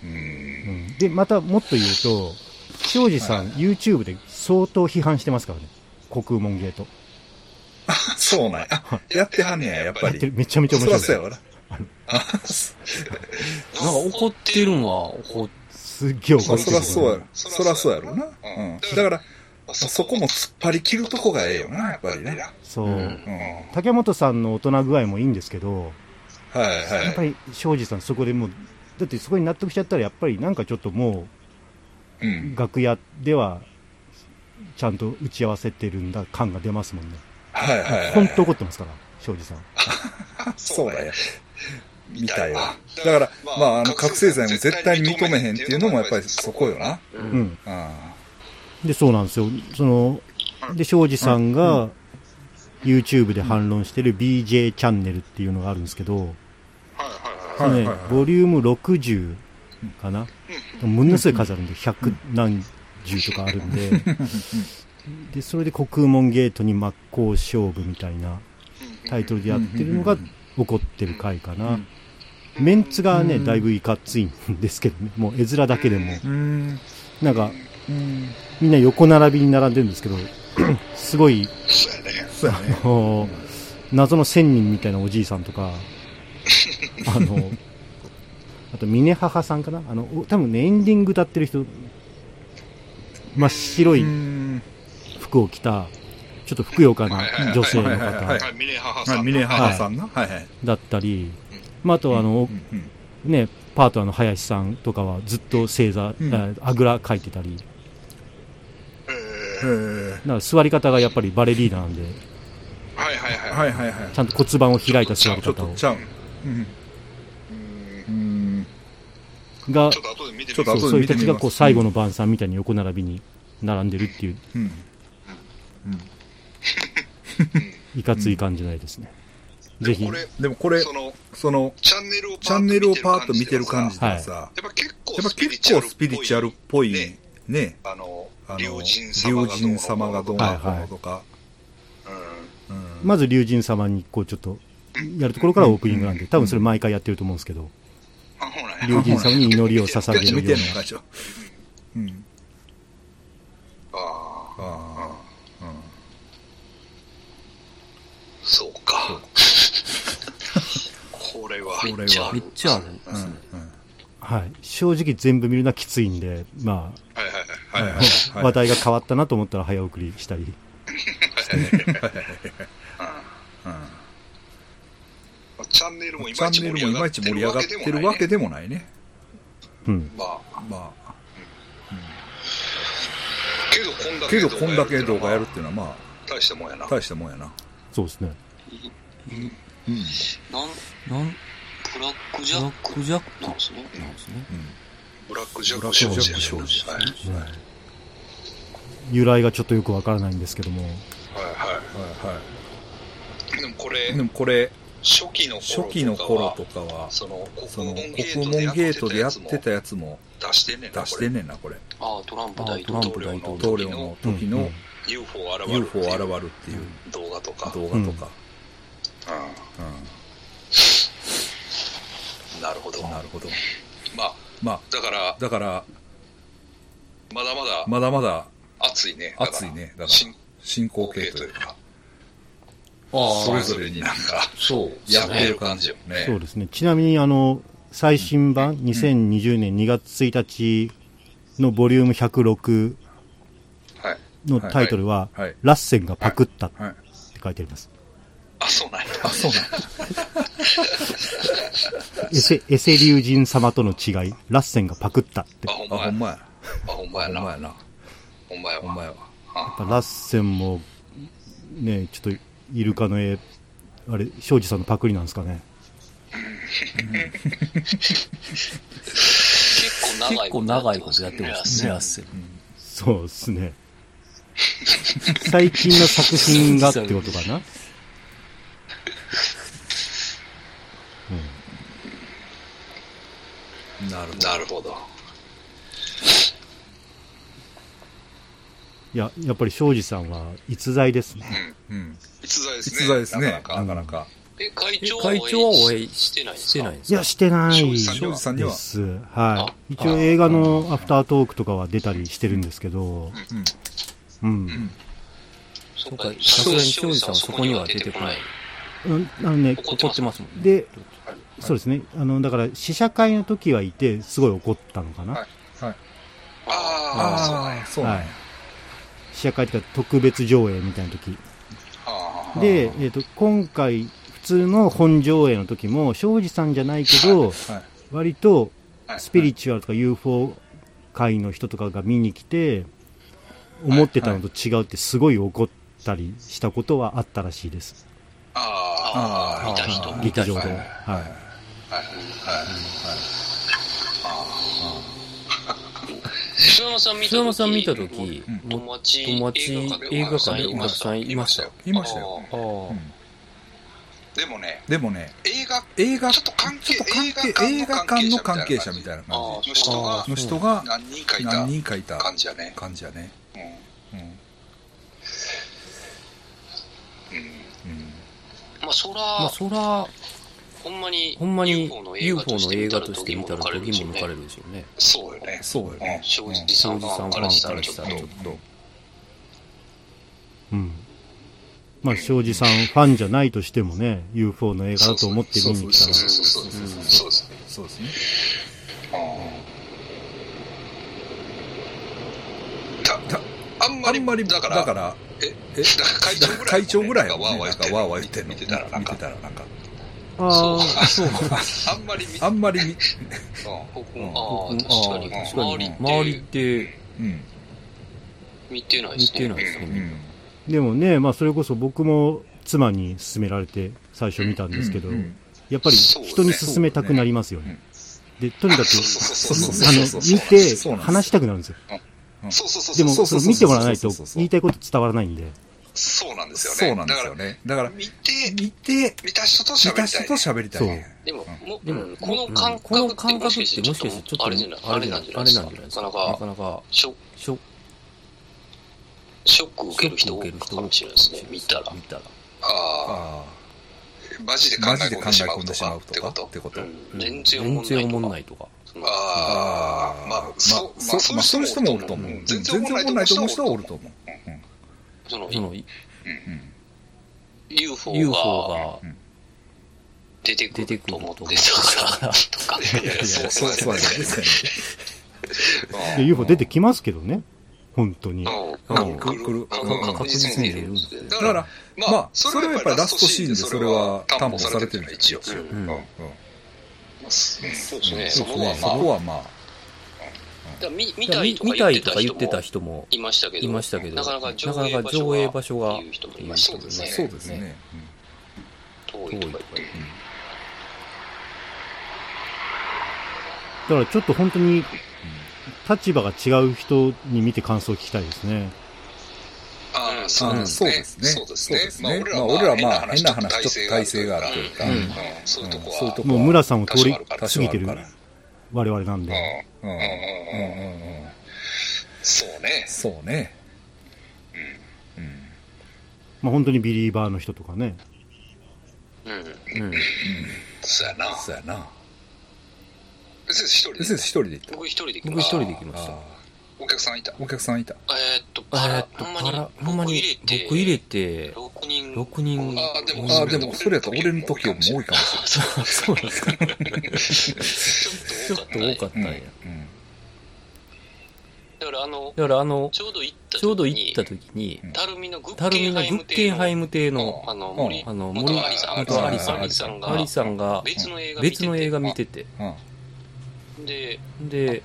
Speaker 2: うん。うん。
Speaker 1: うんでまたもっと言うと、庄司さん、YouTube で相当批判してますからね、国門ゲート、
Speaker 2: そうなんや。あやってはんねや、やっぱ
Speaker 1: やって
Speaker 2: り
Speaker 1: る。めちゃめちゃ面白いです
Speaker 2: そうや
Speaker 1: よ、
Speaker 2: わな。あそ
Speaker 4: なんか怒ってるんは怒っ
Speaker 1: すっげえ怒
Speaker 2: まあ
Speaker 1: って
Speaker 2: そ
Speaker 1: る
Speaker 2: らそうやろ。そらそうやろな。うん。だから、まあそこも突っ張り切るとこがええよな、やっぱりね。
Speaker 1: そう、
Speaker 4: うん
Speaker 2: うん。
Speaker 1: 竹本さんの大人具合もいいんですけど、
Speaker 2: はいはい。
Speaker 1: やっぱり庄司さん、そこでもう、だってそこに納得しちゃったら、やっぱりなんかちょっとも
Speaker 2: う
Speaker 1: う、
Speaker 2: ん。
Speaker 1: 楽屋では、ちゃんと打ち合わせてるんだ感が出ますもんね。
Speaker 2: はいはいはい。
Speaker 1: 本当怒ってますから、庄司さん。
Speaker 2: そうだよ。みたいわ。だから、まあ、あの、覚醒剤も絶対に認めへんっていうのもやっぱりそこよな。
Speaker 3: う。
Speaker 1: うんん。
Speaker 2: うん。
Speaker 1: で、そうなんですよ。その、で、庄司さんが、YouTube で反論してる BJ チャンネルっていうのがあるんですけど、そ
Speaker 2: はい
Speaker 1: の
Speaker 2: はい
Speaker 1: ね
Speaker 2: はい、
Speaker 1: ボリューム60かな。ものすごい数あるんで、100何十とかあるんで、で、それで国門ゲートに真っ向勝負みたいなタイトルでやってるのが怒ってる回かな。メンツがね、だいぶいかついんですけどね、もう絵面だけでも。
Speaker 2: うん。
Speaker 1: なんか、
Speaker 2: うん。
Speaker 1: みんな横並びに並んでるん
Speaker 2: (laughs)
Speaker 1: ですけど、すごい、
Speaker 2: そうやね。
Speaker 1: あの謎の仙人みたいなおじいさんと
Speaker 2: (laughs)
Speaker 1: か、あの、あと、峰母さんかなあの、お多分ね、エンディング歌ってる人、真っ白い
Speaker 2: うん。
Speaker 1: 服を着た、ちょっとふくよか
Speaker 2: はいはいは
Speaker 1: ない女性の
Speaker 2: はいはいは
Speaker 1: 方
Speaker 2: い
Speaker 5: はい、ミネハハ
Speaker 2: は
Speaker 5: さ
Speaker 2: い、
Speaker 5: ん。
Speaker 2: ミネハハさんな。はいはい。
Speaker 1: だったり、まあ、あとはあの、
Speaker 2: うんうん
Speaker 1: ね、パートナーの林さんとかはずっと正座、
Speaker 2: うん
Speaker 1: ああぐらかいてたり、
Speaker 5: え
Speaker 2: えー
Speaker 1: だから座り方がやっぱりバレリーナなんで、
Speaker 5: ーはいはいはい。
Speaker 2: はいはいはい
Speaker 1: ち。ゃんと骨盤を開いた座り
Speaker 2: ちょっ
Speaker 1: 方
Speaker 2: と
Speaker 1: を
Speaker 2: ちゃう。うん。
Speaker 5: うん
Speaker 2: うん。
Speaker 1: が
Speaker 5: ちょっと後で見てみ
Speaker 2: ちょっと
Speaker 1: そ
Speaker 2: 後
Speaker 1: うそ
Speaker 2: で
Speaker 1: ういう
Speaker 2: 見て
Speaker 1: 人
Speaker 2: み
Speaker 1: たちがこう
Speaker 2: ます
Speaker 1: 最後の晩餐みたいに横並びに並んでるっていう、
Speaker 2: うん。
Speaker 1: いかつい感じないですね。ぜひ
Speaker 5: こ、れ、
Speaker 2: でもこれ
Speaker 5: そ、の、
Speaker 2: その、
Speaker 5: チャンネルを
Speaker 2: チャンネルをパーッと見てる感じ
Speaker 1: は
Speaker 2: で
Speaker 1: い
Speaker 2: さ、や
Speaker 5: やっぱ結構
Speaker 2: っぱ結構スピリチュアルっぽいね、
Speaker 5: あの
Speaker 2: あ、の、
Speaker 5: 竜神様がど
Speaker 2: 竜神様がどう
Speaker 5: うのこうの
Speaker 2: なこうのとか、
Speaker 5: う
Speaker 2: うん
Speaker 1: まず龍神様にこうちょっとやるところからオープニングなんで、多分それ毎回やってると思うんですけど、
Speaker 5: ん。あ、ほら。
Speaker 1: 龍神様に祈りを
Speaker 2: ガ
Speaker 1: 捧げ
Speaker 2: チ見
Speaker 1: るよ
Speaker 2: て
Speaker 1: うん
Speaker 2: の
Speaker 1: な。
Speaker 2: かちょ。うん。
Speaker 5: ああ、
Speaker 2: ああ。うん
Speaker 5: そうか。 (laughs) これは。
Speaker 2: これは
Speaker 4: めっちゃあるんで
Speaker 2: うん
Speaker 4: すね。
Speaker 1: はい、正直全部見るのはきついんで、ま
Speaker 5: はいはい
Speaker 2: はい
Speaker 5: は
Speaker 2: はい
Speaker 5: い。は。
Speaker 2: はい
Speaker 1: あ、
Speaker 2: い
Speaker 1: 話題が変わったなと思ったら早送りしたり、
Speaker 5: チャンネルもい
Speaker 2: チ
Speaker 5: ま
Speaker 2: ャ
Speaker 5: いち
Speaker 2: ンネルもいまいち盛
Speaker 5: 盛
Speaker 2: り
Speaker 5: り
Speaker 2: 上が
Speaker 5: 上が
Speaker 2: っ
Speaker 5: ってて
Speaker 2: る
Speaker 5: る
Speaker 2: わ
Speaker 5: わ
Speaker 2: け
Speaker 5: け
Speaker 2: でもないね。
Speaker 1: うん、
Speaker 5: まあ、
Speaker 2: まあ、
Speaker 5: けどこんだけ
Speaker 2: けどこんだけ動画やるっていうのはま
Speaker 5: 大したもんやな
Speaker 2: あ、。大したもんやな。
Speaker 1: そうですね。
Speaker 2: うん。うん。
Speaker 6: なん、
Speaker 4: なん、
Speaker 6: ブラック
Speaker 4: ブ
Speaker 6: ジャ
Speaker 4: ラ
Speaker 6: ッ
Speaker 4: ックジャッ
Speaker 6: クなんですね。
Speaker 4: クなんですね。
Speaker 5: ブラックジャッ
Speaker 2: ブラッ
Speaker 5: ク
Speaker 2: クジャック
Speaker 5: 少
Speaker 2: 少
Speaker 5: 女
Speaker 2: 女
Speaker 5: はい
Speaker 1: 由来がちょっとよくわからないんですけども、
Speaker 5: はいは。
Speaker 2: はいはい
Speaker 5: でもこれ
Speaker 2: い。で、もこれ、
Speaker 5: 初期の頃とかは
Speaker 2: 初期の頃とかは、
Speaker 5: その、
Speaker 2: そ
Speaker 5: 国
Speaker 2: の、
Speaker 5: 門ゲ
Speaker 2: 国門ゲー
Speaker 5: ー
Speaker 2: ト
Speaker 5: ト
Speaker 2: で
Speaker 5: で
Speaker 2: や
Speaker 5: や
Speaker 2: っ
Speaker 5: っててた
Speaker 2: たやつも
Speaker 5: やつも出してんねんな
Speaker 2: 出してん
Speaker 5: こ
Speaker 2: ねんな、これ。
Speaker 6: ああ、トランプ
Speaker 4: あ
Speaker 6: 大
Speaker 4: トラ
Speaker 6: 統
Speaker 4: ン
Speaker 6: 領
Speaker 4: プ大統領。
Speaker 2: 棟梁の時
Speaker 1: うんう
Speaker 2: の
Speaker 1: ん
Speaker 5: れ。UFO 現れる。
Speaker 2: UFO 現るっていう
Speaker 5: 動画とか。
Speaker 2: 動画とか。
Speaker 5: う。
Speaker 2: うん
Speaker 5: なるほど。
Speaker 2: ん。なるほど。
Speaker 5: まあ、
Speaker 2: まあ、
Speaker 5: だから、
Speaker 2: だから、
Speaker 5: まだまだ
Speaker 2: まだまだ
Speaker 5: 熱いね。だから
Speaker 2: 熱いね。だから、
Speaker 5: 進
Speaker 2: 進行
Speaker 5: 行
Speaker 2: 形
Speaker 5: 形
Speaker 2: と
Speaker 5: と
Speaker 2: い
Speaker 5: いうう
Speaker 2: か、
Speaker 5: か、
Speaker 4: ああ、
Speaker 2: それぞれに
Speaker 5: なんか、
Speaker 4: そう。
Speaker 2: やってる感じよ
Speaker 5: やってる感じよね
Speaker 1: そ
Speaker 2: ね
Speaker 1: う。ですね。ちなみに、あの、最新版、2020年2月1日のボリューム106
Speaker 5: はい。
Speaker 1: のタイトルは、
Speaker 2: はい。
Speaker 1: ラッセンがパクったっ
Speaker 2: はい。
Speaker 1: て書いてあります。
Speaker 5: あ、そうなんや。
Speaker 2: あ、そうなんだ
Speaker 1: エセ、エセ竜神様との違い、ラッセンがパクったって。
Speaker 5: あ、
Speaker 1: やっ
Speaker 5: ほん
Speaker 2: あ、ほ
Speaker 5: まや
Speaker 2: ん。まや。
Speaker 5: あ、ほんま
Speaker 2: ほ
Speaker 5: や
Speaker 2: ん
Speaker 5: な
Speaker 2: ま。やな。
Speaker 5: ほんまや
Speaker 2: ほんま
Speaker 5: わ。
Speaker 2: やわ。
Speaker 1: ぱラッセンも、ね、ちょっと、イルカの絵、あれ、庄司さんのパクリなんですかね。
Speaker 6: 結構長い。
Speaker 4: 結構長いことやってますね、アッセル。
Speaker 1: そうですね。最近の作品がってことかな。うん、
Speaker 2: なるほ
Speaker 5: なるほど。
Speaker 1: いや、やっぱり庄司さんは逸材ですね。
Speaker 2: ど。うん。
Speaker 5: 逸材ですね。
Speaker 2: 実在ですね。
Speaker 5: な
Speaker 2: な
Speaker 5: かな
Speaker 2: か
Speaker 5: か。
Speaker 2: なか。
Speaker 6: え、会長は
Speaker 4: 会長は応
Speaker 6: 応
Speaker 4: 援
Speaker 6: 援
Speaker 4: し
Speaker 6: してないんですか
Speaker 4: てないんで
Speaker 1: い
Speaker 4: す
Speaker 1: や、
Speaker 4: か
Speaker 1: してない
Speaker 5: 庄
Speaker 1: で
Speaker 5: 司
Speaker 1: す
Speaker 5: さん。に
Speaker 2: 庄
Speaker 5: は
Speaker 2: 司さんには。
Speaker 1: はい。一
Speaker 4: あ
Speaker 1: 応映画のアフタートークとかは出たりしてるんですけど、
Speaker 2: うん。
Speaker 1: うん。
Speaker 6: そ
Speaker 4: そうう
Speaker 6: か
Speaker 4: か、さすがに庄司さんはそこには出てこない。
Speaker 1: うん、あのね、
Speaker 4: 怒ってますもんね。
Speaker 1: で、そうですね。あの、だから、試写会の時はいて、すごい怒ったのかな。
Speaker 5: はい
Speaker 2: はい。
Speaker 5: ああ、そうなん
Speaker 2: あ
Speaker 5: や
Speaker 2: あ、。そうなんや。
Speaker 1: 試写会とか特別上映みたいな時。
Speaker 5: ああ
Speaker 1: で、えっ、と、今回、普通の本上映の時も、庄司さんじゃないけど、
Speaker 2: はい。
Speaker 1: 割と
Speaker 5: はい
Speaker 1: スピリチュアルとか UFO 界の人とかが見に来て、思ってたのと違うってすごい怒ったりしたことはあったらしいです。
Speaker 5: あ
Speaker 2: ああ、
Speaker 6: 見た人
Speaker 2: はい
Speaker 1: 劇場で。
Speaker 5: は
Speaker 1: は
Speaker 5: い
Speaker 1: い。
Speaker 5: あ、はい。
Speaker 6: 菅山さん見た
Speaker 4: 菅山さん見た
Speaker 6: と
Speaker 4: と
Speaker 6: き、
Speaker 4: き、
Speaker 2: うん
Speaker 4: 友
Speaker 6: 友達
Speaker 4: 達
Speaker 6: 映
Speaker 4: 映画
Speaker 6: 画館
Speaker 4: 館
Speaker 6: で
Speaker 4: で
Speaker 6: お前さん
Speaker 4: お客さんいましたよ。
Speaker 2: いましたよ。
Speaker 6: あ
Speaker 4: ああ
Speaker 2: うん
Speaker 5: でもね、
Speaker 2: でもね、
Speaker 5: 映画
Speaker 2: 映画、
Speaker 5: ちょっと関係
Speaker 2: ちょっと関係映
Speaker 5: 映
Speaker 2: 画
Speaker 5: 画
Speaker 2: 館
Speaker 5: 館
Speaker 2: の
Speaker 5: の
Speaker 2: 関
Speaker 5: 関
Speaker 2: 係
Speaker 5: 係
Speaker 2: 者
Speaker 5: 者
Speaker 2: み
Speaker 5: み
Speaker 2: たいな
Speaker 6: ああ
Speaker 2: 感
Speaker 6: あ、
Speaker 5: の
Speaker 6: そ
Speaker 5: 人
Speaker 6: う
Speaker 5: が
Speaker 2: じ。の人が
Speaker 5: 何人かいた
Speaker 2: 何人かいた
Speaker 5: 感じやね。
Speaker 2: 感じやね。
Speaker 5: うん。
Speaker 2: うん。
Speaker 5: うん。
Speaker 2: うん。
Speaker 6: まあ、そら、
Speaker 4: まあ、そら、
Speaker 6: ほんまに、
Speaker 4: ほんまに
Speaker 6: UFO の映
Speaker 4: UFO
Speaker 6: 画とし
Speaker 4: の
Speaker 6: て
Speaker 4: 映
Speaker 6: 見た
Speaker 4: 画
Speaker 6: ら
Speaker 4: として見たら時
Speaker 6: 時も
Speaker 4: も
Speaker 6: 抜
Speaker 4: 抜
Speaker 6: か
Speaker 4: かれ
Speaker 6: れる。
Speaker 4: るでしょうね。
Speaker 5: そうよね。
Speaker 2: そうよね。
Speaker 6: 正直さんファンからしたらちょっ
Speaker 4: 庄
Speaker 6: と
Speaker 4: 司
Speaker 2: ち
Speaker 4: さんファンからしたら。
Speaker 2: ょっと。
Speaker 1: うん。まあ、庄司さんファンじゃないとしてもね、UFO の映画だと思って見に来たら、
Speaker 5: そうそうそうそうそうそうですね。
Speaker 2: そうですね。
Speaker 5: あんま
Speaker 2: あんまり、だ
Speaker 5: だ
Speaker 2: か、
Speaker 5: からら
Speaker 2: だから
Speaker 5: え、え、だから会長ぐらい、
Speaker 2: 会長ぐらいは、
Speaker 5: は
Speaker 2: ね、
Speaker 5: わーわ
Speaker 2: なんか
Speaker 5: ー
Speaker 2: わーわ
Speaker 5: わ
Speaker 2: ー
Speaker 5: ー
Speaker 2: 言ってんの
Speaker 5: 見てたら、なん
Speaker 2: 見て
Speaker 5: か、
Speaker 2: たらなんか、
Speaker 1: あ
Speaker 6: そう
Speaker 1: あ、そう。
Speaker 5: あんまり見
Speaker 2: あんまり見、
Speaker 6: 僕
Speaker 2: うん
Speaker 6: も、ああ、
Speaker 4: うん
Speaker 6: 確かに。
Speaker 5: ああ
Speaker 4: 確か
Speaker 6: 周り
Speaker 4: に
Speaker 6: っ。
Speaker 4: 周りってて
Speaker 2: うん、
Speaker 6: 見てないで
Speaker 4: 似
Speaker 6: す
Speaker 4: てない
Speaker 6: ね。
Speaker 4: です
Speaker 2: う
Speaker 4: ね。
Speaker 2: ん。
Speaker 1: でもね、まあそれこそ僕も妻に勧められて最初見たんですけど、
Speaker 2: うんうん
Speaker 1: やっぱり人に勧めたくなりますよね。で、とにかく、
Speaker 5: そうそうそう
Speaker 1: あ
Speaker 5: そう。
Speaker 1: の、見て話したくなるんですよ。
Speaker 5: そうそうそう。
Speaker 1: でも、
Speaker 2: そうそ
Speaker 1: そうの
Speaker 2: そう
Speaker 1: 見てもらわないと
Speaker 2: そうそうそう
Speaker 1: 言いたいこと伝わらないんで。
Speaker 5: そうなんですよね。
Speaker 2: そうなんですよね。だか
Speaker 5: だからら、、見て、
Speaker 2: 見て、
Speaker 5: 見た人と
Speaker 2: 見
Speaker 5: 喋りた
Speaker 2: た
Speaker 5: い。
Speaker 2: 人と喋りたいね。
Speaker 6: でも、も
Speaker 4: でも
Speaker 6: うんこの
Speaker 4: うん
Speaker 6: 感
Speaker 4: この
Speaker 6: 覚って
Speaker 4: 感
Speaker 6: も
Speaker 4: 覚
Speaker 6: しか
Speaker 4: って
Speaker 6: して
Speaker 4: もしかしてち
Speaker 6: ち
Speaker 4: ょ
Speaker 6: ょ
Speaker 4: っ
Speaker 6: っ
Speaker 4: と
Speaker 6: と、
Speaker 4: あ
Speaker 6: あ
Speaker 4: れじ
Speaker 6: れじ
Speaker 4: ゃな
Speaker 6: ゃないい、
Speaker 4: あ
Speaker 6: あ
Speaker 4: れな
Speaker 6: れなんん
Speaker 4: じ
Speaker 6: じ
Speaker 4: ゃ
Speaker 6: ゃ
Speaker 4: な
Speaker 6: ないい
Speaker 4: で
Speaker 6: ですす
Speaker 4: か。
Speaker 6: か。
Speaker 4: な
Speaker 6: な
Speaker 4: か
Speaker 6: か
Speaker 4: な
Speaker 6: な
Speaker 4: か
Speaker 6: か、
Speaker 1: ショ
Speaker 4: ショ
Speaker 6: ショ
Speaker 4: ショッ
Speaker 6: ショックを受ける
Speaker 4: ショ
Speaker 6: 人
Speaker 4: ッ
Speaker 6: 多
Speaker 4: ク受
Speaker 6: い
Speaker 4: ける人
Speaker 6: かもしれないですね。見たら。
Speaker 4: 見たら。
Speaker 5: ああ、
Speaker 2: あ
Speaker 5: マジで
Speaker 2: あ、
Speaker 5: 考
Speaker 2: マ
Speaker 5: え
Speaker 2: ジで考
Speaker 5: 込ん
Speaker 2: え
Speaker 5: でしま
Speaker 2: 込
Speaker 5: うん
Speaker 2: で
Speaker 5: と
Speaker 2: しま
Speaker 5: か
Speaker 2: う
Speaker 5: っ
Speaker 2: と
Speaker 5: て
Speaker 2: か
Speaker 5: こ
Speaker 2: って
Speaker 5: と。
Speaker 2: こと。
Speaker 6: うん全然思
Speaker 4: 全然
Speaker 6: んないと
Speaker 4: 思
Speaker 6: か。
Speaker 4: んないとか。
Speaker 5: ああ、まあ、そう、まあ、そういう人もおると思う。
Speaker 2: うん
Speaker 5: 全
Speaker 2: 全
Speaker 5: 然
Speaker 2: 然
Speaker 5: お
Speaker 2: お
Speaker 5: も
Speaker 2: も
Speaker 5: ん
Speaker 2: ん
Speaker 5: な
Speaker 2: ない
Speaker 5: いと
Speaker 2: と
Speaker 5: 思
Speaker 2: 思
Speaker 5: う
Speaker 2: う
Speaker 5: 人
Speaker 2: 人
Speaker 5: は
Speaker 2: は
Speaker 5: お
Speaker 2: お
Speaker 5: る
Speaker 2: る
Speaker 5: と
Speaker 2: と
Speaker 5: 思
Speaker 2: 思う。
Speaker 5: う。う
Speaker 2: う
Speaker 6: その
Speaker 4: その
Speaker 6: UFO が
Speaker 4: UFO が
Speaker 6: 出てく
Speaker 4: 出て
Speaker 6: る
Speaker 4: く
Speaker 6: と
Speaker 4: る
Speaker 6: 思っ
Speaker 4: と
Speaker 6: てたから、とか。
Speaker 5: ん。いやいや、そう
Speaker 2: そ
Speaker 5: そうう
Speaker 2: そう
Speaker 5: そう。
Speaker 2: やねそうや
Speaker 1: で、UFO 出てきますけどね。本当に。
Speaker 2: ね。うん、くるくる。
Speaker 6: うん
Speaker 4: 確実に出るんですよね
Speaker 5: (laughs)
Speaker 2: だ
Speaker 5: だか
Speaker 2: からら、、
Speaker 5: ま
Speaker 2: ま
Speaker 5: あ
Speaker 2: あ、、
Speaker 5: そ
Speaker 2: そ
Speaker 5: れ
Speaker 2: れ
Speaker 5: は
Speaker 2: は
Speaker 5: や
Speaker 2: やっぱり
Speaker 5: っぱりラ
Speaker 2: ラ
Speaker 5: ス
Speaker 2: ス
Speaker 5: ト
Speaker 2: ト
Speaker 5: シ
Speaker 2: シ
Speaker 5: ー
Speaker 2: ー
Speaker 5: ン
Speaker 2: ン
Speaker 5: で
Speaker 2: で
Speaker 5: そ
Speaker 2: そ
Speaker 5: れ
Speaker 2: れ
Speaker 5: は
Speaker 2: は
Speaker 5: 担
Speaker 2: 担
Speaker 5: 保
Speaker 2: 保
Speaker 5: さ
Speaker 2: さ
Speaker 5: れ
Speaker 2: れ
Speaker 5: て
Speaker 2: てる
Speaker 5: るね、
Speaker 2: ね、
Speaker 5: 一
Speaker 2: 一
Speaker 5: 応
Speaker 2: 応。。
Speaker 5: まあそう
Speaker 2: そう
Speaker 6: そうですね
Speaker 2: そう
Speaker 6: そこはまあ
Speaker 2: そこはまあ、
Speaker 6: だから見見
Speaker 4: だから
Speaker 6: たい
Speaker 4: 見
Speaker 6: と
Speaker 4: 見たいと
Speaker 6: か
Speaker 4: か
Speaker 6: 言
Speaker 4: 言
Speaker 6: っ
Speaker 4: ってて
Speaker 6: た
Speaker 4: た
Speaker 6: 人
Speaker 4: 人も
Speaker 6: もいましたけ
Speaker 4: い
Speaker 6: ど、
Speaker 4: ましたけど、
Speaker 6: なかなか上映
Speaker 4: なかなか上映場
Speaker 6: 場所
Speaker 4: 所
Speaker 6: が
Speaker 4: が
Speaker 6: っていう人もいましたけどね、
Speaker 5: そう
Speaker 2: そうですね。
Speaker 6: 遠
Speaker 4: 遠
Speaker 6: い
Speaker 4: いと
Speaker 6: とか
Speaker 4: か
Speaker 6: 言って。
Speaker 1: だからちょっと本当に、立場が違う人に見て感想を聞きたいですね。
Speaker 5: ああ、
Speaker 2: う
Speaker 5: そ
Speaker 2: ん
Speaker 5: う
Speaker 2: う
Speaker 5: で
Speaker 2: ん
Speaker 5: す
Speaker 2: そう
Speaker 5: ね
Speaker 2: で。
Speaker 5: そうです
Speaker 2: すね
Speaker 5: ね。。まあ、俺
Speaker 2: まあ
Speaker 5: らはまあ、変
Speaker 2: 変
Speaker 5: な
Speaker 2: な
Speaker 5: 話、
Speaker 2: 話、
Speaker 5: ち
Speaker 2: ちょっと
Speaker 5: ょっと体
Speaker 2: 体
Speaker 5: 勢
Speaker 2: 勢
Speaker 5: が
Speaker 2: が
Speaker 5: あ
Speaker 2: あると
Speaker 5: るとい
Speaker 2: いうう
Speaker 5: か、
Speaker 2: か、
Speaker 5: うん
Speaker 1: うん
Speaker 5: うんそういうとこ
Speaker 2: うん
Speaker 5: は。
Speaker 2: そういうとこ
Speaker 1: もう村さんを通り
Speaker 5: 多
Speaker 1: 過
Speaker 5: 少あ
Speaker 1: ぎ
Speaker 5: る
Speaker 1: てる
Speaker 5: から。
Speaker 1: 我々なんで。
Speaker 2: うん、うん、うん、うん、うん。
Speaker 5: そうね。
Speaker 2: そうね。うん。
Speaker 1: まあ本当にビリーバーの人とかね。
Speaker 6: うん。
Speaker 4: うん、
Speaker 5: そうやな。
Speaker 2: そうやな。
Speaker 5: 別に一人で
Speaker 2: 先生一人で行った。
Speaker 6: 僕一人で行き
Speaker 4: 僕
Speaker 6: ま
Speaker 4: 一
Speaker 6: した。
Speaker 4: 人で行きました。
Speaker 5: お客さんいた。
Speaker 2: お客さんいた。
Speaker 6: えーっと、
Speaker 4: え
Speaker 6: パ
Speaker 4: ー
Speaker 6: ラ
Speaker 4: っ、と、
Speaker 6: ほんま
Speaker 4: パ
Speaker 6: に
Speaker 4: ラ、、ほんまに僕
Speaker 6: 僕
Speaker 4: 入
Speaker 6: 入
Speaker 4: れ
Speaker 6: れ
Speaker 4: て
Speaker 6: て、、6人。
Speaker 4: 6人
Speaker 5: ああ、でも、
Speaker 2: ああ、でも、それやったら俺の時よりも多いかもし
Speaker 4: そうそうなんですか。
Speaker 5: (laughs)
Speaker 4: ち
Speaker 6: ちょ
Speaker 4: ょ
Speaker 6: っ
Speaker 4: っ
Speaker 6: と
Speaker 4: と
Speaker 6: 多
Speaker 4: 多
Speaker 6: か
Speaker 4: か
Speaker 6: っ
Speaker 4: ったん
Speaker 2: れ
Speaker 4: や。
Speaker 2: ない。
Speaker 6: た。だからあの、
Speaker 4: だからあの、
Speaker 6: ちょうど行った時に、
Speaker 4: ちょうど行った時に、
Speaker 6: たるみのグッ
Speaker 4: たる
Speaker 6: ケ
Speaker 4: み
Speaker 6: ン
Speaker 4: のグ
Speaker 6: ハイム
Speaker 4: ッケンハイ
Speaker 6: ム
Speaker 4: ム邸の、
Speaker 6: あの、森、
Speaker 4: あの、
Speaker 6: 元
Speaker 4: 森、
Speaker 6: アリさん、
Speaker 4: 元アリさん
Speaker 6: アリさん
Speaker 4: ア
Speaker 6: が
Speaker 4: リ、さんが
Speaker 6: 別の映画見て
Speaker 4: 別
Speaker 6: て
Speaker 4: の映画見てて、
Speaker 2: うん。
Speaker 6: で、
Speaker 4: で、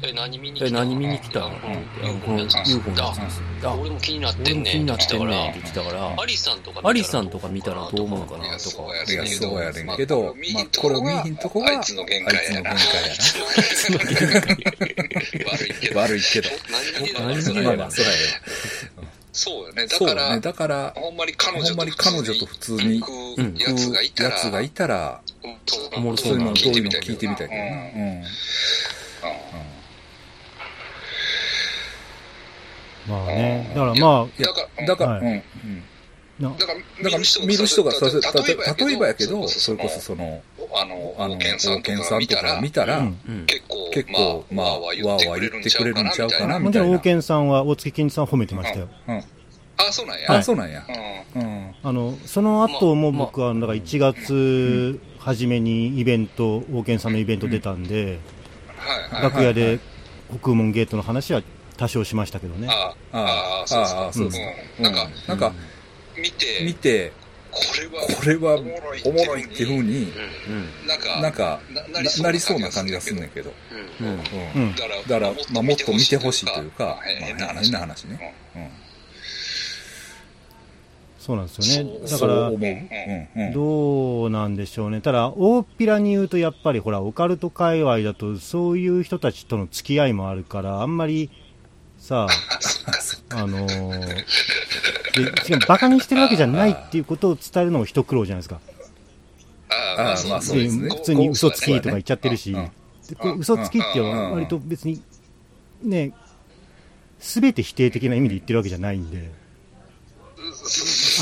Speaker 6: え、何見に来た
Speaker 4: え、何見に来たの
Speaker 6: あ
Speaker 4: って
Speaker 6: の
Speaker 4: 言って、あの、この UFO のやつです。
Speaker 6: あ
Speaker 4: あ、
Speaker 6: 俺も気になって
Speaker 4: 俺
Speaker 6: ん
Speaker 4: も
Speaker 6: ね
Speaker 4: 気
Speaker 6: ん
Speaker 4: に
Speaker 6: っ
Speaker 4: なってて
Speaker 6: 言
Speaker 4: ん
Speaker 6: っ
Speaker 4: ねんってて
Speaker 6: き
Speaker 4: 来たから
Speaker 6: たから、ア、リさんとか見たら
Speaker 4: アリさんとか見たらどう思うか
Speaker 5: い
Speaker 4: な
Speaker 5: や、
Speaker 4: と
Speaker 5: そう
Speaker 4: か。
Speaker 5: や
Speaker 2: いや、
Speaker 5: ねんけ
Speaker 2: そう
Speaker 5: ど
Speaker 2: や。ねんけど、まあ、これを見ひんとこが、
Speaker 5: あいつの限界や
Speaker 2: (laughs)
Speaker 5: な
Speaker 2: あいつの限界やな。。悪
Speaker 5: 悪いけど
Speaker 2: いけど。
Speaker 6: 何見てたの
Speaker 4: 何見
Speaker 5: そ
Speaker 4: て
Speaker 5: う
Speaker 4: た
Speaker 5: や
Speaker 4: の
Speaker 5: な。
Speaker 4: それ。
Speaker 5: そうよね。だ
Speaker 2: そう
Speaker 5: か
Speaker 2: だね。
Speaker 5: ら、
Speaker 2: だから、
Speaker 5: ほんまに彼
Speaker 2: ほ
Speaker 5: 女
Speaker 2: ん
Speaker 5: と
Speaker 2: まに彼女と普通に
Speaker 5: 行
Speaker 4: うん
Speaker 5: くやつがいた
Speaker 2: や
Speaker 5: ら、
Speaker 2: つがいたら、
Speaker 5: お
Speaker 4: おもろ
Speaker 2: そういうの、どういうの聞いてみたいけどな。
Speaker 5: な
Speaker 2: うん。
Speaker 1: まあね。だからま
Speaker 5: だから、
Speaker 2: だから、
Speaker 1: は
Speaker 2: う
Speaker 1: い
Speaker 2: ん。うん
Speaker 1: あ、な
Speaker 5: だから、
Speaker 2: だから、見る人がさせ、
Speaker 5: 例えばやけど
Speaker 2: 例えばやけど、それこそその、
Speaker 5: あの、
Speaker 2: あ
Speaker 5: あ
Speaker 2: の、
Speaker 5: の、
Speaker 2: 王
Speaker 5: 健さんと
Speaker 2: 健
Speaker 5: か
Speaker 2: さん
Speaker 5: 見
Speaker 2: と
Speaker 5: たら
Speaker 2: か見、たら、
Speaker 1: うん
Speaker 4: うん。
Speaker 5: 結構、
Speaker 2: 結構、ま
Speaker 5: ま
Speaker 2: あ、
Speaker 5: あ、
Speaker 2: わ
Speaker 5: わ
Speaker 2: ー
Speaker 5: ー
Speaker 2: わ
Speaker 5: わ
Speaker 2: ー
Speaker 5: ー
Speaker 2: 言
Speaker 5: 言
Speaker 2: っ
Speaker 5: ってて
Speaker 2: く
Speaker 5: く
Speaker 2: れ
Speaker 5: れ
Speaker 2: る
Speaker 5: る
Speaker 2: ん
Speaker 5: ん
Speaker 2: ち
Speaker 5: ち
Speaker 2: ゃう
Speaker 5: ゃう
Speaker 2: か
Speaker 5: か
Speaker 2: な、
Speaker 5: な、
Speaker 2: み
Speaker 1: もち
Speaker 5: み
Speaker 1: ろ
Speaker 2: たい
Speaker 1: ん、王
Speaker 2: な。
Speaker 1: 健さんは、大月健二さん褒めてましたよ。
Speaker 2: うん。
Speaker 5: あ、そうなんや。
Speaker 2: あ、そうなんや。うん。
Speaker 1: あの、その後も僕は、だから1月初めにイベント、王健さんのイベント出たんで、
Speaker 5: はいはい。
Speaker 1: 楽屋で北門ゲートの話は多少しましたけどね。
Speaker 5: あ
Speaker 2: あ
Speaker 5: あ、ああ、
Speaker 2: あ、
Speaker 5: そう
Speaker 2: ああ、そう
Speaker 5: そ
Speaker 2: そうう。
Speaker 5: うん。なんか、
Speaker 2: なんか、
Speaker 5: 見
Speaker 2: 見
Speaker 5: て、
Speaker 2: て、
Speaker 5: これは、
Speaker 2: これは
Speaker 5: おもろい
Speaker 2: おもろいっていうふうに、
Speaker 4: うん。
Speaker 5: なんか、
Speaker 2: なんか、
Speaker 5: な、
Speaker 2: ななりそうな感じがするん
Speaker 5: ね
Speaker 2: だけど。
Speaker 6: うん
Speaker 4: うん。
Speaker 1: う
Speaker 2: うんん。だから、まあ、もっと見てほしいという
Speaker 5: ま
Speaker 2: か
Speaker 5: あ、
Speaker 2: 変
Speaker 5: 変
Speaker 2: な
Speaker 5: な
Speaker 2: 話
Speaker 5: 話
Speaker 2: な話ね。うん。
Speaker 1: そうなんですよね。だ
Speaker 2: そ
Speaker 1: か
Speaker 2: う
Speaker 1: ら
Speaker 2: 思う。う、ん。うん。
Speaker 1: どうなんでしょうね。ただ、大っぴらに言うと、やっぱりほら、オカルト界隈だと、そういう人たちとの付き合いもあるから、あんまり、さ
Speaker 5: (laughs)
Speaker 1: あ、あのーで、しかもバカにしてるわけじゃないっていうことを伝えるのも一苦労じゃないですか。
Speaker 5: ああ、まあ、そう
Speaker 1: で
Speaker 5: ですね。
Speaker 1: 普通に嘘つきとか言っちゃってるし、
Speaker 2: うん
Speaker 1: でこう嘘つきっていうのは
Speaker 2: うん
Speaker 1: 割と別に、ね、すべて否定的な意味で言ってるわけじゃないんで、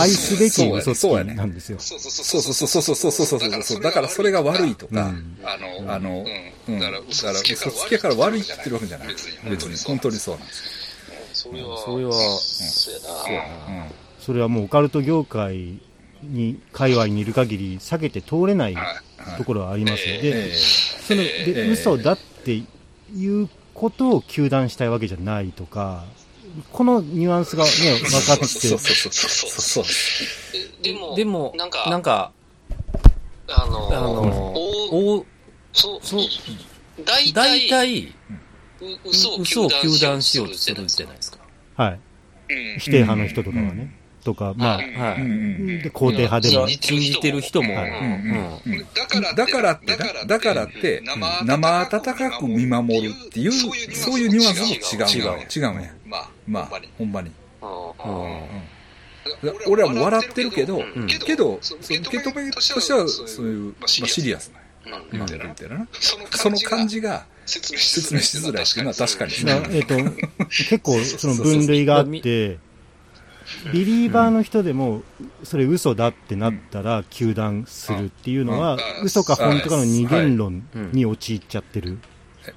Speaker 1: 愛すべき嘘つき
Speaker 2: そうやね
Speaker 1: なんですよ。
Speaker 5: そうそう
Speaker 2: そうそうそうそうそうそうそうそうそう。だから、それが悪いとか、
Speaker 5: あの、
Speaker 2: あの、
Speaker 5: う
Speaker 2: うんん。
Speaker 5: だ
Speaker 2: だ
Speaker 5: か
Speaker 2: からら、嘘
Speaker 5: 嘘つきやから
Speaker 2: つきやから悪いって言ってるわけじゃない。
Speaker 5: 別
Speaker 2: 別
Speaker 5: に
Speaker 2: に、本当にそうなんです。
Speaker 6: それは、
Speaker 4: それは、
Speaker 6: そうやな。
Speaker 2: うん。
Speaker 1: それはもうオカルト業界に、界隈にいる限り避けて通れないところはありますので、
Speaker 2: え
Speaker 1: その、で、
Speaker 2: え
Speaker 1: 嘘だっていうことを糾弾したいわけじゃないとか、このニュアンスがね、分かって、
Speaker 2: (laughs) そうそうそうそう。そう
Speaker 6: えでも、
Speaker 4: でも、
Speaker 6: なんか、
Speaker 4: なんか、
Speaker 6: あの
Speaker 4: あの、
Speaker 6: お
Speaker 4: お、
Speaker 6: そう、
Speaker 4: そう、
Speaker 6: 大
Speaker 4: 大
Speaker 6: 体、
Speaker 4: 体、
Speaker 6: う嘘を
Speaker 4: 嘘を糾弾しようとす
Speaker 6: する
Speaker 4: る
Speaker 6: じ
Speaker 4: じ
Speaker 6: ゃ
Speaker 4: ゃ
Speaker 6: な
Speaker 4: ないい
Speaker 6: で
Speaker 4: ですす
Speaker 6: か
Speaker 4: か。。
Speaker 1: はい。
Speaker 6: うん
Speaker 1: 否定派の人とかはね。とか、まあ
Speaker 6: う、ん
Speaker 4: はい。
Speaker 2: うんうん
Speaker 1: で、肯定派では
Speaker 6: うん。
Speaker 4: 信じてる人も、
Speaker 1: はい
Speaker 4: うんうん
Speaker 2: うん
Speaker 5: だから
Speaker 2: だからってな、だからって、生温かく見守るっていう、そういうニュアンスも違う。違う。違うね。
Speaker 5: まあ、
Speaker 2: まあ、ほんまに。
Speaker 6: うん
Speaker 4: うん
Speaker 2: 俺はもう笑ってるけど、
Speaker 6: うん
Speaker 2: けど、その受け止めとしては、そういう、まあ、シリアスな
Speaker 6: うん
Speaker 2: 言うてる言うてるな。そ
Speaker 5: そ
Speaker 2: の
Speaker 5: の
Speaker 2: 感
Speaker 5: 感じ
Speaker 2: じが
Speaker 5: 説明
Speaker 2: 説明しづらいっていうのは確かに。
Speaker 1: なえっ、と、結構その分類があって、ビリーバーの人でも、それ嘘だってなったら、糾弾するっていうのは、嘘か本当かの二元論に陥っちゃってる。
Speaker 5: え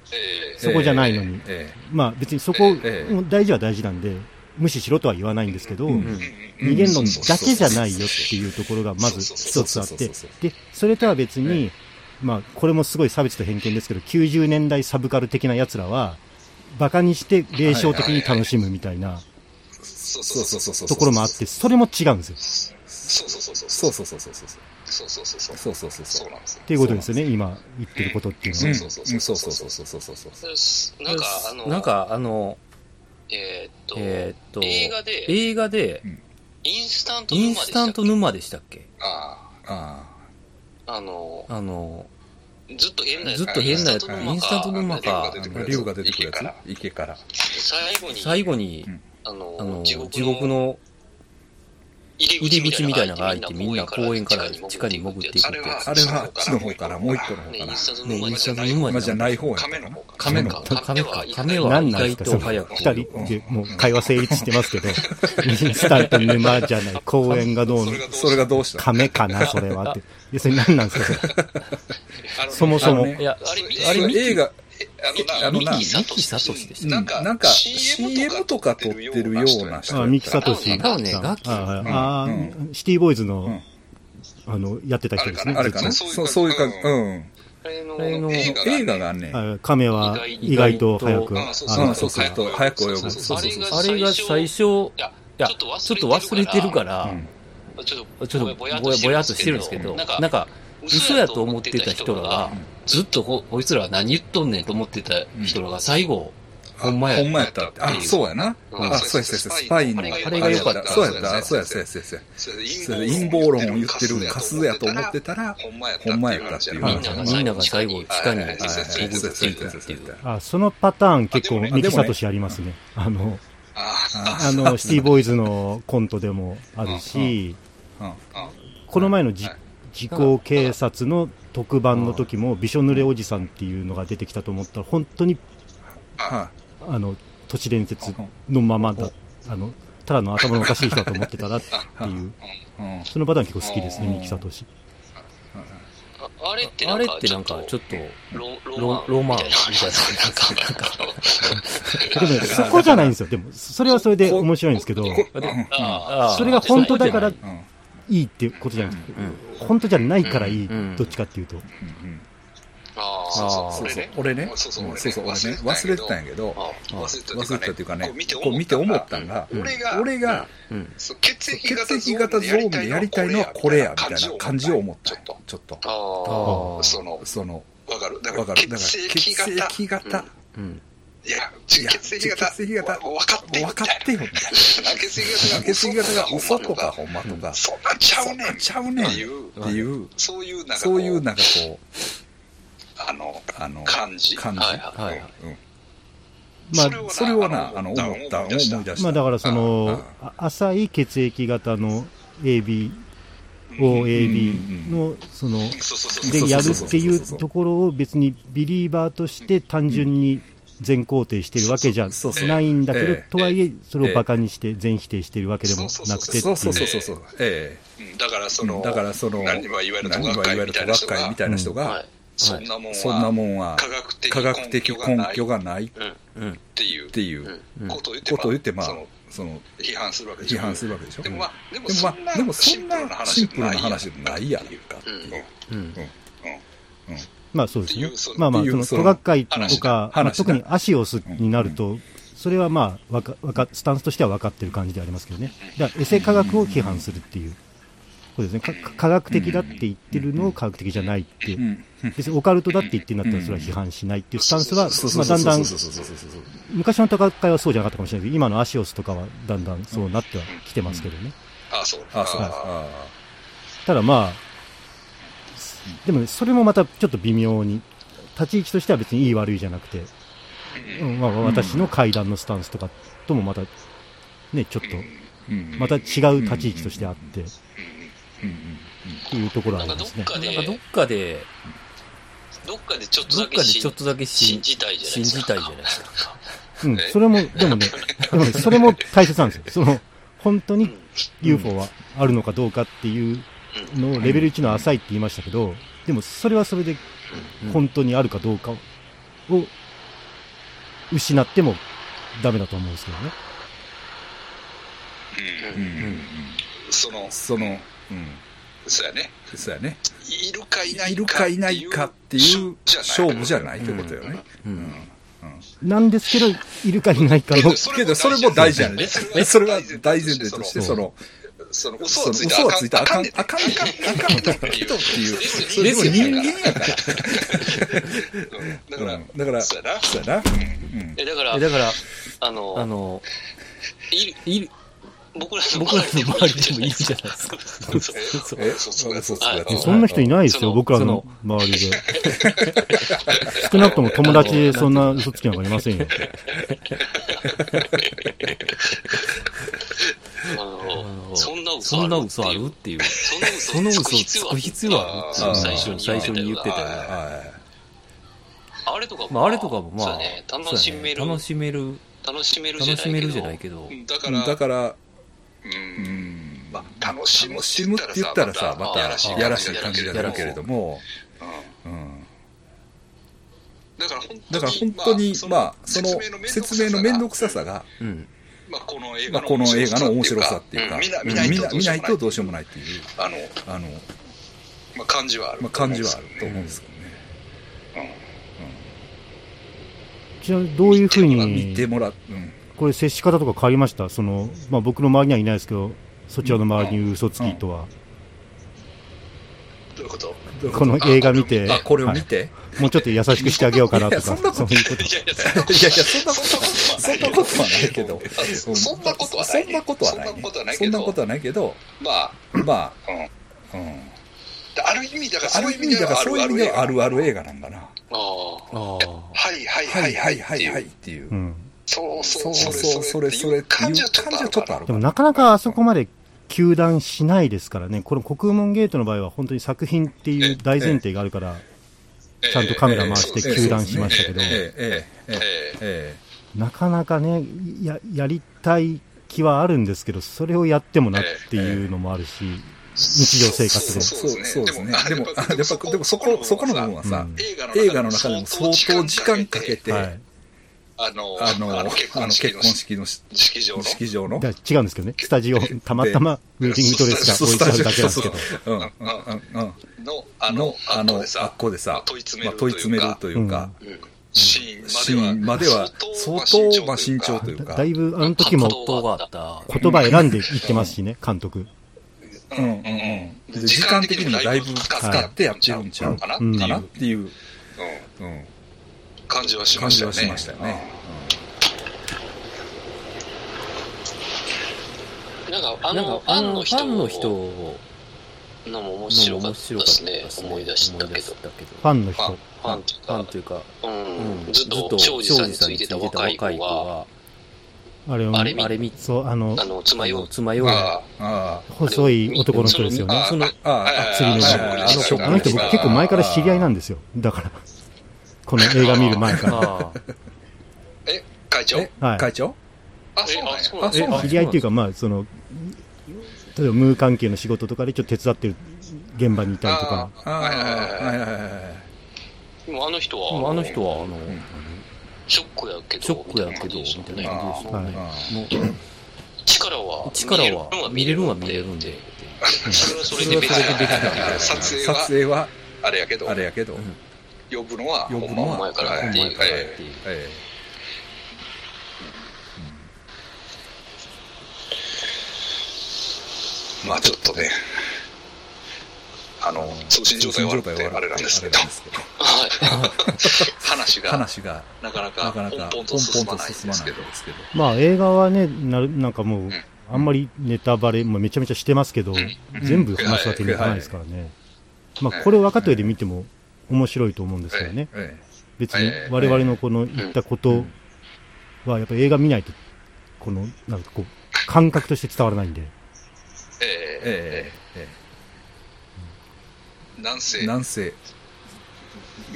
Speaker 1: そこじゃないのに。
Speaker 2: え
Speaker 1: まあ別にそこ
Speaker 2: え、え
Speaker 1: もう大事は大事なんで、無視しろとは言わないんですけど、
Speaker 2: うん
Speaker 1: 二
Speaker 2: え
Speaker 1: 元論だけじゃないよっていうところがまず一つあって、で、それとは別に、まあ、これもすごい差別と偏見ですけど、90年代サブカル的な奴らは、バカにして霊障的に楽しむみたいな
Speaker 2: そうそうそうそうそう。
Speaker 1: ところもあって、それも違うんですよ。
Speaker 2: そうそうそうそうそうそうそうそう
Speaker 6: そうそうそうそう。
Speaker 2: そうそうそうそう
Speaker 6: そうなんですよ
Speaker 1: っていうことですよね、今言ってることっていうの
Speaker 2: う
Speaker 1: は
Speaker 2: ん。そうそうそうそうそうそうそう。
Speaker 6: なんか、あの、
Speaker 4: なんか、あの、
Speaker 6: えーっと、
Speaker 4: えーっと、
Speaker 6: 映画で
Speaker 4: 映画で、
Speaker 6: インスタント
Speaker 4: イ
Speaker 6: 沼
Speaker 4: ン
Speaker 6: でし
Speaker 4: ス
Speaker 6: た
Speaker 4: タン
Speaker 6: っけ
Speaker 4: ト沼でしたっけ
Speaker 6: あ
Speaker 2: あ
Speaker 6: ああの、
Speaker 4: あの、
Speaker 6: ずっと変なや
Speaker 4: ず
Speaker 6: つ。
Speaker 4: っと変なやつ、
Speaker 6: インスタント
Speaker 4: イ
Speaker 6: 沼
Speaker 4: ンスタント沼か、
Speaker 2: あ、竜が出てくるやつ池から。
Speaker 6: 最後に、
Speaker 4: 最後に、
Speaker 6: あの
Speaker 4: あの、
Speaker 6: 地
Speaker 4: 地
Speaker 6: 獄
Speaker 4: 獄
Speaker 6: の
Speaker 4: の
Speaker 6: 入
Speaker 4: 入
Speaker 6: り
Speaker 4: り
Speaker 6: 口
Speaker 4: 口
Speaker 6: み
Speaker 4: み
Speaker 6: た
Speaker 4: た
Speaker 6: い
Speaker 4: い
Speaker 6: な
Speaker 4: な
Speaker 6: の
Speaker 4: のが開
Speaker 6: が開い
Speaker 4: い
Speaker 6: て、
Speaker 4: て
Speaker 6: み
Speaker 4: み
Speaker 6: ん
Speaker 4: ん
Speaker 6: な
Speaker 4: な
Speaker 6: 公
Speaker 4: 公
Speaker 6: 園
Speaker 4: 園
Speaker 6: か
Speaker 4: からら
Speaker 6: 地
Speaker 4: 地下
Speaker 6: 下に
Speaker 4: に
Speaker 6: 潜
Speaker 4: 潜
Speaker 6: っ
Speaker 4: ってていく
Speaker 6: いくっ
Speaker 4: っててやつ。
Speaker 6: やつ
Speaker 2: あれはあっちの方から、もう一個の方
Speaker 6: ね
Speaker 2: か
Speaker 6: インスタント
Speaker 4: ねイン
Speaker 6: 沼
Speaker 4: スタント
Speaker 6: に
Speaker 4: 沼
Speaker 2: ら。ま
Speaker 4: に
Speaker 2: じゃない方やからな。
Speaker 6: 亀か
Speaker 4: か。亀か。亀は
Speaker 1: 何
Speaker 4: 意
Speaker 1: なんで
Speaker 4: 外
Speaker 1: すか、そ
Speaker 4: と
Speaker 1: れ
Speaker 4: 早く。
Speaker 1: 二人でもう会話成立してますけど、インスタント沼じゃない、公園がどうの、
Speaker 2: それがどうした
Speaker 1: 亀かな、それはって。要するに何なんですか、それ。そもそも。
Speaker 4: いや、
Speaker 6: あれ、見て
Speaker 2: あれ映画、あ
Speaker 6: あ
Speaker 2: の
Speaker 6: の
Speaker 2: な
Speaker 4: ミ
Speaker 6: な、
Speaker 4: キサトシでした。
Speaker 2: なんか、なんか CM とか撮ってるような人。
Speaker 1: あ、ミキサトシ。
Speaker 6: 多
Speaker 4: 分ねガキ
Speaker 1: あはい
Speaker 2: うん
Speaker 1: あー、シティボーイズの、あの、やってた人ですね。
Speaker 2: あれかな
Speaker 1: ずっ
Speaker 2: そうそういうか、うん。
Speaker 6: あれの
Speaker 4: あれの、
Speaker 5: 映画
Speaker 2: 映画がね
Speaker 1: と、あ亀は意外と早く、
Speaker 5: 意
Speaker 1: あ
Speaker 5: 外と
Speaker 1: の
Speaker 2: うん、そうそう、早く泳ぐ。そうそうそう。
Speaker 4: あれが最初、い
Speaker 6: いや、
Speaker 4: や、
Speaker 6: ち
Speaker 4: ち
Speaker 6: ょ
Speaker 4: ょ
Speaker 6: っ
Speaker 4: っ
Speaker 6: と
Speaker 4: と
Speaker 6: 忘
Speaker 4: 忘
Speaker 6: れ
Speaker 4: れ
Speaker 6: て
Speaker 4: て
Speaker 6: る
Speaker 4: る
Speaker 6: か
Speaker 4: から、
Speaker 6: ちょっと、
Speaker 4: ちょっとぼ
Speaker 6: ぼ
Speaker 4: や
Speaker 6: や
Speaker 4: ぼや
Speaker 6: っ
Speaker 4: っ
Speaker 6: と
Speaker 4: と
Speaker 6: し
Speaker 4: してて
Speaker 6: る
Speaker 4: るんです
Speaker 6: んで
Speaker 4: す
Speaker 6: け
Speaker 4: け
Speaker 6: ど、
Speaker 4: ど、な
Speaker 6: な
Speaker 4: ん
Speaker 6: か、
Speaker 4: んか、
Speaker 6: 嘘
Speaker 4: 嘘
Speaker 6: や
Speaker 4: や
Speaker 6: と
Speaker 4: と
Speaker 6: 思
Speaker 4: 思
Speaker 6: っ
Speaker 4: ってて
Speaker 6: た
Speaker 4: た
Speaker 6: 人
Speaker 4: 人
Speaker 6: ら
Speaker 4: ら
Speaker 6: が
Speaker 4: が、ずっとこ、こいつらは何言っとんねんと思ってた人らが、最後、ほんまや。
Speaker 2: ほんまやったって。あ、そうやな。あ、そうや、そうや、スパイの。そうやった、そうや、そうや、そうや。陰謀論を言ってるカスやと思ってたら、
Speaker 5: ほんまやっ
Speaker 2: ほんまやったっていう
Speaker 4: みんなが、みんなが最後、地下に
Speaker 5: はいはい
Speaker 4: 潜っていくっていう。
Speaker 1: あそのパターン結構
Speaker 5: あでも
Speaker 1: ミキサトシありますね。あの、
Speaker 5: あ
Speaker 1: あの、シティボーイズのコントでもあるし、この前のじ時効警察の特番の時も、びしょ濡れおじさんっていうのが出てきたと思ったら、本当に、あの、都市伝説のままだ、あの、ただの頭のおかしい人だと思ってたらっていう、そのパターン結構好きですね、
Speaker 2: うん
Speaker 1: ミキサトシ。
Speaker 6: あれってな
Speaker 4: あ
Speaker 6: ん
Speaker 4: れ
Speaker 6: か
Speaker 4: って、なんか、ちょっと、
Speaker 6: ロ
Speaker 4: ロ
Speaker 6: ロ
Speaker 4: ロマ
Speaker 6: マン
Speaker 4: ン
Speaker 6: み
Speaker 4: み
Speaker 6: た
Speaker 4: たい
Speaker 6: いな
Speaker 4: な
Speaker 6: なんかなんか
Speaker 1: でもねそこじゃないんですよ。でも、それはそれで面白いんですけど、
Speaker 4: あー
Speaker 1: それが本当だから
Speaker 4: う
Speaker 1: い
Speaker 4: ん
Speaker 1: いっていうことじゃなくて、本当じゃないからいい、
Speaker 4: うん
Speaker 1: どっちかっていうと。
Speaker 6: ああ
Speaker 4: ああ
Speaker 6: そ
Speaker 2: そうう
Speaker 6: そう
Speaker 2: そう
Speaker 6: ね、
Speaker 2: 俺ね、
Speaker 5: そうそう
Speaker 2: うん
Speaker 5: 俺ね
Speaker 2: そうそう、俺ね、
Speaker 5: 忘
Speaker 2: 忘
Speaker 5: れ
Speaker 2: れ
Speaker 5: て
Speaker 2: て
Speaker 5: た
Speaker 2: た
Speaker 5: ん
Speaker 2: ん
Speaker 5: や
Speaker 2: やけど、忘
Speaker 5: 忘
Speaker 2: れて
Speaker 5: れ
Speaker 2: た
Speaker 5: てた
Speaker 2: っ
Speaker 5: っ
Speaker 2: い
Speaker 5: てていう
Speaker 2: か
Speaker 5: うか
Speaker 2: ね
Speaker 5: ね、
Speaker 2: こ
Speaker 5: こ
Speaker 2: う
Speaker 5: う
Speaker 2: 見
Speaker 5: 見
Speaker 2: て
Speaker 5: て
Speaker 2: 思
Speaker 5: 思
Speaker 2: っ
Speaker 5: ったた
Speaker 2: ん
Speaker 5: ん
Speaker 2: が
Speaker 5: が、、
Speaker 2: 俺
Speaker 5: 俺
Speaker 2: が
Speaker 5: が、
Speaker 2: 俺が
Speaker 4: うん。
Speaker 5: 血液
Speaker 2: 血液型
Speaker 5: 型
Speaker 2: ゾ
Speaker 5: ゾ
Speaker 2: ー
Speaker 5: ー
Speaker 2: ン
Speaker 5: ン
Speaker 2: で
Speaker 5: で
Speaker 2: や
Speaker 5: や
Speaker 2: り
Speaker 5: り
Speaker 2: た
Speaker 5: た
Speaker 2: い
Speaker 5: い
Speaker 2: の
Speaker 5: の
Speaker 2: は
Speaker 5: は
Speaker 2: こ
Speaker 5: こ
Speaker 2: れ
Speaker 5: れ
Speaker 2: や
Speaker 5: や、
Speaker 2: み
Speaker 5: み
Speaker 2: たい
Speaker 5: た
Speaker 2: な
Speaker 5: いな
Speaker 2: 感
Speaker 5: 感
Speaker 2: じ
Speaker 5: じ
Speaker 2: を
Speaker 5: を
Speaker 2: 思
Speaker 5: 思
Speaker 2: っ
Speaker 5: ったた
Speaker 2: ん
Speaker 5: ん
Speaker 2: や
Speaker 5: や。
Speaker 4: ちょっと。
Speaker 6: ああ
Speaker 4: あー
Speaker 5: その、
Speaker 2: その、
Speaker 5: わかる。だから
Speaker 2: わかる。だ
Speaker 5: 血
Speaker 2: から、血
Speaker 5: 液型。
Speaker 2: 液型。
Speaker 4: うん。
Speaker 5: いや、血液型。
Speaker 2: 血液型
Speaker 5: わ分かって
Speaker 2: 分
Speaker 5: よみ
Speaker 2: か
Speaker 5: たい
Speaker 2: ってよ、みたい
Speaker 5: な。血液型
Speaker 2: な。
Speaker 5: が
Speaker 2: 血液型が嘘とか、
Speaker 5: ほん
Speaker 2: ほんまとか
Speaker 5: ま、そんなんちゃうねん。
Speaker 2: ちゃう
Speaker 5: っ
Speaker 2: ねん。って
Speaker 5: い
Speaker 2: て
Speaker 5: う、
Speaker 2: いう、
Speaker 5: そういうなんかこ、
Speaker 2: そういうなんかこ
Speaker 5: あの、
Speaker 2: う、あの、
Speaker 5: 感じ。
Speaker 2: 感じ。
Speaker 6: はいは
Speaker 4: はいはい。
Speaker 2: うん
Speaker 1: まあ、
Speaker 2: それはな、あの、思った、思い出した。
Speaker 1: まあだからその、あ浅い血液型の AB、OAB の、その、
Speaker 5: そうそうそう。
Speaker 1: でやるっていうところを別にビリーバーとして単純に全肯定してるわけじゃ
Speaker 2: そうそう
Speaker 1: ないんだけど
Speaker 2: ええ、
Speaker 1: とはいえ、それをバカにして全否定してるわけでもなくてって
Speaker 2: そうそうそ
Speaker 1: いう
Speaker 2: うそうそう。え
Speaker 5: うんだから
Speaker 2: え
Speaker 5: その、
Speaker 2: だからその、
Speaker 5: 何はいわゆる
Speaker 2: 何
Speaker 5: 学
Speaker 2: はいわゆ
Speaker 5: 会
Speaker 2: る
Speaker 5: み
Speaker 2: 都
Speaker 5: た
Speaker 2: 学
Speaker 5: いな人
Speaker 2: 会
Speaker 5: が
Speaker 2: み、たいな人
Speaker 4: うん
Speaker 2: が、
Speaker 5: そんなもん
Speaker 2: そんな
Speaker 5: は、
Speaker 2: もんは、
Speaker 5: 科学的
Speaker 2: 科学的
Speaker 5: 根拠が
Speaker 2: 根
Speaker 5: ない
Speaker 2: 拠
Speaker 5: っ
Speaker 2: がないっ
Speaker 4: うん。
Speaker 5: ていう
Speaker 2: ていう
Speaker 6: うん
Speaker 4: うん
Speaker 5: ことを言って、
Speaker 2: ことを言って、まあ
Speaker 5: その、
Speaker 2: その、
Speaker 5: 批判するわけでし
Speaker 2: 批
Speaker 5: ょ
Speaker 2: 判するわけでしょ。
Speaker 5: で
Speaker 2: で
Speaker 5: も
Speaker 2: も
Speaker 5: まあ、でも
Speaker 2: まあ、でもそん
Speaker 5: シンプルな
Speaker 2: なシンプルな
Speaker 5: 話
Speaker 2: 話
Speaker 5: じゃな
Speaker 2: ないい
Speaker 5: や
Speaker 2: や
Speaker 5: ん
Speaker 2: ん
Speaker 5: っていうか、
Speaker 2: っていう
Speaker 4: うん。
Speaker 1: まあそうですね
Speaker 5: っていう。
Speaker 1: まあまあ、
Speaker 2: ってい
Speaker 1: そうの、
Speaker 2: そ
Speaker 1: 都
Speaker 2: の
Speaker 1: 学会とか、まあ
Speaker 2: 話
Speaker 1: 特にアシオスになると、それはまあわかわかスタンスとしては分かってる感じでありますけどね、だからエセ科学を批判するっていうことですね、か科学的だって言ってるのを科学的じゃないって、別にオカルトだって言ってるんだったら、それは批判しないっていうスタンスは、まあ、だんだん昔の高会はそうじゃなかったかもしれないけど、今のアシオスとかはだんだんそうなってはきてますけどね。
Speaker 6: あ、そう。
Speaker 2: あ、そう。
Speaker 1: はい
Speaker 2: あ
Speaker 1: ただまあ、でもね、それもまたちょっと微妙に、立ち位置としては別にいい悪いじゃなくて、うんまあ、私の階段のスタンスとかともまた、ね、ちょっと、
Speaker 2: ーうん
Speaker 1: また違う立ち位置としてあって、っていうところはあ
Speaker 6: なん
Speaker 1: り
Speaker 6: か
Speaker 1: ま
Speaker 6: どっ
Speaker 1: すね。
Speaker 4: な
Speaker 6: か
Speaker 4: んかどっ
Speaker 6: で、
Speaker 4: かで、
Speaker 6: どっかでちょっと
Speaker 4: ど
Speaker 6: だ
Speaker 4: っ
Speaker 6: け
Speaker 4: かで
Speaker 6: 信
Speaker 4: ちょっとだけ
Speaker 6: 信
Speaker 4: 信
Speaker 6: じたいじゃない
Speaker 4: 信
Speaker 6: です
Speaker 4: じ
Speaker 6: か。
Speaker 4: たいじゃないですか。
Speaker 1: うん、それも、でもね、でもねそれも大切なんですよ。その、本当に UFO はあるのかどうかっていうのをレベル1の浅いって言いましたけど、でもそれはそれで
Speaker 4: うん
Speaker 1: 本当にあるかどうかを失ってもダメだと思うんですけどね。
Speaker 2: うんうん
Speaker 5: その、
Speaker 2: その、うん。
Speaker 5: そうやね。
Speaker 2: そうやね。
Speaker 5: いるかいないか。
Speaker 2: いるかいないかっていう勝負じゃないってことよね。
Speaker 4: うん。
Speaker 1: なんですけど、いるかいないかの、
Speaker 2: けど、それも大事やね。それは大前提として、その、
Speaker 5: その、嘘
Speaker 2: そ
Speaker 5: を
Speaker 2: の
Speaker 5: つい
Speaker 2: 嘘はついた
Speaker 5: た
Speaker 2: ら
Speaker 5: ら
Speaker 2: あ
Speaker 5: あ
Speaker 2: か
Speaker 5: か
Speaker 2: ん、
Speaker 5: ん
Speaker 2: あかんねん、あかんねんっていう。それ
Speaker 5: です
Speaker 2: も
Speaker 5: よね
Speaker 2: 人間やから。
Speaker 5: だ
Speaker 2: う
Speaker 5: から、
Speaker 2: んだから、そ
Speaker 5: そうや
Speaker 2: うやな。
Speaker 5: な。
Speaker 6: え、だから
Speaker 4: え、だから、
Speaker 6: あ
Speaker 4: あ
Speaker 6: の、
Speaker 4: の、
Speaker 6: いる、
Speaker 4: いる、
Speaker 6: 僕らの
Speaker 4: 僕らの
Speaker 6: 周りでも
Speaker 4: 周りでもいるじゃない
Speaker 6: で
Speaker 4: ですす
Speaker 6: か
Speaker 4: か。
Speaker 6: そう
Speaker 4: そう
Speaker 2: え、そうや、そうや
Speaker 6: あ。
Speaker 1: そんな人いないです
Speaker 6: そ
Speaker 1: よ、
Speaker 6: の
Speaker 1: 僕らの周りで。少なくとも友達でそんな嘘つきなんかいませんよ。
Speaker 6: あの、そんな嘘
Speaker 4: そんな嘘あるっていう。
Speaker 6: そ
Speaker 4: そ
Speaker 6: ん
Speaker 4: の
Speaker 6: な嘘
Speaker 4: 嘘
Speaker 6: を
Speaker 4: を
Speaker 6: つ
Speaker 4: つ
Speaker 6: く
Speaker 4: く
Speaker 6: 必
Speaker 4: 必
Speaker 6: 要
Speaker 4: 要
Speaker 6: は
Speaker 4: は、
Speaker 2: うん
Speaker 4: 最初に、最
Speaker 6: 最初
Speaker 4: 初
Speaker 6: に
Speaker 4: に
Speaker 6: 言
Speaker 4: 言
Speaker 6: っ
Speaker 4: ってて
Speaker 6: た
Speaker 4: た
Speaker 6: よ
Speaker 4: よ
Speaker 6: ね
Speaker 4: ね。
Speaker 2: はい。
Speaker 6: あれとかも
Speaker 4: まあ、あれとかもま
Speaker 6: そう
Speaker 4: あ、
Speaker 6: やね楽しめる
Speaker 4: そうやね楽しめる、
Speaker 6: 楽しめるじゃ
Speaker 4: 楽
Speaker 6: ない
Speaker 4: しめるじゃないけど、
Speaker 5: だか
Speaker 2: うんだ
Speaker 5: ら、
Speaker 2: から、
Speaker 5: う。
Speaker 2: うんん。
Speaker 5: まあ、楽しむ
Speaker 2: 楽しむって言ったらさ、また、やらしい感じが出るけれども、うん。
Speaker 5: だから本当に、
Speaker 2: だから本当に、まあ、そ
Speaker 5: そ
Speaker 2: の
Speaker 5: の、
Speaker 2: 説明の面倒くささが、
Speaker 4: うん。
Speaker 5: まあ、この映
Speaker 2: ま
Speaker 5: 画
Speaker 2: あ、この映画の面白さっていうか、
Speaker 5: 見な
Speaker 2: うん
Speaker 5: 見ない
Speaker 2: 見
Speaker 5: と
Speaker 2: な
Speaker 5: どう
Speaker 2: 見
Speaker 5: し
Speaker 2: な
Speaker 5: よ
Speaker 2: い
Speaker 5: うもない
Speaker 2: とどうしようもないっていう、
Speaker 5: あの、
Speaker 2: あの、
Speaker 5: まあ、感じはある。
Speaker 2: まあ、感じはあると思うんですけどね。
Speaker 1: ちなみにどういうふう
Speaker 2: まあ見て
Speaker 1: に、
Speaker 2: もらうん。
Speaker 1: これ接し方とか変わりましたその、まあ僕の周りにはいないですけど、そちらの周りに嘘つきとは。
Speaker 5: どういうこと
Speaker 1: この映画見て、
Speaker 2: あ、これを
Speaker 1: は
Speaker 2: 見
Speaker 1: い
Speaker 2: て、
Speaker 1: もうちょっと優しくしてあげようかなとか、
Speaker 2: いやそんなこ
Speaker 1: そ
Speaker 2: と
Speaker 1: ういうこと。
Speaker 5: いやいや、
Speaker 2: (laughs) い、やいや、そんなこと、そんなことはないけど、う
Speaker 5: そんなことはない
Speaker 2: そんなことはないね。そ
Speaker 5: そん
Speaker 2: ん
Speaker 5: な
Speaker 2: な
Speaker 5: こ
Speaker 2: こととはないけど、
Speaker 5: まあ、
Speaker 2: まあ、うん。
Speaker 5: ある意味、だから
Speaker 2: あ
Speaker 5: そう
Speaker 2: る
Speaker 5: いう
Speaker 2: 意
Speaker 5: 意味
Speaker 2: 味
Speaker 5: で
Speaker 2: だから、
Speaker 5: はあ
Speaker 2: そう
Speaker 5: る
Speaker 2: いう
Speaker 5: あ
Speaker 2: 意味
Speaker 5: る
Speaker 2: で
Speaker 5: 映
Speaker 2: は
Speaker 5: 画
Speaker 2: あるある映画なんかな。
Speaker 6: ああ
Speaker 4: ああ。
Speaker 5: はいはい
Speaker 2: は
Speaker 5: はいい
Speaker 2: は
Speaker 5: はいい
Speaker 2: は
Speaker 5: はいい
Speaker 2: は
Speaker 5: はいい。
Speaker 2: っていう
Speaker 1: う。ん。
Speaker 5: そう
Speaker 2: そ
Speaker 5: そうう
Speaker 2: そう、そ
Speaker 5: そ
Speaker 2: れ
Speaker 5: れ
Speaker 2: そ
Speaker 5: そ
Speaker 2: れ
Speaker 5: れ
Speaker 2: っ
Speaker 5: ってて
Speaker 2: い
Speaker 5: 感
Speaker 2: う
Speaker 5: じはちょっ
Speaker 2: 感
Speaker 5: と
Speaker 2: じ
Speaker 5: あ
Speaker 2: は
Speaker 1: で
Speaker 2: ちょっとある
Speaker 5: るかな
Speaker 2: か
Speaker 1: も
Speaker 2: ら。
Speaker 1: なかなかあそこまで球団しないですからね、この国門ゲートの場合は本当に作品っていう大前提があるから、ちゃんとカメラ回して球団しましたけど
Speaker 2: え、えええええ
Speaker 1: なかなかね、や、やりたい気はあるんですけど、それをやってもなっていうのもあるし、日常生活で。
Speaker 5: そうですね
Speaker 2: そうですね。で
Speaker 5: で
Speaker 2: も
Speaker 5: も、
Speaker 2: あ
Speaker 5: あ
Speaker 2: で
Speaker 5: で
Speaker 2: も
Speaker 5: も
Speaker 2: そ
Speaker 5: そ
Speaker 2: こ、
Speaker 5: こ
Speaker 2: でもそこ、そ
Speaker 5: そ
Speaker 2: こ
Speaker 5: こ
Speaker 2: の
Speaker 5: の
Speaker 2: 部分
Speaker 5: 部分
Speaker 2: はさ
Speaker 5: は
Speaker 1: さ、
Speaker 5: 映
Speaker 2: 映
Speaker 5: 画
Speaker 2: 画の
Speaker 5: の
Speaker 2: 中
Speaker 5: 中
Speaker 2: で
Speaker 5: でも
Speaker 2: も
Speaker 5: 相
Speaker 2: 相
Speaker 5: 当
Speaker 2: 当
Speaker 5: 時
Speaker 2: 時
Speaker 5: 間
Speaker 2: 間
Speaker 5: か
Speaker 2: か
Speaker 5: け
Speaker 2: け
Speaker 5: て
Speaker 2: て、、
Speaker 5: あ
Speaker 1: は
Speaker 5: の、
Speaker 2: あの、あの
Speaker 5: 結婚
Speaker 2: 結
Speaker 5: 式
Speaker 2: 婚
Speaker 5: の
Speaker 2: 式の
Speaker 5: 式場の。
Speaker 2: 式場
Speaker 1: い。
Speaker 2: の。
Speaker 1: だから違うんですけどね、スタジオ、たまたまウェディングドレスが置いてあるだけなんですけど。
Speaker 2: うん、うん、うん、うん。
Speaker 5: の、あ
Speaker 2: の
Speaker 5: の、、
Speaker 2: あ
Speaker 5: あ
Speaker 2: の
Speaker 5: の、、
Speaker 2: あっ
Speaker 5: あ
Speaker 2: こでさ、
Speaker 5: 問い詰
Speaker 2: ま
Speaker 5: め
Speaker 2: あ
Speaker 5: ると
Speaker 2: 問
Speaker 5: い
Speaker 2: いう
Speaker 5: か
Speaker 2: 詰めるというか、
Speaker 5: シー
Speaker 2: シー
Speaker 5: ン
Speaker 2: ン
Speaker 5: ま
Speaker 2: ま
Speaker 5: で
Speaker 2: で
Speaker 5: は
Speaker 2: は、相当、まあ、
Speaker 5: 慎
Speaker 2: 慎
Speaker 5: 重
Speaker 2: 重
Speaker 5: と
Speaker 2: と
Speaker 5: い
Speaker 2: いうう
Speaker 5: か
Speaker 2: か
Speaker 1: だ。いぶあの時も
Speaker 6: 葛
Speaker 4: こ
Speaker 6: 藤
Speaker 4: とがあった。
Speaker 1: 言葉選んで言ってますしね、監督。
Speaker 2: うん、うん、うん。で時間的にもだいぶ使ってやってるんちゃうかな、
Speaker 1: うん
Speaker 2: かなっていう、うん、
Speaker 5: 感じはし
Speaker 2: 感
Speaker 5: まし
Speaker 2: じ
Speaker 5: た
Speaker 2: は
Speaker 5: よ
Speaker 2: しました
Speaker 5: ね。
Speaker 2: よね。
Speaker 6: なんか、あ
Speaker 4: なん
Speaker 6: の、
Speaker 4: か
Speaker 6: フ、
Speaker 4: あ
Speaker 6: ァン
Speaker 4: の、
Speaker 6: の
Speaker 4: ファンの人
Speaker 6: 人
Speaker 4: を、
Speaker 6: のも面
Speaker 4: の
Speaker 6: 白
Speaker 4: も
Speaker 6: か
Speaker 4: 面
Speaker 6: った
Speaker 4: 白
Speaker 6: で
Speaker 4: か
Speaker 6: す
Speaker 4: っ
Speaker 6: ね
Speaker 4: た。
Speaker 6: 思い出したけど
Speaker 4: 思い出。けど
Speaker 1: ファンの人。
Speaker 6: ファンと
Speaker 4: ファン
Speaker 6: か、
Speaker 4: というか、
Speaker 6: うん、
Speaker 4: ずっ
Speaker 6: ずっ
Speaker 4: と
Speaker 6: と、
Speaker 4: 庄
Speaker 6: 庄
Speaker 4: 司
Speaker 6: 司
Speaker 4: さ
Speaker 6: さ
Speaker 4: んにつ
Speaker 6: んにつ
Speaker 4: い
Speaker 6: い
Speaker 4: て
Speaker 6: て
Speaker 4: た
Speaker 6: た
Speaker 4: 若
Speaker 6: 若
Speaker 4: い
Speaker 6: い
Speaker 4: 子
Speaker 6: 子が、
Speaker 4: が、
Speaker 1: あれを、
Speaker 6: あれ
Speaker 4: あれ見つ、
Speaker 1: そう、あの
Speaker 6: あ、の、
Speaker 4: あ
Speaker 6: 爪
Speaker 4: の
Speaker 6: よ、
Speaker 4: 爪楊
Speaker 5: あ
Speaker 2: あ
Speaker 1: 細い男の人ですよね。
Speaker 4: その、
Speaker 2: あ、ああ、
Speaker 1: 釣りの
Speaker 2: は
Speaker 1: ね
Speaker 2: いはいはい
Speaker 1: あの
Speaker 2: ショッ
Speaker 1: 人
Speaker 2: ク
Speaker 1: あの人僕結構前から知り合いなんですよ。だから、この映画見る前か
Speaker 4: ああ
Speaker 5: 会長
Speaker 2: え、
Speaker 1: はい
Speaker 2: 会長
Speaker 5: あ、そうなん
Speaker 6: え
Speaker 5: や
Speaker 6: あそうなん
Speaker 2: あそうなん
Speaker 1: ら。
Speaker 2: や
Speaker 1: 知り合いっていうか、まあ、その、例えば無関係の仕事とかでちょっと手伝ってる現場にいたりとか、
Speaker 2: ああ、はいはいはいはい。
Speaker 6: でもあの
Speaker 4: で
Speaker 6: 人
Speaker 4: も
Speaker 6: は、
Speaker 4: あの人は、あの、
Speaker 6: ショックやけど、
Speaker 4: ショックやけど、みたいな感じでしたね。も
Speaker 6: 力
Speaker 4: う
Speaker 6: は、
Speaker 4: 力は見れるんは見れるんで。
Speaker 6: それはそれ
Speaker 4: それ
Speaker 6: で
Speaker 4: は
Speaker 6: 別
Speaker 4: それででき
Speaker 6: だ。
Speaker 4: た。
Speaker 5: 撮影
Speaker 2: 撮
Speaker 5: は、
Speaker 2: 影は、
Speaker 5: あれやけど
Speaker 2: あ、れやけど、
Speaker 5: 呼ぶのは、
Speaker 2: 呼ぶ
Speaker 5: ほん
Speaker 2: の
Speaker 5: ま
Speaker 2: は、
Speaker 6: 前から
Speaker 2: はい
Speaker 6: っていう
Speaker 2: 前から
Speaker 6: え
Speaker 2: ええ
Speaker 5: まあちょっとね、あの、通信状態悪くてあれなんですけど、
Speaker 6: はい。話が、
Speaker 2: 話が
Speaker 6: なかな
Speaker 2: な
Speaker 6: か
Speaker 2: かなかポンポン
Speaker 6: ポ
Speaker 2: と
Speaker 6: ンと
Speaker 2: 進
Speaker 6: 進
Speaker 2: ま
Speaker 6: ま
Speaker 2: な
Speaker 6: ないい
Speaker 2: で
Speaker 6: ですす
Speaker 2: け
Speaker 6: け
Speaker 2: ど
Speaker 6: ど。。
Speaker 1: まあ映画はね、なるなんかもう、あんまりネタバレ、まあ、めちゃめちゃしてますけど、全部話すわけにいかないですからね。まあこれを分かった上で見ても面白いと思うんですけどね。
Speaker 2: え
Speaker 1: 別に
Speaker 5: ええ
Speaker 1: 我々のこの言ったことはやっぱ映画見ないと、この、なんかこう、感覚として伝わらないんで。
Speaker 2: え
Speaker 5: え
Speaker 2: えええ
Speaker 5: えなん
Speaker 2: え
Speaker 5: せ
Speaker 2: え、なんせ、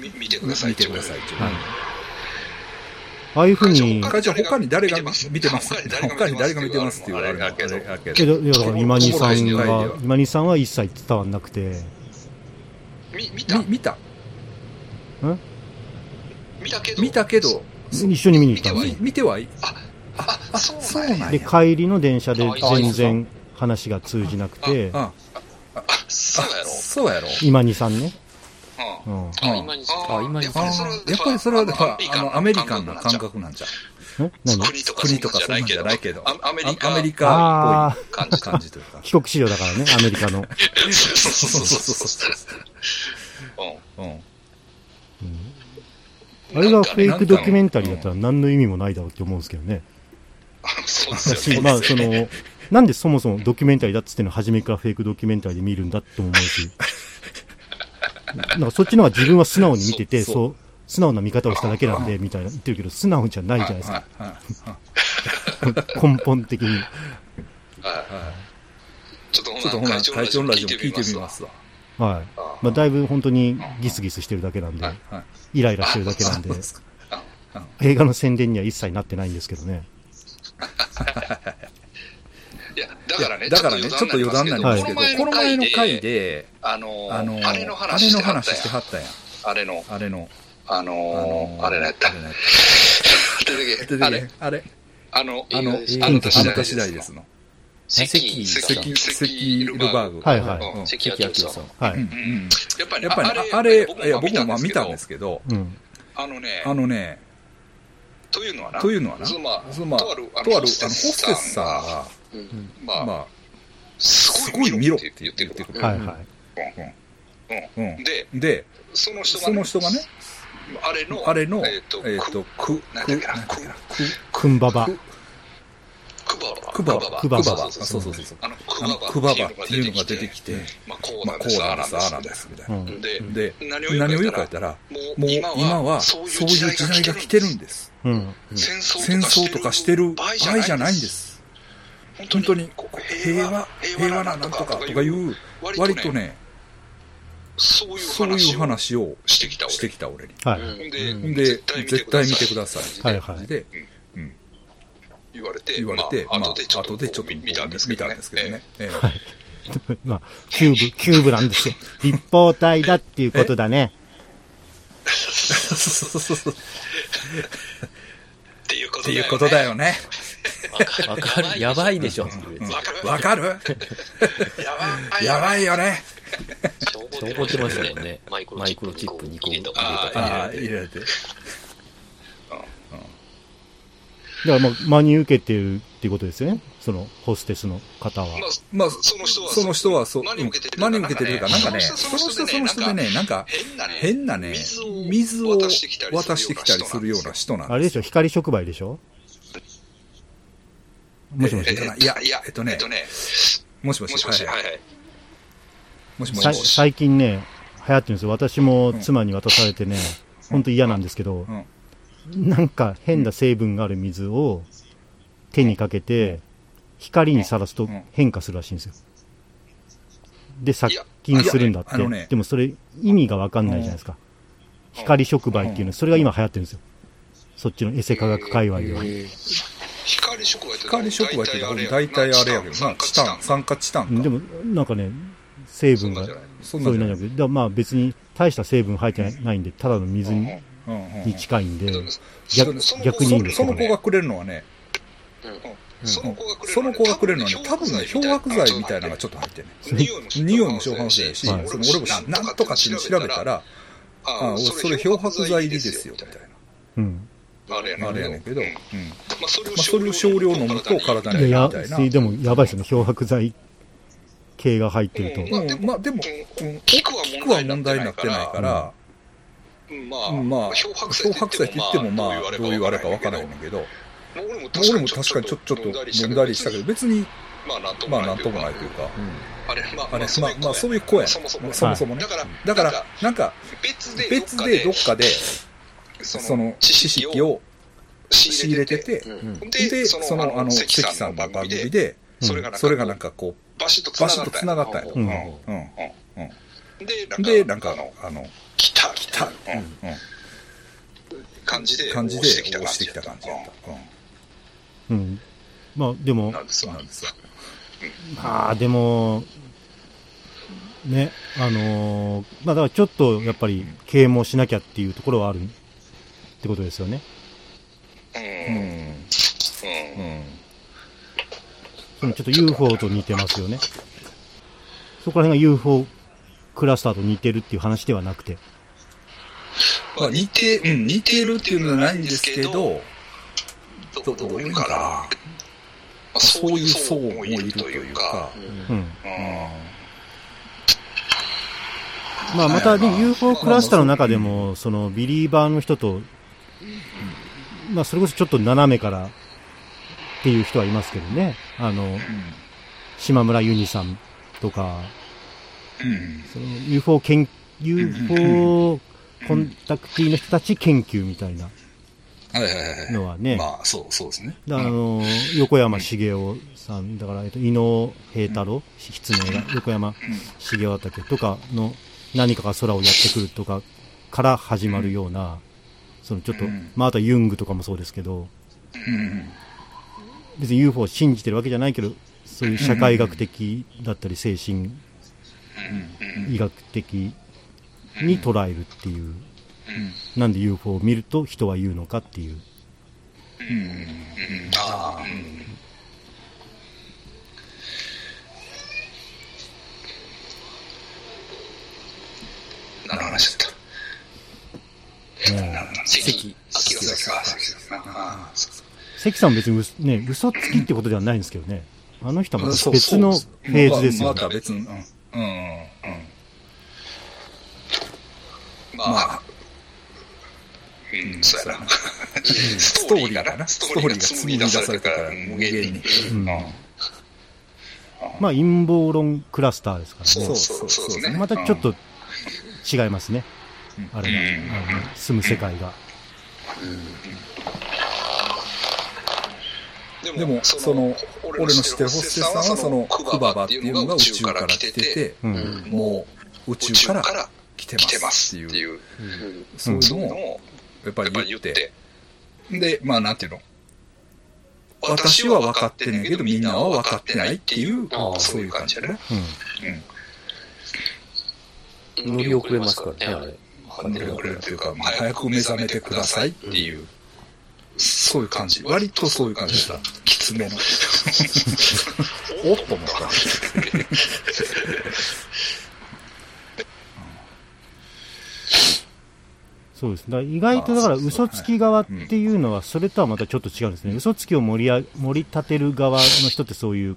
Speaker 5: み見てください。
Speaker 2: 見てください。
Speaker 1: はい。ああいうふうに、
Speaker 2: 他じゃ他に誰が見
Speaker 5: 見
Speaker 2: て
Speaker 5: て
Speaker 2: ま
Speaker 5: ますす
Speaker 2: 他に誰が見てますって言われるのは
Speaker 5: あれだけど
Speaker 2: あれだけ
Speaker 1: け
Speaker 2: ど。
Speaker 1: ど、いやだから今にさん
Speaker 5: 心
Speaker 2: 配
Speaker 1: が、今にさんは一切伝わんなくて、
Speaker 5: み見た
Speaker 2: み見た
Speaker 5: 見たけど、
Speaker 2: 見たけど、
Speaker 1: 一緒に見に行ったんですよ。
Speaker 2: 見てはい、
Speaker 5: あ、あそう
Speaker 2: そう
Speaker 5: なんや
Speaker 2: なん
Speaker 1: で、
Speaker 2: や。
Speaker 1: 帰りの電車で
Speaker 6: あいいです
Speaker 1: 全然話が通じなくて、
Speaker 2: あ、
Speaker 5: あそうやろ。
Speaker 2: そうやろ。
Speaker 1: 今にさんね。
Speaker 5: う
Speaker 1: うん。
Speaker 6: あ、今に、
Speaker 5: あ
Speaker 6: あ、
Speaker 5: ー
Speaker 6: 今に
Speaker 5: やっ、ぱ
Speaker 2: あ
Speaker 5: りそれは
Speaker 2: ーやっぱりそれはだから、
Speaker 5: アメリカ
Speaker 2: あ
Speaker 5: ンな
Speaker 2: の、アメリカンな感覚なんじゃ。
Speaker 1: え何
Speaker 5: 国とか
Speaker 2: 国とかそ
Speaker 5: そん
Speaker 2: ん
Speaker 5: な
Speaker 2: なんん
Speaker 5: じ
Speaker 2: じゃ
Speaker 5: ゃな
Speaker 2: ないい
Speaker 5: け
Speaker 2: け
Speaker 5: ど
Speaker 2: ど、
Speaker 5: あアメリカ
Speaker 2: あアメリカ
Speaker 1: ああ
Speaker 2: っ
Speaker 1: ー、
Speaker 5: 感
Speaker 2: ぽ
Speaker 5: じ
Speaker 2: い感じというか。
Speaker 1: 帰国子女だからね、アメリカの。
Speaker 5: ん。そうそうそうそうそう。うん。
Speaker 2: うん。
Speaker 1: うんあれがフェイクドキュメンタリーだったら何の意味もないだろうって思うんですけどね。
Speaker 5: あのそうで
Speaker 1: だ
Speaker 5: す
Speaker 1: し、
Speaker 5: よ
Speaker 1: ま
Speaker 5: ね。
Speaker 1: あ、その、なんでそもそもドキュメンタリーだっつってんの初めからフェイクドキュメンタリーで見るんだって思うし。なんかそっちの方が自分は素直に見てて、
Speaker 2: そう
Speaker 1: そう、素直な見方をしただけなんで、みたいな言ってるけど、素直じゃないじゃないですか。
Speaker 2: はいはい
Speaker 1: (laughs) 根本的に。
Speaker 5: ちょっと
Speaker 2: ちょっとほ
Speaker 5: ほ
Speaker 2: な、
Speaker 5: な、会長
Speaker 2: 会長の
Speaker 5: の
Speaker 2: ラ
Speaker 5: ラ
Speaker 2: ジ
Speaker 5: ジ
Speaker 2: オ
Speaker 5: オ
Speaker 2: 聞
Speaker 5: 聞
Speaker 2: い
Speaker 5: い
Speaker 2: て
Speaker 5: て
Speaker 2: み
Speaker 5: み
Speaker 2: ま
Speaker 5: ますす
Speaker 2: わ。
Speaker 1: はい。
Speaker 5: わ。
Speaker 1: まあ、だいぶ本当にギスギスしてるだけなんで、
Speaker 2: はい。
Speaker 1: イライラしてるだけなんで
Speaker 2: そう、すか
Speaker 1: 映画の宣伝には一切なってないんですけどね。
Speaker 5: いや、だからね、
Speaker 2: だからね、ちょっと余談なん
Speaker 1: は
Speaker 2: で
Speaker 1: い
Speaker 2: すけど、この前の回、で、
Speaker 5: あの、
Speaker 2: あの、
Speaker 5: あれの話して
Speaker 2: あれの
Speaker 5: はった
Speaker 2: 話して
Speaker 5: や
Speaker 2: はったやん。
Speaker 5: ん。あれの、
Speaker 2: あれの、
Speaker 5: あ
Speaker 2: あ
Speaker 5: の、あれのやった
Speaker 2: あ。れのや
Speaker 5: 出て
Speaker 2: つ
Speaker 5: けあれ、
Speaker 2: あれ、
Speaker 5: あの、
Speaker 2: あの、あ
Speaker 6: 映画
Speaker 2: の
Speaker 6: です
Speaker 2: 年
Speaker 5: あの
Speaker 2: 代
Speaker 5: 年代
Speaker 2: で
Speaker 5: です
Speaker 2: の。
Speaker 6: 関
Speaker 5: 関
Speaker 6: さん、
Speaker 2: 関、関ルバーグ。
Speaker 1: はいはい
Speaker 2: うん
Speaker 6: 関明夫さん。
Speaker 1: はい。
Speaker 2: うんうん
Speaker 5: やっぱり
Speaker 2: や
Speaker 5: ね、
Speaker 2: っぱりね、あ
Speaker 5: あ
Speaker 2: れ、
Speaker 5: れ、
Speaker 2: いや、僕もまあ見たんです
Speaker 5: け
Speaker 2: けど、
Speaker 1: うん。
Speaker 5: ど。あのね、
Speaker 2: あのね、
Speaker 5: というのはな、
Speaker 2: というのはな、
Speaker 5: そまあ
Speaker 2: そのまあ、と
Speaker 5: と
Speaker 2: あ
Speaker 5: あ
Speaker 2: る
Speaker 5: る、
Speaker 2: あ
Speaker 5: あ
Speaker 2: の、
Speaker 5: の
Speaker 2: ホ
Speaker 5: ホ
Speaker 2: ス
Speaker 5: ス
Speaker 2: テ
Speaker 5: テ
Speaker 2: スさ
Speaker 5: スさ
Speaker 2: ん
Speaker 5: ん
Speaker 2: が、
Speaker 5: まあ、
Speaker 2: まあ、
Speaker 5: す
Speaker 2: すごい見ろっ
Speaker 5: って
Speaker 2: て
Speaker 5: 言
Speaker 2: 言
Speaker 5: っ
Speaker 2: ってく
Speaker 5: てく
Speaker 2: る。
Speaker 5: る。
Speaker 1: はいはい。
Speaker 2: うん
Speaker 5: で、
Speaker 2: で、
Speaker 5: その人が
Speaker 2: そ
Speaker 5: ね、
Speaker 2: の人がね、
Speaker 5: あれの、
Speaker 2: あれの、え
Speaker 5: え
Speaker 2: っ
Speaker 5: っ
Speaker 2: と
Speaker 5: と、、く
Speaker 2: く、
Speaker 5: なん
Speaker 2: く、
Speaker 5: だっけな
Speaker 2: なんだっけな
Speaker 1: くんばば。
Speaker 5: クババ。
Speaker 2: くばば、
Speaker 1: く
Speaker 2: く
Speaker 1: ば
Speaker 2: ば
Speaker 1: ば
Speaker 2: ば、あ
Speaker 5: そ
Speaker 2: そう
Speaker 5: う
Speaker 2: そ
Speaker 5: そうう
Speaker 2: そそ
Speaker 5: そううそうう。。あの、
Speaker 2: あの、
Speaker 5: ク
Speaker 2: くば
Speaker 5: ババ
Speaker 2: ば
Speaker 5: っ
Speaker 2: っててい
Speaker 5: いう
Speaker 2: の
Speaker 5: うの
Speaker 2: が
Speaker 5: が
Speaker 2: 出
Speaker 5: 出
Speaker 2: てき
Speaker 5: てき
Speaker 2: て
Speaker 5: て、、まあ、こう
Speaker 2: まあ、
Speaker 5: なん
Speaker 2: こ
Speaker 5: で
Speaker 2: う
Speaker 5: す、あ
Speaker 2: な
Speaker 5: あ
Speaker 2: んで
Speaker 5: なん
Speaker 2: す、
Speaker 5: で
Speaker 2: ああ
Speaker 5: す
Speaker 2: な
Speaker 1: うん
Speaker 2: んです、みたいな。で、何
Speaker 5: みたいな。で、何
Speaker 2: を
Speaker 5: を
Speaker 2: 言
Speaker 5: 言
Speaker 2: う
Speaker 5: う
Speaker 2: か言っ
Speaker 5: か言ったた
Speaker 2: ら
Speaker 5: ら、、
Speaker 2: も
Speaker 5: も
Speaker 2: う
Speaker 5: う
Speaker 2: 今
Speaker 5: 今
Speaker 2: は
Speaker 5: は
Speaker 2: そ
Speaker 5: そうう
Speaker 2: い
Speaker 5: いう
Speaker 2: 時
Speaker 5: う時
Speaker 2: 代
Speaker 5: 代
Speaker 2: が来
Speaker 5: が来
Speaker 2: て
Speaker 5: て
Speaker 2: るん
Speaker 5: るん
Speaker 2: です。
Speaker 1: うん。
Speaker 5: 戦争
Speaker 2: 戦争とかしてる場合じゃないんで。す。本
Speaker 5: 本
Speaker 2: 当
Speaker 5: 当
Speaker 2: に
Speaker 5: に、
Speaker 2: 平
Speaker 5: 平
Speaker 2: 和
Speaker 5: 和、、
Speaker 2: 平
Speaker 5: 平
Speaker 2: 和
Speaker 5: 和
Speaker 2: なな
Speaker 5: ななんん
Speaker 2: と
Speaker 5: と
Speaker 2: か
Speaker 5: か
Speaker 2: と
Speaker 5: と
Speaker 2: か
Speaker 5: か
Speaker 2: い
Speaker 5: いうう、、
Speaker 2: 割
Speaker 5: 割
Speaker 2: と
Speaker 5: とね、
Speaker 2: ね、
Speaker 5: そういう
Speaker 2: そういう
Speaker 5: 話
Speaker 2: 話
Speaker 5: を
Speaker 2: を
Speaker 5: してきた
Speaker 2: してきた俺に。
Speaker 1: はい。
Speaker 6: うん
Speaker 5: 俺。で、
Speaker 2: んで、絶対見てください。
Speaker 1: はいはい
Speaker 2: で、
Speaker 5: 言われて、
Speaker 2: 言われて、
Speaker 5: ま
Speaker 2: ま
Speaker 5: あ、
Speaker 2: あ、
Speaker 5: 後でちょっ
Speaker 2: 後
Speaker 5: と
Speaker 2: でちょっと
Speaker 5: 見たんですけど
Speaker 2: 見た
Speaker 5: ね。
Speaker 2: んですけどね。ええ
Speaker 1: まあ、キューブ、キューブなんですよ。立方体だっていうことだね。
Speaker 2: そうそうそうそう。
Speaker 5: っていうこ
Speaker 2: っていうことだよね。
Speaker 4: わかる。やばいでしょ。
Speaker 2: うん
Speaker 5: わかる
Speaker 2: わかる
Speaker 5: やばい。
Speaker 2: やばいよね。
Speaker 4: 怒ってましたもんね。
Speaker 6: マ
Speaker 4: マ
Speaker 6: イ
Speaker 4: イ
Speaker 6: ク
Speaker 4: ク
Speaker 6: ロチップ
Speaker 4: ロチップ2個入れた。
Speaker 5: あー
Speaker 2: ああ、入れられて。
Speaker 1: だから、まあ、真に受けてるっていうことですよね。その、ホステスの方は。
Speaker 5: まあ、
Speaker 2: まあ、
Speaker 5: その人は、
Speaker 2: その人は、そう、
Speaker 5: 何を受けてる
Speaker 2: 何を受けてるか、なんかね、その人、その人でね、なんか、
Speaker 5: 変なね、
Speaker 2: 変なね、水
Speaker 5: 水
Speaker 2: を
Speaker 5: を
Speaker 2: 渡
Speaker 5: 渡
Speaker 2: し
Speaker 5: してて
Speaker 2: き
Speaker 5: き
Speaker 2: た
Speaker 5: た
Speaker 2: り
Speaker 5: り
Speaker 2: す
Speaker 5: す
Speaker 2: る
Speaker 5: る
Speaker 2: よう
Speaker 5: よう
Speaker 2: な
Speaker 5: な
Speaker 2: 人なん
Speaker 1: あれでしょ、光触媒でしょもしも
Speaker 2: え
Speaker 1: し
Speaker 2: っ。とない
Speaker 5: い
Speaker 2: や
Speaker 5: や、いや、
Speaker 2: えっとね
Speaker 5: えっとね、
Speaker 2: もしも
Speaker 5: も
Speaker 2: し、
Speaker 5: しも
Speaker 2: はい
Speaker 5: し、
Speaker 2: は
Speaker 5: はいいはい。
Speaker 2: もしも
Speaker 1: さい
Speaker 2: し。
Speaker 1: 最近ね、流行ってるんですよ。私も妻に渡されてね、ほんと嫌なんですけど、なんか変な成分がある水を手にかけて、光にさらすと変化するらしいんですよ。で、殺菌するんだっ
Speaker 2: いやいやあの
Speaker 1: て
Speaker 2: ね。
Speaker 1: でもそれ意味がわかんないじゃないですか。光触媒っていうの、それが今流行ってるんですよ。そっちのエセ科学界隈では。
Speaker 5: 光触媒って、
Speaker 2: 光触媒って
Speaker 5: 大体
Speaker 2: 大体あれやけどな、
Speaker 5: 酸化
Speaker 2: チ
Speaker 5: チ
Speaker 2: タ
Speaker 5: タ
Speaker 2: ン、
Speaker 5: ン。
Speaker 2: 酸化チタン
Speaker 1: で
Speaker 2: か。
Speaker 1: も、なんかね、成
Speaker 5: そ
Speaker 1: 分
Speaker 5: んな
Speaker 1: が
Speaker 5: んじゃ、ない
Speaker 2: そ
Speaker 1: そういうのじゃ
Speaker 2: じ
Speaker 1: な
Speaker 2: ゃ
Speaker 1: くて、だからまあ別に大した成分入ってないないんで、ただの水に
Speaker 2: うんうんうん
Speaker 1: に近いんで、
Speaker 5: そ
Speaker 1: 逆
Speaker 5: のその
Speaker 1: 逆に言うんです
Speaker 2: そ
Speaker 1: けど
Speaker 2: の子
Speaker 1: ね。
Speaker 2: がくれるのはね、
Speaker 5: その子がくれる
Speaker 2: その子がくれるのはね、多分ね、漂白剤みたいなのが
Speaker 5: が
Speaker 2: ちょっと入ってるね。匂
Speaker 5: 匂
Speaker 2: い
Speaker 5: い
Speaker 2: も
Speaker 5: も
Speaker 2: 漂
Speaker 5: 漂
Speaker 2: 白剤
Speaker 5: 白剤
Speaker 2: や
Speaker 5: や
Speaker 2: し、
Speaker 5: し、
Speaker 2: そ
Speaker 1: はい
Speaker 2: の俺もしなんとかっていうの調べたら、あ
Speaker 5: あ
Speaker 2: あ、
Speaker 5: あ、
Speaker 2: そ
Speaker 5: そ
Speaker 2: れ
Speaker 5: れ
Speaker 2: 漂
Speaker 5: 漂
Speaker 2: 白
Speaker 5: 白
Speaker 2: 剤
Speaker 5: 剤
Speaker 2: 入りで
Speaker 5: ですす
Speaker 2: よ
Speaker 5: よ、、
Speaker 2: み
Speaker 5: み
Speaker 2: た
Speaker 5: た
Speaker 2: い
Speaker 5: い
Speaker 1: うん。
Speaker 5: な。あれや
Speaker 2: な。
Speaker 5: な
Speaker 2: あれやねんけど、うん。
Speaker 5: まあ、それ
Speaker 2: まあ、それを少量飲むと体
Speaker 1: い
Speaker 2: に
Speaker 1: や、
Speaker 2: みたい
Speaker 1: い
Speaker 2: な。
Speaker 1: や、でもやばいですよね。漂白剤系が入ってると。
Speaker 2: まあ、でも、まあ、でも、
Speaker 5: 聞くは
Speaker 2: 聞くは問題になってないから、
Speaker 5: ま
Speaker 2: う
Speaker 5: あ、
Speaker 2: んまあ、漂
Speaker 5: 漂
Speaker 2: 白
Speaker 5: 白
Speaker 2: 剤
Speaker 5: 剤
Speaker 2: って言っても、まあ、どういうあれかわからへん
Speaker 5: い
Speaker 2: ねんけど、
Speaker 5: 俺も
Speaker 2: 俺も確かにちょちょっと飲んだりしたけど、、別に、
Speaker 5: まあ、なんと
Speaker 2: ま
Speaker 5: も
Speaker 2: あ、
Speaker 5: な
Speaker 2: ないんともないというか、
Speaker 5: あれ、ま
Speaker 2: あ
Speaker 5: あ、
Speaker 2: れ、
Speaker 5: そ
Speaker 2: ま
Speaker 5: うい
Speaker 2: あ
Speaker 5: う、
Speaker 2: まあ、そういう子やねん
Speaker 5: そもそも
Speaker 2: そもそもね
Speaker 5: だ。から、
Speaker 2: だから、なんか、
Speaker 5: 別で、
Speaker 2: 別でどっかで、そ
Speaker 5: そ
Speaker 2: の
Speaker 5: の、、
Speaker 2: 知
Speaker 5: 知
Speaker 2: 識
Speaker 5: 識を
Speaker 2: を仕
Speaker 5: 仕
Speaker 2: 入
Speaker 5: 入
Speaker 2: れ
Speaker 5: れ
Speaker 2: て
Speaker 5: てて、
Speaker 2: て、で、
Speaker 5: で、
Speaker 2: そ
Speaker 5: そ
Speaker 2: の、
Speaker 5: の、
Speaker 2: あ
Speaker 5: あ
Speaker 2: の、
Speaker 5: の、
Speaker 2: 関
Speaker 5: 関
Speaker 2: さ
Speaker 5: さ
Speaker 2: ん
Speaker 5: ん
Speaker 2: の番
Speaker 5: の番
Speaker 2: 組
Speaker 5: 組で、
Speaker 2: で、
Speaker 5: それがなんか、
Speaker 2: それがなんかこう、
Speaker 5: バシッと繋
Speaker 2: バシッ
Speaker 5: が
Speaker 2: と
Speaker 5: った
Speaker 2: 繋がったん
Speaker 1: う
Speaker 2: や。うんん。
Speaker 1: うん
Speaker 2: う
Speaker 5: で、
Speaker 2: ん。で、なんか
Speaker 5: あの、、
Speaker 2: あの、
Speaker 5: 来た、来た、
Speaker 2: うん。
Speaker 5: 感じで、
Speaker 2: 感じで、
Speaker 5: 押
Speaker 2: 押
Speaker 5: してきた感
Speaker 2: して
Speaker 5: じ
Speaker 2: きた感じやった。うん。
Speaker 1: うん。まあ、でも、
Speaker 5: なんですよ。
Speaker 2: なんですよ。
Speaker 1: まあでも、ね、あのーまあだからちょっとやっぱり啓蒙しなきゃっていうところはあるってことですよね。
Speaker 5: う。
Speaker 2: うんん。
Speaker 5: うん。
Speaker 2: うん。
Speaker 1: そのちょっと UFO と似てますよね。そこら辺が UFO クラスターと似てるっていう話ではなくて。
Speaker 2: まあ、似て、うん、似てるっていうのはないんですけど、ど
Speaker 5: ど
Speaker 2: ど
Speaker 5: ど
Speaker 2: う
Speaker 5: う
Speaker 2: い
Speaker 5: いううん
Speaker 2: か
Speaker 5: か
Speaker 2: な
Speaker 5: な。まあ
Speaker 2: そ
Speaker 5: そうう
Speaker 2: い
Speaker 5: いうう
Speaker 2: 層
Speaker 5: 層
Speaker 2: も
Speaker 5: も
Speaker 2: い
Speaker 5: い
Speaker 2: る
Speaker 5: る
Speaker 2: と
Speaker 5: と
Speaker 2: い
Speaker 5: いうう
Speaker 2: か
Speaker 5: か、、
Speaker 1: うん。
Speaker 5: うん
Speaker 1: まあまたでも
Speaker 2: まあ
Speaker 1: UFO クラスターの中でも、そのビリーバーの人と、まあそれこそちょっと斜めからっていう人はいますけどね。あの、島村ユニさんとか、
Speaker 2: うん。うん。
Speaker 1: その UFO 研 UFO コンタクティの人たち研究みたいな
Speaker 2: はいはいはいは。
Speaker 1: のはいね、
Speaker 2: まあ、そう、そうですね。
Speaker 1: だからあの横山茂雄さん、だから、えっと、伊能平太郎、狐が横山茂雄だったっけとかの何かが空をやってくるとかから始まるような、そのちょっと
Speaker 2: うん、
Speaker 1: まあ、あとはユングとかもそうですけど、
Speaker 2: うん。
Speaker 1: 別に UFO を信じてるわけじゃないけど、そういう社会学的だったり、精神医学的に捉えるっていう。なんで UFO を見ると人は言うのかっていう。
Speaker 5: ああ、
Speaker 2: 何の話だっ
Speaker 1: ねえ
Speaker 5: 関、秋
Speaker 2: た
Speaker 5: がさ、
Speaker 2: ああ、
Speaker 1: 関さん別に嘘,、ね、嘘つきってことではないんですけどね。あの人はまた別のフェーズですよ
Speaker 2: ま
Speaker 1: ね
Speaker 2: た。別の、うん。うん。うん。ま
Speaker 5: まあ
Speaker 2: あ、、
Speaker 5: うん、そうやな。
Speaker 2: ス
Speaker 5: ス
Speaker 2: ト
Speaker 5: ト
Speaker 2: ー
Speaker 5: ー
Speaker 2: リー
Speaker 5: リー
Speaker 2: が
Speaker 5: が
Speaker 2: な、
Speaker 5: な、
Speaker 2: ス
Speaker 5: ス
Speaker 2: ト
Speaker 5: ト
Speaker 2: ー
Speaker 5: ー
Speaker 2: リ
Speaker 5: リ
Speaker 2: ーが
Speaker 5: ーが
Speaker 2: 紡
Speaker 5: 紡
Speaker 2: ぎ
Speaker 5: ぎ
Speaker 2: 出
Speaker 5: 出
Speaker 2: さ
Speaker 5: さ
Speaker 2: れ
Speaker 5: れ
Speaker 2: たか
Speaker 5: たからら
Speaker 2: 無
Speaker 5: 無
Speaker 2: 限
Speaker 5: 限
Speaker 2: に
Speaker 5: に。
Speaker 1: うん
Speaker 5: あ
Speaker 1: まあ陰謀論クラスターですから
Speaker 5: そう
Speaker 1: ね。
Speaker 5: そうそうですね。
Speaker 1: またちょっと違いますね
Speaker 2: うん。
Speaker 1: あれが、あの住む世界が。
Speaker 2: でも、その、俺の知ってるホステスさんは、その、クババっていうのが宇宙から来てて、
Speaker 1: うん
Speaker 5: うん
Speaker 2: もう、宇
Speaker 5: 宇
Speaker 2: 宙
Speaker 5: 宙
Speaker 2: か
Speaker 5: からら
Speaker 2: 来て
Speaker 5: 来て
Speaker 2: ま
Speaker 5: ますす
Speaker 2: っ
Speaker 5: ってて
Speaker 2: いう、
Speaker 5: いう、
Speaker 2: そういう
Speaker 5: そうい
Speaker 2: の
Speaker 5: うの
Speaker 2: を、
Speaker 5: を
Speaker 2: やっぱ
Speaker 5: や
Speaker 2: り
Speaker 5: っぱ
Speaker 2: 言
Speaker 5: り言
Speaker 2: っ
Speaker 5: ってて、、
Speaker 2: で、まあ、なんていうの、私
Speaker 5: 私
Speaker 2: は
Speaker 5: は
Speaker 2: 分
Speaker 5: 分
Speaker 2: か
Speaker 5: か
Speaker 2: っ
Speaker 5: ってて
Speaker 2: ん
Speaker 5: ん
Speaker 2: ねんけ
Speaker 5: ねんけ
Speaker 2: ど、
Speaker 5: ど、
Speaker 2: み
Speaker 5: み
Speaker 2: ん
Speaker 5: ん
Speaker 2: な
Speaker 5: な
Speaker 2: は
Speaker 5: は
Speaker 2: 分
Speaker 5: 分
Speaker 2: か
Speaker 5: か
Speaker 2: っ
Speaker 5: ってて
Speaker 2: な
Speaker 5: ないい
Speaker 2: っ
Speaker 5: ってて
Speaker 2: い
Speaker 5: いうう、
Speaker 2: そ
Speaker 5: そう
Speaker 2: い
Speaker 5: ういうう
Speaker 2: 感
Speaker 5: 感
Speaker 2: じ
Speaker 5: じ
Speaker 2: や
Speaker 5: や
Speaker 2: ね
Speaker 5: ね。
Speaker 4: 乗り遅れますからね、あれ。
Speaker 2: 乗り遅れるというか、まあ早く目覚めてくださいっていう、そういう感じ。割とそういう感じだった。きつめの。おっと思った。
Speaker 1: そうです。だから意外とだから
Speaker 2: あそうそう
Speaker 1: 嘘つき側っていうのはそれとはまたちょっと違うんですね。嘘つきを盛りあ盛り立てる側の人ってそういう、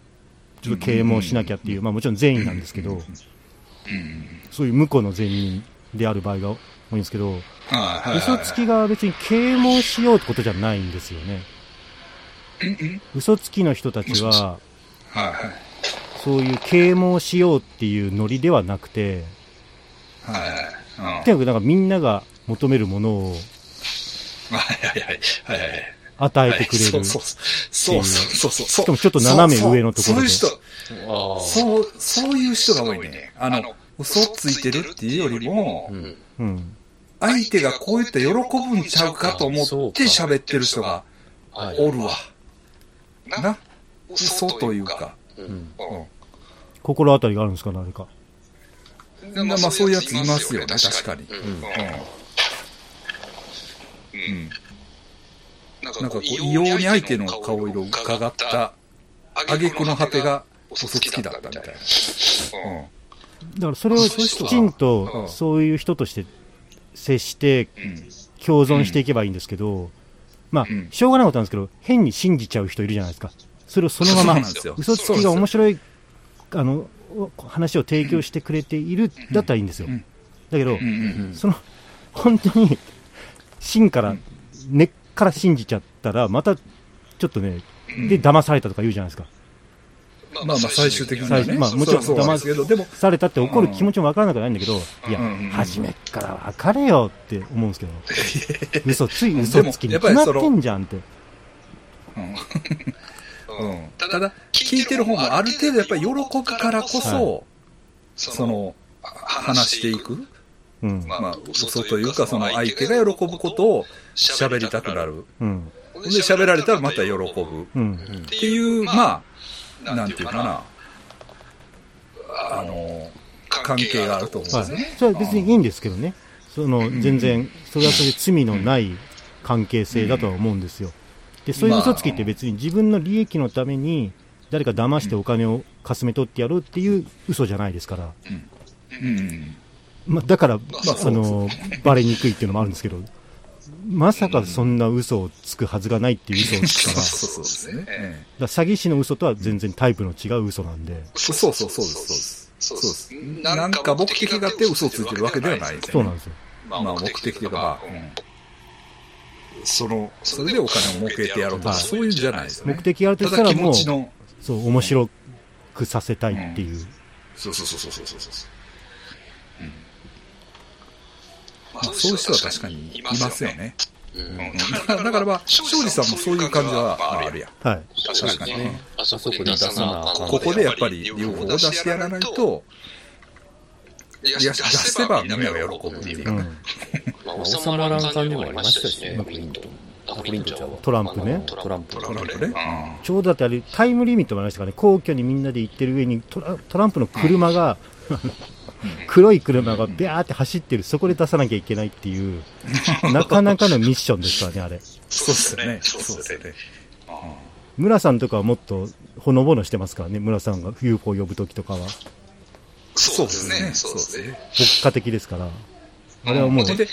Speaker 1: ちょっと啓蒙しなきゃっていう、まあもちろん善意なんですけど、そういう無個の善人である場合が多いんですけど、
Speaker 2: はいはいはい
Speaker 1: 嘘つきが別に啓蒙しようってことじゃないんですよね。嘘つきの人たちは、
Speaker 2: はいはい
Speaker 1: そういう啓蒙しようっていうノリではなくて、
Speaker 2: はいはい。
Speaker 1: とにかくなんかみんなが求めるものを
Speaker 2: うんはいはいはいはいはい。
Speaker 1: 与えてくれ
Speaker 2: そ
Speaker 1: る。
Speaker 2: うそう
Speaker 1: し
Speaker 2: そう。そうそうそうそう。
Speaker 1: かもちょっと斜め上のところで。
Speaker 2: そう
Speaker 4: ああ。
Speaker 2: そういう人、そう、そういう人が多いね。あの、嘘ついてるっていうよりも、
Speaker 4: うん。
Speaker 1: うん。
Speaker 2: 相手がこう言ったら喜ぶんちゃうかと思って喋ってる人が
Speaker 4: はい。
Speaker 2: おるわ。
Speaker 5: な、
Speaker 2: な、嘘というか。
Speaker 4: うん。
Speaker 1: 心当たりがあるんですか、誰か。
Speaker 2: まあ、まあそういうやついますよね、確かに。
Speaker 4: う
Speaker 5: うん
Speaker 4: ん。
Speaker 2: うん。な
Speaker 5: なん
Speaker 2: ん
Speaker 5: か
Speaker 2: か
Speaker 5: こ
Speaker 2: こ
Speaker 5: う、
Speaker 2: う、
Speaker 5: 異
Speaker 2: 異
Speaker 5: 様
Speaker 2: 様
Speaker 5: に
Speaker 2: に
Speaker 5: 相
Speaker 2: 相
Speaker 5: 手
Speaker 2: 手
Speaker 5: の
Speaker 2: の
Speaker 5: 顔
Speaker 2: 顔
Speaker 5: 色
Speaker 2: 色
Speaker 5: を
Speaker 2: を
Speaker 5: 伺
Speaker 2: 伺
Speaker 5: っ
Speaker 2: ったた、
Speaker 5: 挙
Speaker 2: 挙
Speaker 5: 句
Speaker 2: 句
Speaker 5: の
Speaker 2: の
Speaker 5: 果
Speaker 2: 果
Speaker 5: て
Speaker 2: て
Speaker 5: が
Speaker 2: が
Speaker 5: 嘘
Speaker 2: 嘘
Speaker 5: つ
Speaker 2: つ
Speaker 5: き
Speaker 2: き
Speaker 5: だ
Speaker 2: だ
Speaker 5: っ
Speaker 2: ったた
Speaker 5: み
Speaker 2: みた
Speaker 5: たい
Speaker 2: い
Speaker 5: な
Speaker 2: な。。
Speaker 1: だからそれを
Speaker 5: そういう人
Speaker 1: き
Speaker 5: は
Speaker 1: ちん
Speaker 2: う
Speaker 1: と
Speaker 2: ん
Speaker 1: そういう人として接して共存していけばいいんですけど、まあ
Speaker 2: うん、
Speaker 1: しょうがないことなんですけど、変に信じちゃう人いるじゃないですか。それをそのま
Speaker 2: そう
Speaker 1: ま
Speaker 2: なんですよ、
Speaker 1: 嘘つきが面白い、あの、を話を提供してくれているだったらいいんですよ。
Speaker 2: うん
Speaker 1: だけど、
Speaker 2: うんうん
Speaker 4: うん
Speaker 1: その、本当に、芯から、根っから信じちゃったら、また、ちょっとね、
Speaker 2: うん
Speaker 1: で、騙されたとか言うじゃないですか。
Speaker 5: ま
Speaker 2: まあまあ最終的にはね。
Speaker 1: 最まあもちろん
Speaker 2: そうなんですけど、でも、
Speaker 1: されたって怒る気持ちもわからなくないんだけど、いや
Speaker 2: うんうんうん、
Speaker 1: 初めっからわかれよって思うんですけど、
Speaker 2: (laughs)
Speaker 1: 嘘、つい嘘つきに
Speaker 2: でも
Speaker 1: 決
Speaker 2: や
Speaker 1: ま
Speaker 2: っ
Speaker 1: っ
Speaker 2: ぱりその
Speaker 1: てんじゃんって。
Speaker 2: うん、ただ、聞いてる方もある程度やっぱり喜ぶからこそ、その、話していく。
Speaker 1: うん。
Speaker 5: ま
Speaker 2: まあ
Speaker 5: あ、
Speaker 2: 嘘
Speaker 5: 嘘
Speaker 2: と
Speaker 5: と
Speaker 2: い
Speaker 5: いうう
Speaker 2: か、
Speaker 5: か
Speaker 2: そ
Speaker 5: そ
Speaker 2: の
Speaker 5: の
Speaker 2: 相
Speaker 5: 相
Speaker 2: 手
Speaker 5: 手
Speaker 2: が
Speaker 5: が
Speaker 2: 喜
Speaker 5: 喜
Speaker 2: ぶ
Speaker 5: ぶ
Speaker 2: こ
Speaker 5: ことと
Speaker 2: を
Speaker 5: を
Speaker 2: 喋
Speaker 5: 喋
Speaker 2: り
Speaker 5: り
Speaker 2: た
Speaker 5: た
Speaker 2: く
Speaker 5: く
Speaker 2: な
Speaker 5: な
Speaker 2: る
Speaker 5: る。
Speaker 1: うん。
Speaker 5: で、
Speaker 2: で、喋
Speaker 5: 喋
Speaker 2: ら
Speaker 5: ら
Speaker 2: れ
Speaker 5: れ
Speaker 2: た
Speaker 5: た
Speaker 2: らま
Speaker 5: らま
Speaker 2: た
Speaker 5: た
Speaker 2: 喜
Speaker 5: 喜
Speaker 2: ぶ。
Speaker 5: ぶ。
Speaker 1: うん。
Speaker 5: っ
Speaker 2: っててい、
Speaker 5: いうう、ま
Speaker 2: まあ、
Speaker 5: あ、
Speaker 2: な
Speaker 5: なんん
Speaker 2: て
Speaker 5: て
Speaker 2: い
Speaker 5: いうう
Speaker 2: か
Speaker 5: かな、
Speaker 2: な、あの、関
Speaker 5: 関
Speaker 2: 係
Speaker 5: 係
Speaker 2: が
Speaker 5: が
Speaker 2: あ
Speaker 5: あ
Speaker 2: る
Speaker 5: る
Speaker 2: と
Speaker 5: と
Speaker 2: 思
Speaker 5: 思
Speaker 2: う
Speaker 5: うんん
Speaker 2: でね
Speaker 5: ですすね。
Speaker 1: それは別にいいんですけどね。その、全然、それはそれで罪のない関係性だとは思うんですよ。で、そういう嘘つきって別に自分の利益のために、誰か騙してお金をかすめ取ってやろうっていう嘘じゃないですから。
Speaker 2: うん。
Speaker 1: まあ、だから、
Speaker 5: まあ
Speaker 1: その、バレにくいっていうのもあるんですけど、まさかそんな嘘をつくはずがないっていう嘘を
Speaker 2: (laughs)
Speaker 1: つく
Speaker 2: そ
Speaker 1: から、だ
Speaker 2: う
Speaker 1: か
Speaker 2: そうそうですね。ええ
Speaker 1: ら詐欺師の嘘とは全然タイプの違う嘘なんで、
Speaker 2: そうそうそうそうです。
Speaker 5: そう
Speaker 2: そう
Speaker 5: で
Speaker 2: です
Speaker 5: す。
Speaker 2: な
Speaker 5: なんん
Speaker 2: か
Speaker 5: か
Speaker 2: 目
Speaker 5: 目
Speaker 2: 的
Speaker 5: 的
Speaker 2: があ
Speaker 5: が
Speaker 2: っ
Speaker 5: あってて
Speaker 2: 嘘
Speaker 5: 嘘
Speaker 2: をつ
Speaker 5: つ
Speaker 2: い
Speaker 5: い
Speaker 2: て
Speaker 5: て
Speaker 2: る
Speaker 5: る
Speaker 2: わ
Speaker 5: わ
Speaker 2: け
Speaker 5: け
Speaker 2: で
Speaker 5: で
Speaker 2: は
Speaker 5: は
Speaker 2: なで
Speaker 5: ないいですす
Speaker 1: そう
Speaker 5: ね。
Speaker 1: なんですよ。
Speaker 5: まあ、
Speaker 2: まあ
Speaker 5: 目
Speaker 2: 目的
Speaker 5: 的
Speaker 2: と
Speaker 5: と
Speaker 2: いう
Speaker 5: か
Speaker 2: か、
Speaker 5: ま
Speaker 2: ま
Speaker 5: あ
Speaker 2: あ、
Speaker 5: うん
Speaker 2: うんその、それでお金を儲けてやろうとか、
Speaker 1: はい
Speaker 2: そういうんじゃないですよ
Speaker 1: 目
Speaker 2: ね。
Speaker 1: 的があるとした
Speaker 2: ただ
Speaker 1: ら
Speaker 2: 気
Speaker 1: も
Speaker 2: 持
Speaker 1: う、
Speaker 2: ちの、
Speaker 1: そう、面白くさせたいっていう。
Speaker 2: そうそうそうそうそうそう。ま
Speaker 5: まあ、
Speaker 2: あ、
Speaker 5: そ
Speaker 2: そうう
Speaker 5: い
Speaker 2: いうう
Speaker 5: 人
Speaker 2: 人
Speaker 5: は
Speaker 2: は
Speaker 5: 確
Speaker 2: 確
Speaker 5: か
Speaker 2: か
Speaker 5: に
Speaker 2: に
Speaker 5: い
Speaker 2: い
Speaker 5: ま
Speaker 2: ますす
Speaker 5: よ
Speaker 2: よ
Speaker 5: ね。
Speaker 2: ね。
Speaker 5: う
Speaker 2: う
Speaker 5: ん
Speaker 2: んだから、だからまあ、庄司さんもそういう感じはまああるやん。
Speaker 1: はい。
Speaker 5: 確
Speaker 2: 確かにね。
Speaker 4: あそこで出さなあかん。
Speaker 2: ここでやっぱり UFO を出してやらないと、
Speaker 5: いや、
Speaker 2: い
Speaker 5: 出
Speaker 2: や出せ
Speaker 5: せ
Speaker 2: ば
Speaker 5: ば
Speaker 2: み
Speaker 5: み
Speaker 2: ん
Speaker 5: ん
Speaker 2: な
Speaker 5: な
Speaker 2: が
Speaker 5: が
Speaker 2: 喜
Speaker 5: 喜
Speaker 2: ぶ
Speaker 5: ぶ
Speaker 2: っ
Speaker 5: ってて
Speaker 2: い
Speaker 5: いうう
Speaker 2: か
Speaker 5: か
Speaker 2: ね
Speaker 5: ね。
Speaker 4: まあ収まらん感じもありましたしね、マクリントン。あマクリントンちゃうわ
Speaker 1: トランプね
Speaker 4: あのトランプ。
Speaker 5: ト
Speaker 2: トランプ
Speaker 5: う
Speaker 2: ね
Speaker 5: ん。
Speaker 1: ちょうどだってあれ、タイムリミットもありましたからね、皇居にみんなで行ってる上にトラ、トランプの車が、 (laughs) 黒い車がビャーって走ってる、そこで出さなきゃいけないっていう、なかなかのミッションですからね、あれ。
Speaker 5: そうです
Speaker 2: そうですね
Speaker 5: ね。。
Speaker 2: そ
Speaker 5: そう
Speaker 2: で
Speaker 5: うですす
Speaker 2: ね
Speaker 5: ね。。
Speaker 1: 村さんとかはもっとほのぼのしてますからね、村さんが UFO を呼ぶときとかは、
Speaker 5: そうですね。そうですね。
Speaker 1: 牧歌的ですから、あれはもう、
Speaker 2: で、
Speaker 5: で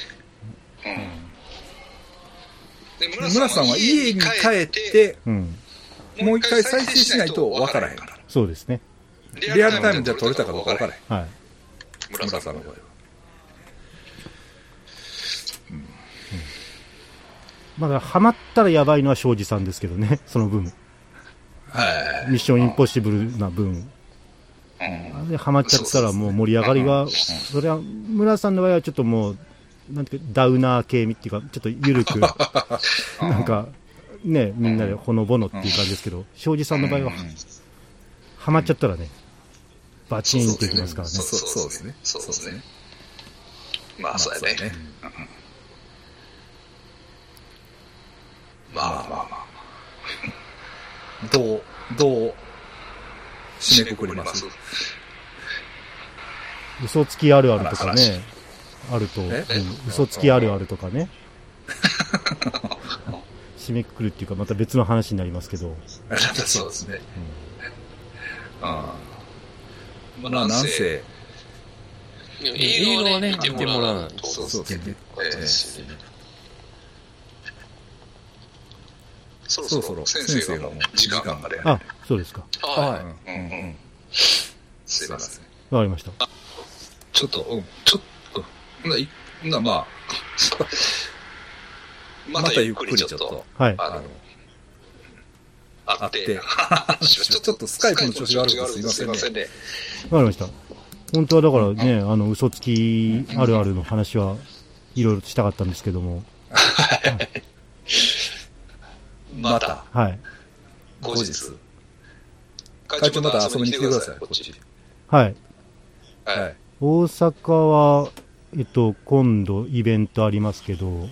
Speaker 2: 村さんは家に帰って、
Speaker 1: うん、
Speaker 2: もう一回再生しないと分からへんから。
Speaker 1: そうですね、
Speaker 5: リ
Speaker 2: リア
Speaker 5: ア
Speaker 2: ルタ
Speaker 5: ルタ
Speaker 2: イ
Speaker 5: イ
Speaker 2: ム
Speaker 5: ム
Speaker 2: じ
Speaker 5: じ
Speaker 2: ゃ
Speaker 5: ゃ
Speaker 2: 撮
Speaker 5: 撮
Speaker 2: れ
Speaker 5: れ
Speaker 2: た
Speaker 5: た
Speaker 2: かど
Speaker 5: かど
Speaker 2: う
Speaker 5: う
Speaker 2: か分か
Speaker 5: か分からら
Speaker 2: へ
Speaker 5: へ
Speaker 2: ん
Speaker 5: ん。。
Speaker 1: はい、
Speaker 5: 村
Speaker 2: 村
Speaker 5: さ
Speaker 2: さ
Speaker 5: ん
Speaker 2: ん
Speaker 5: の
Speaker 2: の
Speaker 5: 場
Speaker 2: 場合
Speaker 5: 合は
Speaker 2: は。
Speaker 1: まあだからハマったらやばいのは庄司さんですけどね、その分、ミ
Speaker 2: はい。
Speaker 1: ッションインポッシブルな分、あれハマっちゃったらもう盛り上がりが、それは村さんの場合はちょっともう、なんていうか、ダウナー系っていうか、ちょっと緩
Speaker 2: (laughs)
Speaker 1: く、なんか、ね、みんなでほのぼのっていう感じですけど、庄司さんの場合は、ハマっちゃったらね、バチーンといきますからね
Speaker 2: そう。そうですね。
Speaker 5: そうですね。
Speaker 2: ま
Speaker 5: まあ、
Speaker 2: あ、
Speaker 5: そ
Speaker 2: そうう
Speaker 5: や
Speaker 2: や
Speaker 5: ね。
Speaker 2: ね。
Speaker 5: まあまあまあ。
Speaker 2: どう、どう、締め
Speaker 5: 締め
Speaker 2: く
Speaker 5: く
Speaker 2: く
Speaker 5: く
Speaker 2: り
Speaker 5: り
Speaker 2: ま
Speaker 5: ますす。
Speaker 1: 嘘つきあるあるとかね、あると、うん
Speaker 2: え
Speaker 1: 嘘つきあるあるとか
Speaker 2: (laughs)
Speaker 1: ね、締めくくるっていうか、また別の話になりますけど、
Speaker 5: そうですね。
Speaker 2: あ
Speaker 5: ま
Speaker 2: あまあ、なんせ、
Speaker 4: 映画はね、見てもらわないと。
Speaker 5: そう
Speaker 2: そうですね。えー
Speaker 5: そろ
Speaker 2: そろ
Speaker 5: そ
Speaker 2: そろ
Speaker 5: ろ
Speaker 2: 先
Speaker 5: 先
Speaker 2: 生
Speaker 5: 生
Speaker 2: が
Speaker 5: が
Speaker 2: もう
Speaker 5: もう
Speaker 2: 時
Speaker 5: 時
Speaker 2: 間
Speaker 5: 間
Speaker 2: ま
Speaker 5: ま
Speaker 2: で
Speaker 5: で。
Speaker 1: あ、そうですか、
Speaker 5: は
Speaker 2: う
Speaker 5: い。
Speaker 2: んうんうん。
Speaker 5: すいません。
Speaker 1: わかりました。
Speaker 2: ちょっと、うん、ちょっと、ほないほな、まあ、ま
Speaker 5: ま
Speaker 2: た
Speaker 5: た
Speaker 2: ゆ
Speaker 5: ゆ
Speaker 2: っ
Speaker 5: っ
Speaker 2: く
Speaker 5: く
Speaker 2: り
Speaker 5: り
Speaker 2: ち
Speaker 5: ち
Speaker 2: ょっ
Speaker 5: ょっ
Speaker 2: と
Speaker 5: と、
Speaker 1: はい。
Speaker 2: あの、
Speaker 5: あっ
Speaker 2: 会ってて、、ちょちょっとスカイプの調子が悪くてすいませんね。
Speaker 5: ね。
Speaker 1: わかりました。本当はだからね、あの、嘘つきあるあるの話はいろいろとしたかったんですけども、
Speaker 2: (laughs) また、
Speaker 1: はい。
Speaker 2: 後日、
Speaker 5: 会
Speaker 2: 会長
Speaker 5: 長ま
Speaker 2: ま
Speaker 5: た
Speaker 2: た遊
Speaker 5: 遊
Speaker 2: び
Speaker 5: びに
Speaker 2: に来
Speaker 5: 来
Speaker 2: てくだ
Speaker 5: てくださ
Speaker 2: さ
Speaker 5: い
Speaker 2: い、、
Speaker 5: こ
Speaker 2: こ
Speaker 5: っ
Speaker 2: っ
Speaker 5: ち
Speaker 2: ち。。
Speaker 1: はい。
Speaker 2: はい。
Speaker 1: 大阪は、えっと、今度イベントありますけど、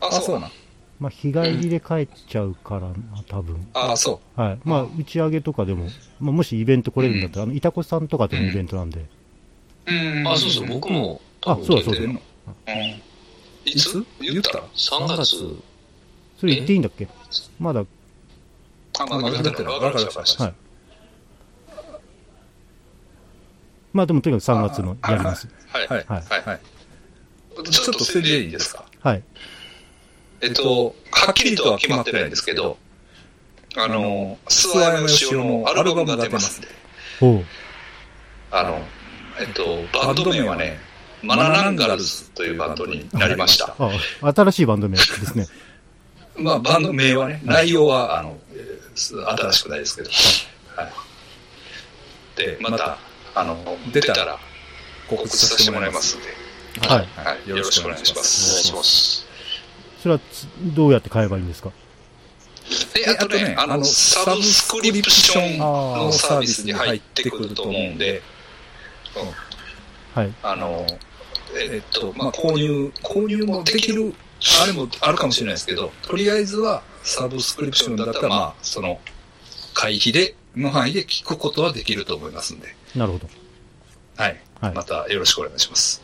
Speaker 5: あ、
Speaker 2: あ、
Speaker 5: そ
Speaker 2: そうう
Speaker 5: な
Speaker 2: なんん。
Speaker 1: まあ、日帰りで帰っちゃうからな、多分。
Speaker 2: あ、そ
Speaker 1: はい。まあ、打ち上げとかでも、まあ、もしイベント来れるんだったら、あの、いたこさんとかとのイベントなんで。
Speaker 2: う。うん
Speaker 4: あ、そうそう、僕も、
Speaker 1: あ、そうだそうだ
Speaker 2: 出てん。の
Speaker 5: い
Speaker 2: いつ
Speaker 5: つ
Speaker 2: 言った
Speaker 4: 3月、
Speaker 1: それ言っていいんだっけまだ、
Speaker 5: あ、ま
Speaker 2: あ、
Speaker 5: あ、
Speaker 2: ま
Speaker 5: 分
Speaker 2: だ出
Speaker 5: かり
Speaker 2: てない。
Speaker 5: わ
Speaker 2: わか
Speaker 5: かり
Speaker 2: りま
Speaker 5: ま
Speaker 2: し。
Speaker 5: したた。
Speaker 1: はい。まあ、でもとにかく3月のやります。
Speaker 5: はい。
Speaker 2: はい。
Speaker 1: はい。
Speaker 2: はい。
Speaker 5: ち
Speaker 2: ち
Speaker 5: ょ
Speaker 2: ょ
Speaker 5: っ
Speaker 2: っ
Speaker 5: と
Speaker 2: と
Speaker 5: 宣
Speaker 2: 宣
Speaker 5: 伝
Speaker 2: 伝
Speaker 5: い
Speaker 2: い
Speaker 5: い
Speaker 2: いで
Speaker 5: で
Speaker 2: すす
Speaker 5: か
Speaker 2: か
Speaker 1: はい。
Speaker 5: え
Speaker 2: え
Speaker 5: っ
Speaker 2: っ
Speaker 5: と
Speaker 2: と、は
Speaker 5: はっ
Speaker 2: っ
Speaker 5: き
Speaker 2: き
Speaker 5: り
Speaker 2: り
Speaker 5: と
Speaker 2: と
Speaker 5: は
Speaker 2: は
Speaker 5: 決
Speaker 2: 決
Speaker 5: ま
Speaker 2: まっ
Speaker 5: っ
Speaker 2: ててな
Speaker 5: な
Speaker 2: いい
Speaker 5: ん
Speaker 2: ん
Speaker 5: で
Speaker 2: ですす
Speaker 5: け
Speaker 2: け
Speaker 5: ど
Speaker 2: ど、
Speaker 5: あ
Speaker 2: あ
Speaker 5: の
Speaker 2: の、
Speaker 5: 諏
Speaker 2: 諏訪
Speaker 5: 訪山
Speaker 2: 山
Speaker 5: 義
Speaker 2: 義
Speaker 5: 雄
Speaker 2: 雄
Speaker 5: の
Speaker 2: の
Speaker 5: ア
Speaker 2: ア
Speaker 5: ル
Speaker 2: ルバ
Speaker 5: バム
Speaker 2: ム
Speaker 5: が
Speaker 2: が
Speaker 5: 出
Speaker 2: 出
Speaker 5: ま
Speaker 2: ますすん
Speaker 5: んで
Speaker 2: で、
Speaker 1: ほう。
Speaker 5: あの、えっと、バンド名はね、マナナンガルズというバンドになりました。
Speaker 1: ああ新しいバンド名ですね。
Speaker 2: まあ、バンド名はね、内容は、あの、えーす新しくないですけど。はい。で、ま
Speaker 7: ま
Speaker 2: た
Speaker 7: た、
Speaker 2: あの、
Speaker 7: 出
Speaker 2: 出
Speaker 7: た
Speaker 2: た
Speaker 7: ら
Speaker 2: ら
Speaker 7: 告
Speaker 5: 告
Speaker 7: 知
Speaker 5: 知さ
Speaker 7: さ
Speaker 5: せ
Speaker 7: せて
Speaker 5: ても
Speaker 7: も
Speaker 5: ら
Speaker 7: ら
Speaker 5: い
Speaker 7: い
Speaker 5: ま
Speaker 7: ますす
Speaker 5: ん。で、
Speaker 1: はい。
Speaker 5: はい、よろしくお願いします。
Speaker 1: お
Speaker 5: お
Speaker 1: 願いし
Speaker 5: 願いし
Speaker 1: ま
Speaker 5: ます。
Speaker 1: それはつどうやって買えばいいんですか
Speaker 5: で、あとね、あの、サブスクリプションのサービスに入ってくると思うんで、
Speaker 1: はい。
Speaker 5: あの、え
Speaker 2: え
Speaker 5: っ
Speaker 2: っと
Speaker 5: と、、
Speaker 2: ま
Speaker 5: ま
Speaker 2: あ、
Speaker 5: あ、購
Speaker 2: 購
Speaker 5: 入、
Speaker 2: 入、購入もできる、あれもあるかもしれないですけど、とりあえずはサブスクリプションだったら、まあ、その、会費で、の範囲で聞くことはできると思いますんで、
Speaker 1: なるほど。
Speaker 2: はい。
Speaker 1: はい
Speaker 2: またよろしくお願いします。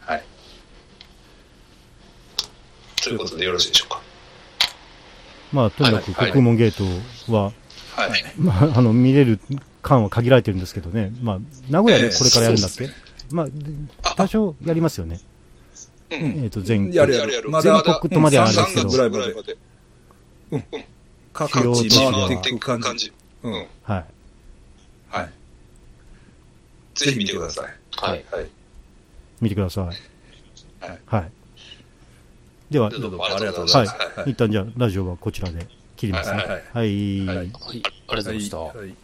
Speaker 2: はい。ということでよろしいでしょうか。
Speaker 1: まあ、とにかく、
Speaker 5: はいはい
Speaker 1: 国門ゲートは、
Speaker 2: はい。
Speaker 1: まあ、 (laughs) あの、見れる間は限られてるんですけどね。まあ、名古屋でこれからやるんだっけ、
Speaker 2: えー
Speaker 1: まあ、で多少やりますよね。
Speaker 5: うん
Speaker 1: えっ、と、全
Speaker 2: やる
Speaker 1: 国。
Speaker 2: やるやる。
Speaker 1: 全国とまではあれですけど
Speaker 2: 3月ぐらいま
Speaker 5: ぐらい
Speaker 2: で
Speaker 5: まで
Speaker 2: 各
Speaker 1: 主要
Speaker 2: 地
Speaker 1: 都市
Speaker 2: 回
Speaker 1: で
Speaker 2: っ
Speaker 1: は
Speaker 2: て
Speaker 5: て
Speaker 2: い
Speaker 5: い
Speaker 2: く
Speaker 5: く
Speaker 2: 感
Speaker 5: 感
Speaker 2: じ。
Speaker 5: じ。
Speaker 2: うん。
Speaker 1: はい。
Speaker 2: はい。ぜひ見てください。
Speaker 6: はい。
Speaker 2: はい。
Speaker 1: 見てください。
Speaker 2: はい。
Speaker 1: では、
Speaker 2: どうも
Speaker 5: あ
Speaker 2: あり
Speaker 5: りが
Speaker 2: がと
Speaker 5: とう
Speaker 2: う
Speaker 5: ご
Speaker 2: ご
Speaker 5: ざ
Speaker 2: ざ
Speaker 1: はいい
Speaker 2: ます。はい。は。い
Speaker 1: 一旦じゃあ、ラジオはこちらで切りますね。
Speaker 2: はいはい
Speaker 1: はい。
Speaker 2: はい
Speaker 6: はい、ありがとうございました。
Speaker 2: はい。
Speaker 8: い。